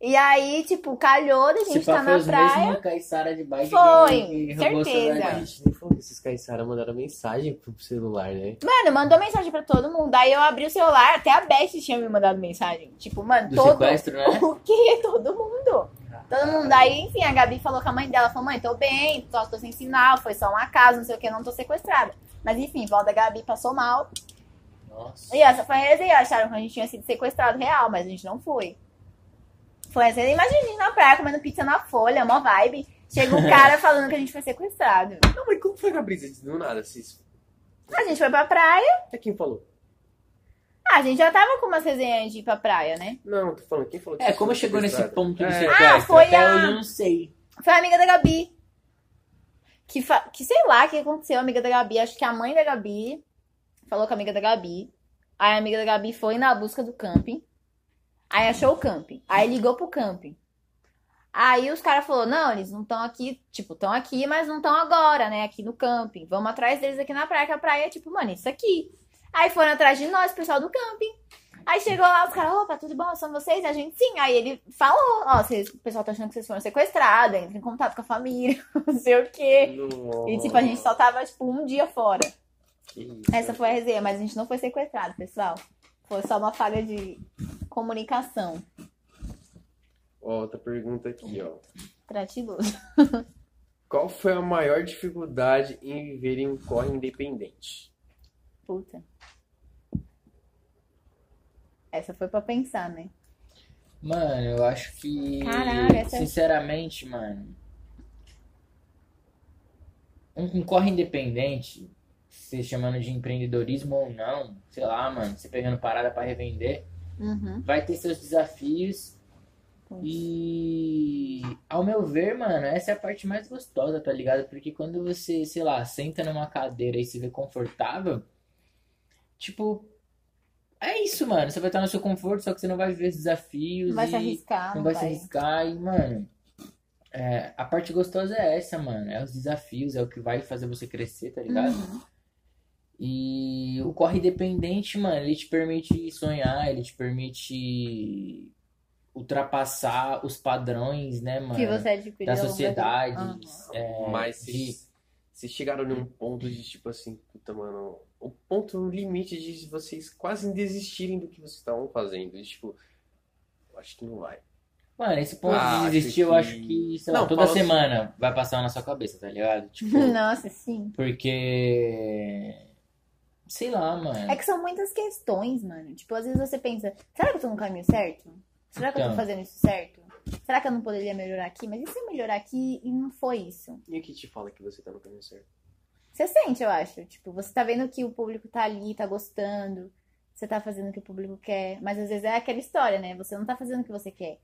B: E aí, tipo, calhou da gente
C: Se
B: estar
C: pá, foi
B: na
C: os
B: praia.
C: mesmos caiçara de bike
B: Foi,
C: que- que roubou o celular
B: certeza.
A: A
C: dele.
A: gente nem falou que esses caiçara mandaram mensagem pro celular, né?
B: Mano, mandou mensagem pra todo mundo. Aí eu abri o celular, até a Beth tinha me mandado mensagem. Tipo, mano,
C: Do
B: todo
C: sequestro, né?
B: O quê? Todo mundo. Todo mundo. Aí, enfim, a Gabi falou com a mãe dela. Falou, mãe, tô bem, só tô sem sinal, foi só um acaso, não sei o que, não tô sequestrada. Mas enfim, volta da Gabi passou mal.
C: Nossa.
B: E essa foi a resenha. Acharam que a gente tinha sido sequestrado real, mas a gente não foi. Foi assim, imagina a gente na praia comendo pizza na folha, mó vibe. Chega um cara falando que a gente foi sequestrado.
A: Não, mas como foi que a brisa de do nada? Vocês...
B: A gente foi pra praia.
A: Até quem falou?
B: Ah, a gente já tava com umas resenhas de ir pra praia, né?
A: Não, tô falando, quem falou que
C: É,
A: vocês
C: como
A: foram
C: chegou nesse
A: sequestrados?
C: ponto de
A: É.
C: sequestro?
B: Ah, foi
C: Até
B: a-
C: hoje eu não sei.
B: Foi a amiga da Gabi. Que, fa... que sei lá o que aconteceu, a amiga da Gabi. Acho que a mãe da Gabi falou com a amiga da Gabi. Aí a amiga da Gabi foi na busca do camping. Aí achou o camping. Aí ligou pro camping. Aí os caras falaram: não, eles não estão aqui, tipo, estão aqui, mas não estão agora, né? Aqui no camping. Vamos atrás deles aqui na praia, que a praia é tipo, mano, isso aqui. Aí foram atrás de nós, pessoal do camping. Aí chegou lá, os caras, opa, tudo bom? São vocês? A gente sim. Aí ele falou, ó, vocês, o pessoal tá achando que vocês foram sequestrados, entra em contato com a família, não sei o quê.
A: Nossa.
B: E tipo, a gente só tava, tipo, um dia fora.
A: Que isso. né?
B: Essa foi a resenha, mas a gente não foi sequestrado, pessoal. Foi só uma falha de comunicação.
A: Ó, outra pergunta aqui, ó.
B: Gratiloso.
A: Qual foi a maior dificuldade em viver em um corre independente?
B: Puta. Essa foi pra pensar, né?
C: Mano, eu acho que.
B: Caralho, essa- é-
C: Sinceramente, mano. Um, um corre independente, se chamando de empreendedorismo ou não, sei lá, mano, você pegando parada pra revender,
B: Uhum.
C: vai ter seus desafios. E ao meu ver, mano, essa é a parte mais gostosa, tá ligado? Porque quando você, sei lá, senta numa cadeira e se vê confortável, tipo, é isso, mano. Você vai estar no seu conforto, só que você não vai viver os desafios
B: Vai se
C: e-
B: arriscar,
C: não
B: não
C: vai
B: vai.
C: se arriscar e, mano, é, a parte gostosa é essa, mano. É os desafios, é o que vai fazer você crescer, tá ligado?
B: Uhum.
C: E o corre independente, mano, ele te permite sonhar, ele te permite ultrapassar os padrões, né, mano?
B: Que você adquiriu.
C: da
B: ao longo
C: sociedade.
B: Aham.
C: é,
A: Mas
C: de-
A: vocês, vocês chegaram num ponto de tipo assim, puta, mano, o ponto no limite de vocês quase desistirem do que vocês estavam fazendo. E, tipo, eu acho que não vai.
C: Mano, esse ponto
A: Ah, Acho
C: de desistir, eu
A: que-
C: acho que, sei lá,
A: Não, assim.
C: toda
A: Paulo-
C: semana vai passar na sua cabeça, tá ligado? Tipo,
B: Nossa, sim.
C: porque. Sei lá, mano.
B: É que são muitas questões, mano. Tipo, às vezes você pensa, será que eu tô no caminho certo? Será que eu tô
C: Então.
B: fazendo isso certo? Será que eu não poderia melhorar aqui? Mas e se eu melhorar aqui e não foi isso?
A: E o que te fala que você tá no caminho certo?
B: Você sente, eu acho. Tipo, você tá vendo que o público tá ali, tá gostando, você tá fazendo o que o público quer. Mas às vezes é aquela história, né? Você não tá fazendo o que você quer.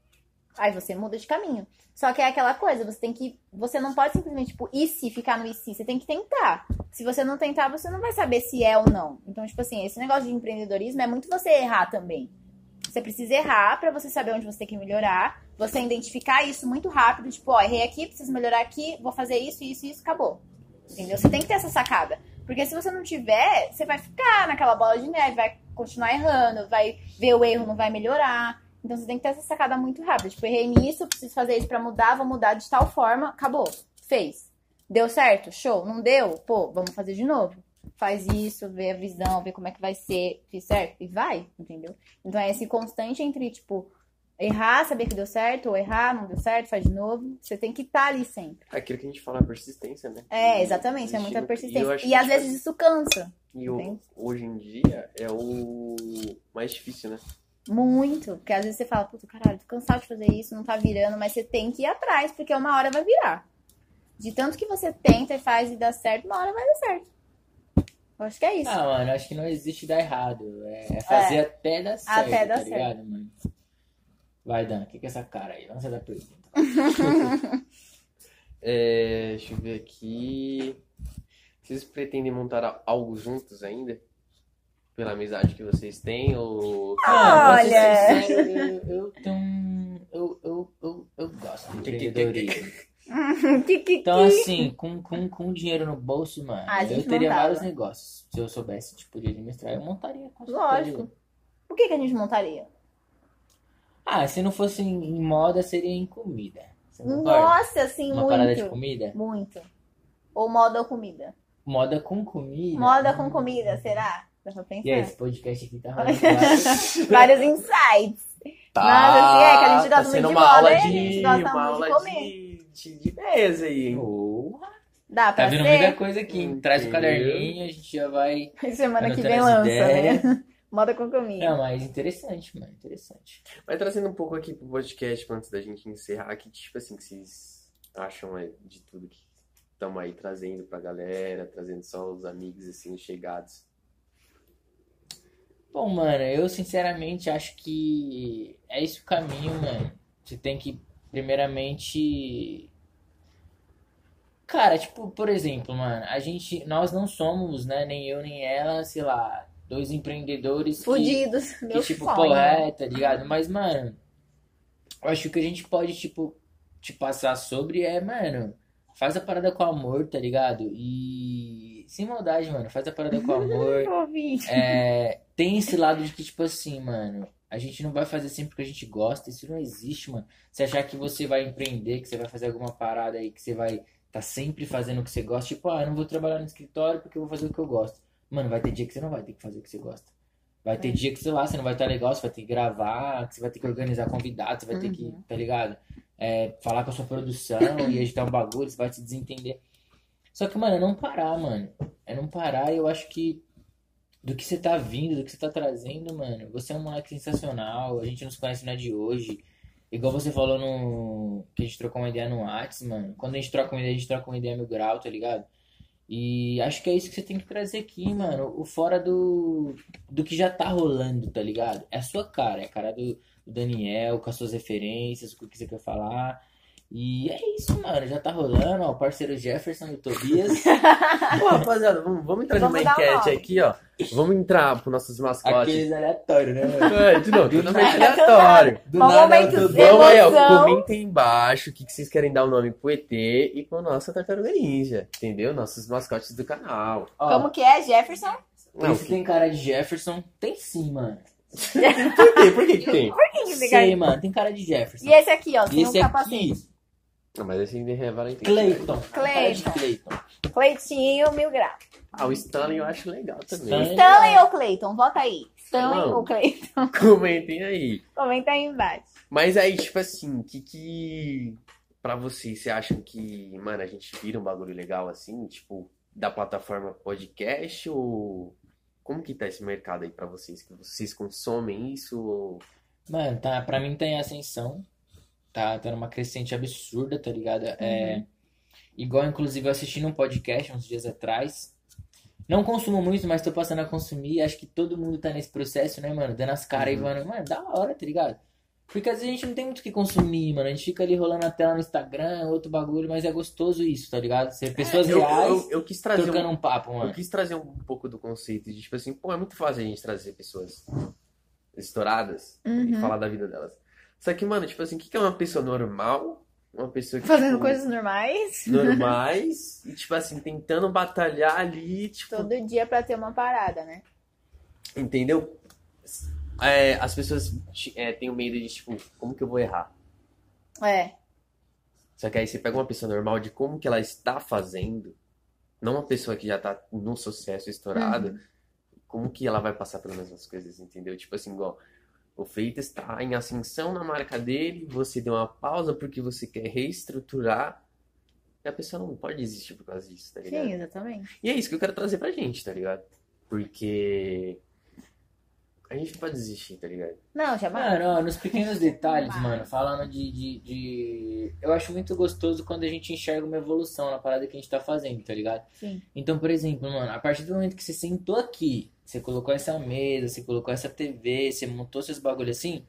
B: Aí você muda de caminho. Só que é aquela coisa, você tem que. Você não pode simplesmente, tipo, e se ficar no e se, você tem que tentar. Se você não tentar, você não vai saber se é ou não. Então, tipo assim, esse negócio de empreendedorismo é muito você errar também. Você precisa errar pra você saber onde você tem que melhorar, você identificar isso muito rápido, tipo, ó, errei aqui, preciso melhorar aqui, vou fazer isso, isso, isso, acabou. Entendeu? Você tem que ter essa sacada. Porque se você não tiver, você vai ficar naquela bola de neve, vai continuar errando, vai ver o erro, não vai melhorar. Então você tem que ter essa sacada muito rápida. Tipo, errei nisso, preciso fazer isso pra mudar, vou mudar de tal forma, acabou. Fez. Deu certo? Show. Não deu? Pô, vamos fazer de novo. Faz isso, vê a visão, vê como é que vai ser, fiz certo e vai, entendeu? Então é esse constante entre, tipo, errar, saber que deu certo, ou errar, não deu certo, faz de novo. Você tem que estar ali sempre.
A: É Aquilo que a gente fala, a persistência, né?
B: É,
A: E
B: exatamente, é
A: desistir no- E,
B: muita
A: eu
B: persistência.
A: acho
B: E
A: que,
B: às
A: tipo,
B: vezes isso cansa.
A: e o-
B: Entende?
A: hoje em dia é o mais difícil, né?
B: Muito. Porque às vezes você fala, puta, caralho, tô cansado de fazer isso, não tá virando, mas você tem que ir atrás, porque uma hora vai virar. De tanto que você tenta e faz e dá certo, uma hora vai dar certo. Eu acho que é isso.
C: Ah, mano, acho que não existe dar errado. É é fazer até dar certo,
B: Até dar
C: tá
B: certo.
C: ligado, mano? Vai, Dan, o que que é essa cara aí? Lança da pergunta.
A: É, deixa eu ver aqui. Vocês pretendem montar a- algo juntos ainda? Pela amizade que vocês têm? Ou. é
C: Ah, pra ser
B: Olha.
C: sincero, eu, eu tenho um- Eu, eu, eu, eu gosto de empreendedorismo.
B: Que, que,
C: Então,
B: que-
C: assim, com, com, com dinheiro no bolso, mano,
B: Ah, a
C: eu
B: gente
C: teria
B: montava.
C: vários negócios. Se eu soubesse, tipo, de administrar, eu montaria. com certeza.
B: Lógico. O que, que a gente montaria?
C: Ah, se não fosse em em moda, seria em comida. Você concorda?
B: Nossa, assim,
C: Uma parada de
B: muito.
C: comida?
B: Muito. Ou moda ou comida?
C: Moda com comida.
B: Moda com comida, será? Dá pra pensar.
C: E aí, esse podcast aqui tá rolando vários-
B: Vários insights.
A: Tá,
B: Nada, assim, é que a gente gosta
A: tá
B: muito
A: sendo
B: de
A: uma
B: moda,
A: aula
B: hein?
A: de,
B: A gente
A: uma
B: gosta muito de
A: aula
B: comer.
A: de, de, de ideias aí, hein?
C: Porra!
B: Dá
C: Tá
B: pra
C: vendo
B: ser?
C: muita coisa aqui. hein? Traz o caderninho, a gente já vai.
B: Semana que
C: anotando
B: vem
C: as
B: lança,
C: ideias.
B: né? Moda com comida.
C: Não, mas interessante, mano. Interessante.
A: Mas trazendo um pouco aqui pro podcast, antes da gente encerrar, que tipo assim, que vocês acham é, de tudo que estamos aí trazendo pra galera, trazendo só os amigos, assim, chegados.
C: Bom, mano, eu sinceramente acho que é esse o caminho, mano. Você tem que, primeiramente. Cara, tipo, por exemplo, mano, a gente. Nós não somos, né? Nem eu, nem ela, sei lá, dois empreendedores que.
B: Fudidos.
C: Que,
B: Meu
C: tipo,
B: sonho.
C: pô, é, tá ligado? Mas, mano, eu acho que o que a gente pode, tipo, te passar sobre é, mano, faz a parada com amor, tá ligado? E sem maldade, mano, faz a parada com amor.
B: Eu ouvi.
C: É, tem esse lado de que, tipo assim, mano, a gente não vai fazer sempre o que a gente gosta, isso não existe, mano. Você achar que você vai empreender, que você vai fazer alguma parada aí, que você vai tá sempre fazendo o que você gosta, tipo, ah, eu não vou trabalhar no escritório porque eu vou fazer o que eu gosto. Mano, vai ter dia que você não vai ter que fazer o que você gosta. Vai ter
B: É.
C: dia que, sei lá, você não vai estar legal, você vai ter que gravar, que você vai ter que organizar convidados, você vai ter que, tá ligado? É, falar com a sua produção e editar um bagulho, você vai se desentender. Só que, mano, é não parar, mano. É não parar e eu acho que do que você tá vindo, do que você tá trazendo, mano. Você é um moleque sensacional, a gente não se conhece não é de hoje. Igual você falou no. que a gente trocou uma ideia no Whats, mano. Quando a gente troca uma ideia, a gente troca uma ideia mil grau, tá ligado? E acho que é isso que você tem que trazer aqui, mano. O fora do. do que já tá rolando, tá ligado? É a sua cara, é a cara do, do Daniel, com as suas referências, com o que você quer falar. E é isso, mano. Já tá rolando, ó. O parceiro Jefferson e o Tobias.
A: Pô, rapaziada, vamos, vamos entrar
B: Vamos
A: numa
B: dar um
A: enquete
B: nome.
A: aqui, ó. Vamos entrar pros nossos mascotes.
C: Aqueles aleatórios, né, mano?
A: É, de novo, totalmente aleatório.
C: Do
B: Qual
C: nada é o
B: momento
C: Tobias.
B: seu?
A: Vamos aí, ó.
B: Emoção.
A: Comentem embaixo o que, que vocês querem dar o nome pro ET e pro nosso Tartaruga Ninja, entendeu? Nossos mascotes do canal.
C: Ó,
B: Como que é, Jefferson?
A: Não,
C: Esse tem cara de Jefferson? Tem sim, mano.
A: por quê? Por que que tem?
B: Quem que tem cara
C: Sei,
B: de-
C: mano. Tem cara de Jefferson.
B: E esse aqui, ó,
C: E
B: sem um
C: esse
B: capacete.
C: aqui,
A: Não, mas esse ainda é Valentim.
C: Clayton. Cara de
B: Clayton.
C: Clayton.
B: Cleitinho, mil graus.
A: Ah, o Stanley eu acho legal também.
C: Stanley. é
B: Stanley ou Cleiton? Vota aí. Stanley
A: Não.
B: ou Cleiton?
A: Comentem aí.
B: Comenta aí embaixo.
A: Mas aí, tipo assim, o que que... Pra vocês, você acham que, mano, a gente vira um bagulho legal assim? Tipo, da plataforma podcast ou... Como que tá esse mercado aí pra vocês? Que vocês consomem isso ou...
C: Mano, tá, pra mim tá em ascensão. Tá tendo uma crescente absurda, tá ligado?
A: Uhum.
C: É, igual, inclusive, eu assisti num podcast uns dias atrás. Não consumo muito, mas tô passando a consumir. Acho que todo mundo tá nesse processo, né, mano? Dando as caras
A: Uhum.
C: e mano, mano, da hora, tá ligado? Porque às vezes a gente não tem muito o que consumir, mano. A gente fica ali rolando a tela no Instagram, outro bagulho, mas é gostoso isso, tá ligado? Ser pessoas
A: É, Eu,
C: reais
A: eu, eu quis trazer um
C: trocando um papo, mano.
A: Eu quis trazer um pouco do conceito de, tipo assim, pô, é muito fácil a gente trazer pessoas estouradas e falar da vida delas. Só que, mano, tipo assim, o que que é uma pessoa normal? Uma pessoa que,
B: Fazendo
A: tipo,
B: coisas normais.
A: normais e, tipo assim, tentando batalhar ali, tipo,
B: Todo dia pra ter uma parada, né?
A: entendeu? É, as pessoas ti- é, têm o medo de, tipo, como que eu vou errar?
B: É.
A: Só que aí você pega uma pessoa normal de como que ela está fazendo, não uma pessoa que já tá num sucesso estourado, como que ela vai passar pelas mesmas coisas, entendeu? Tipo assim, igual, o Freitas está em ascensão na marca dele, você deu uma pausa porque você quer reestruturar, e a pessoa não pode desistir por causa disso, tá ligado?
B: Sim, exatamente.
A: E é isso que eu quero trazer pra gente, tá ligado? Porque A gente não pode desistir, tá ligado?
B: Não, jamais.
C: Mano, ó, nos pequenos detalhes,
B: Vai.
C: mano, falando de, de, de- Eu acho muito gostoso quando a gente enxerga uma evolução na parada que a gente tá fazendo, tá ligado?
B: Sim.
C: Então, por exemplo, mano, a partir do momento que você sentou aqui, você colocou essa mesa, você colocou essa TV, você montou seus bagulho assim,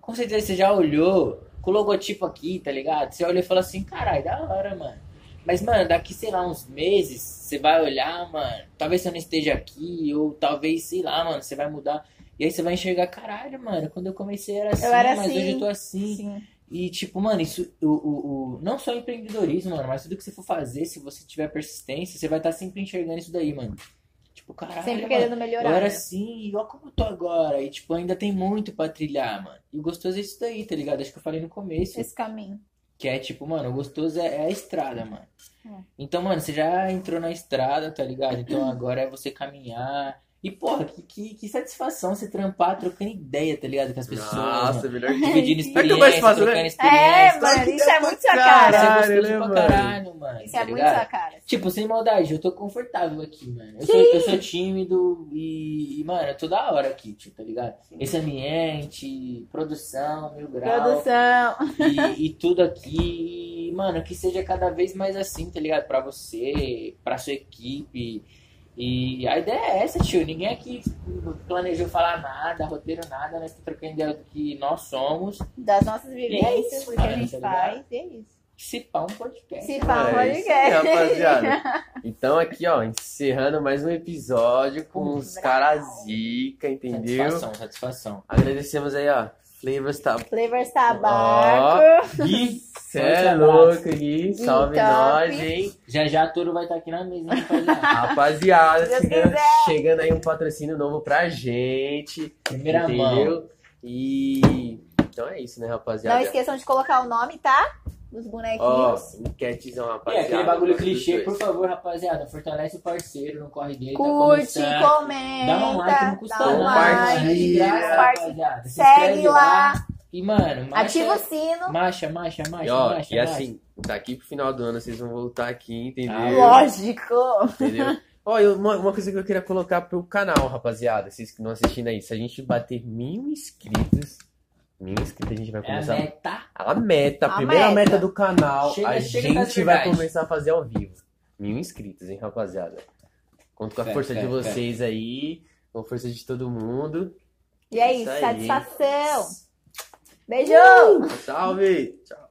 C: com certeza você já olhou com o logotipo aqui, tá ligado? Você olhou e falou assim, caralho, da hora, mano. Mas, mano, daqui, sei lá, uns meses, você vai olhar, mano, talvez você não esteja aqui, ou talvez, sei lá, mano, você vai mudar. E aí você vai enxergar, caralho, mano, quando eu comecei era assim,
B: era
C: mas
B: assim.
C: hoje eu tô assim.
B: Sim.
C: E, tipo, mano, isso, o, o, o- não só o empreendedorismo, mano, mas tudo que você for fazer, se você tiver persistência, você vai estar sempre enxergando isso daí, mano. Tipo, caralho,
B: Sempre
C: mano,
B: querendo
C: eu
B: melhorar.
C: era
B: né?
C: assim, e olha como eu tô agora. E, tipo, ainda tem muito pra trilhar, mano. E o gostoso é isso daí, tá ligado? Acho que eu falei no começo.
B: Esse caminho.
C: Que é tipo, mano, o gostoso é, é a estrada, mano.
B: É.
C: Então, mano, você já entrou na estrada, tá ligado? Então agora é você caminhar. E, porra, que, que, que satisfação você trampar trocando ideia, tá ligado? Com as pessoas. mano.
A: Nossa, melhor que.
C: Dividindo
A: É que é mais
C: experiência,
A: fácil, né?
C: trocando
B: É,
C: experiência.
B: mano, isso é muito sua
C: Isso
B: cara.
C: é
A: Caralho,
C: gostoso
A: né,
C: pra
A: mano?
C: caralho, mano.
B: Isso
C: tá
B: é muito
C: ligado?
B: sua cara.
C: Tipo, sem maldade, eu tô confortável aqui, mano. Eu sou, eu sou tímido e, e, mano, eu tô da hora aqui, tipo, tá ligado? Esse ambiente, produção, mil graus.
B: Produção.
C: E, e tudo aqui, mano, que seja cada vez mais assim, tá ligado? Pra você, pra sua equipe. E a ideia é essa, tio. Ninguém aqui planejou falar nada, roteiro nada, nós estamos trocando ideia do que nós somos.
B: Das nossas
C: E é
B: vivências,
C: isso,
B: do que a
C: mano,
B: gente
C: tá ligado?
B: faz. E é isso.
C: Se pá um podcast.
B: Se fala,
A: É
B: Tá, pode
A: isso aí,
B: quer.
A: rapaziada. Então aqui, ó, encerrando mais um episódio com os caras zica, entendeu?
C: Satisfação, satisfação.
A: Agradecemos aí, ó. Flavors tá.
B: Flavors Tabaco.
A: Gui, cê
C: Forte
A: é
C: abraço.
A: louco, Gui. Salve
B: Gui, top.
A: nós, hein?
C: Já já a Toro vai estar aqui na mesa, hein, rapaziada?
A: Rapaziada,
B: Se Deus
A: chegando,
B: quiser.
A: chegando aí um patrocínio novo pra gente.
C: Primeira mão.
A: entendeu? E então é isso, né,
B: Não
A: rapaziada?
B: esqueçam de colocar o nome, tá? Dos bonequinhos.
A: Ó, enquetezão,
C: E
A: rapaziada.
C: É, aquele bagulho
A: dos
C: clichê,
A: dois.
C: por favor, rapaziada, fortalece o parceiro, não corre dele, tá
B: Curte,
C: começando.
B: comenta.
C: Dá um like, não custa
B: dá um
C: nada.
B: like,
A: Compartilha.
C: é de graça,
B: compartilha,
C: rapaziada. Se
B: Segue
C: inscreve
B: lá,
C: E, mano, marcha,
B: ativa o sino.
C: marcha, marcha, marcha,
A: E, ó,
C: marcha,
A: e assim, daqui pro final do ano vocês vão voltar aqui, entendeu?
C: Ah,
B: Lógico.
A: Entendeu? Ó, eu- uma, uma coisa que eu queria colocar pro canal, rapaziada, vocês que estão assistindo aí, se a gente bater mil inscritos, mil inscritos a gente vai
C: marcha. É a
A: começar
C: meta.
A: a meta, a
B: A
A: primeira
B: meta.
A: meta do canal,
C: Chega-
A: a
C: chega das
A: gente vai
C: verdades.
A: começar a fazer ao vivo. Mil inscritos, hein, rapaziada? Conto com a
C: Fé,
A: força
C: fé,
A: de
C: fé.
A: vocês aí, com a força de todo mundo.
B: E é isso,
A: Isso aí.
B: satisfação. Beijão!
A: Uh! Salve! Tchau!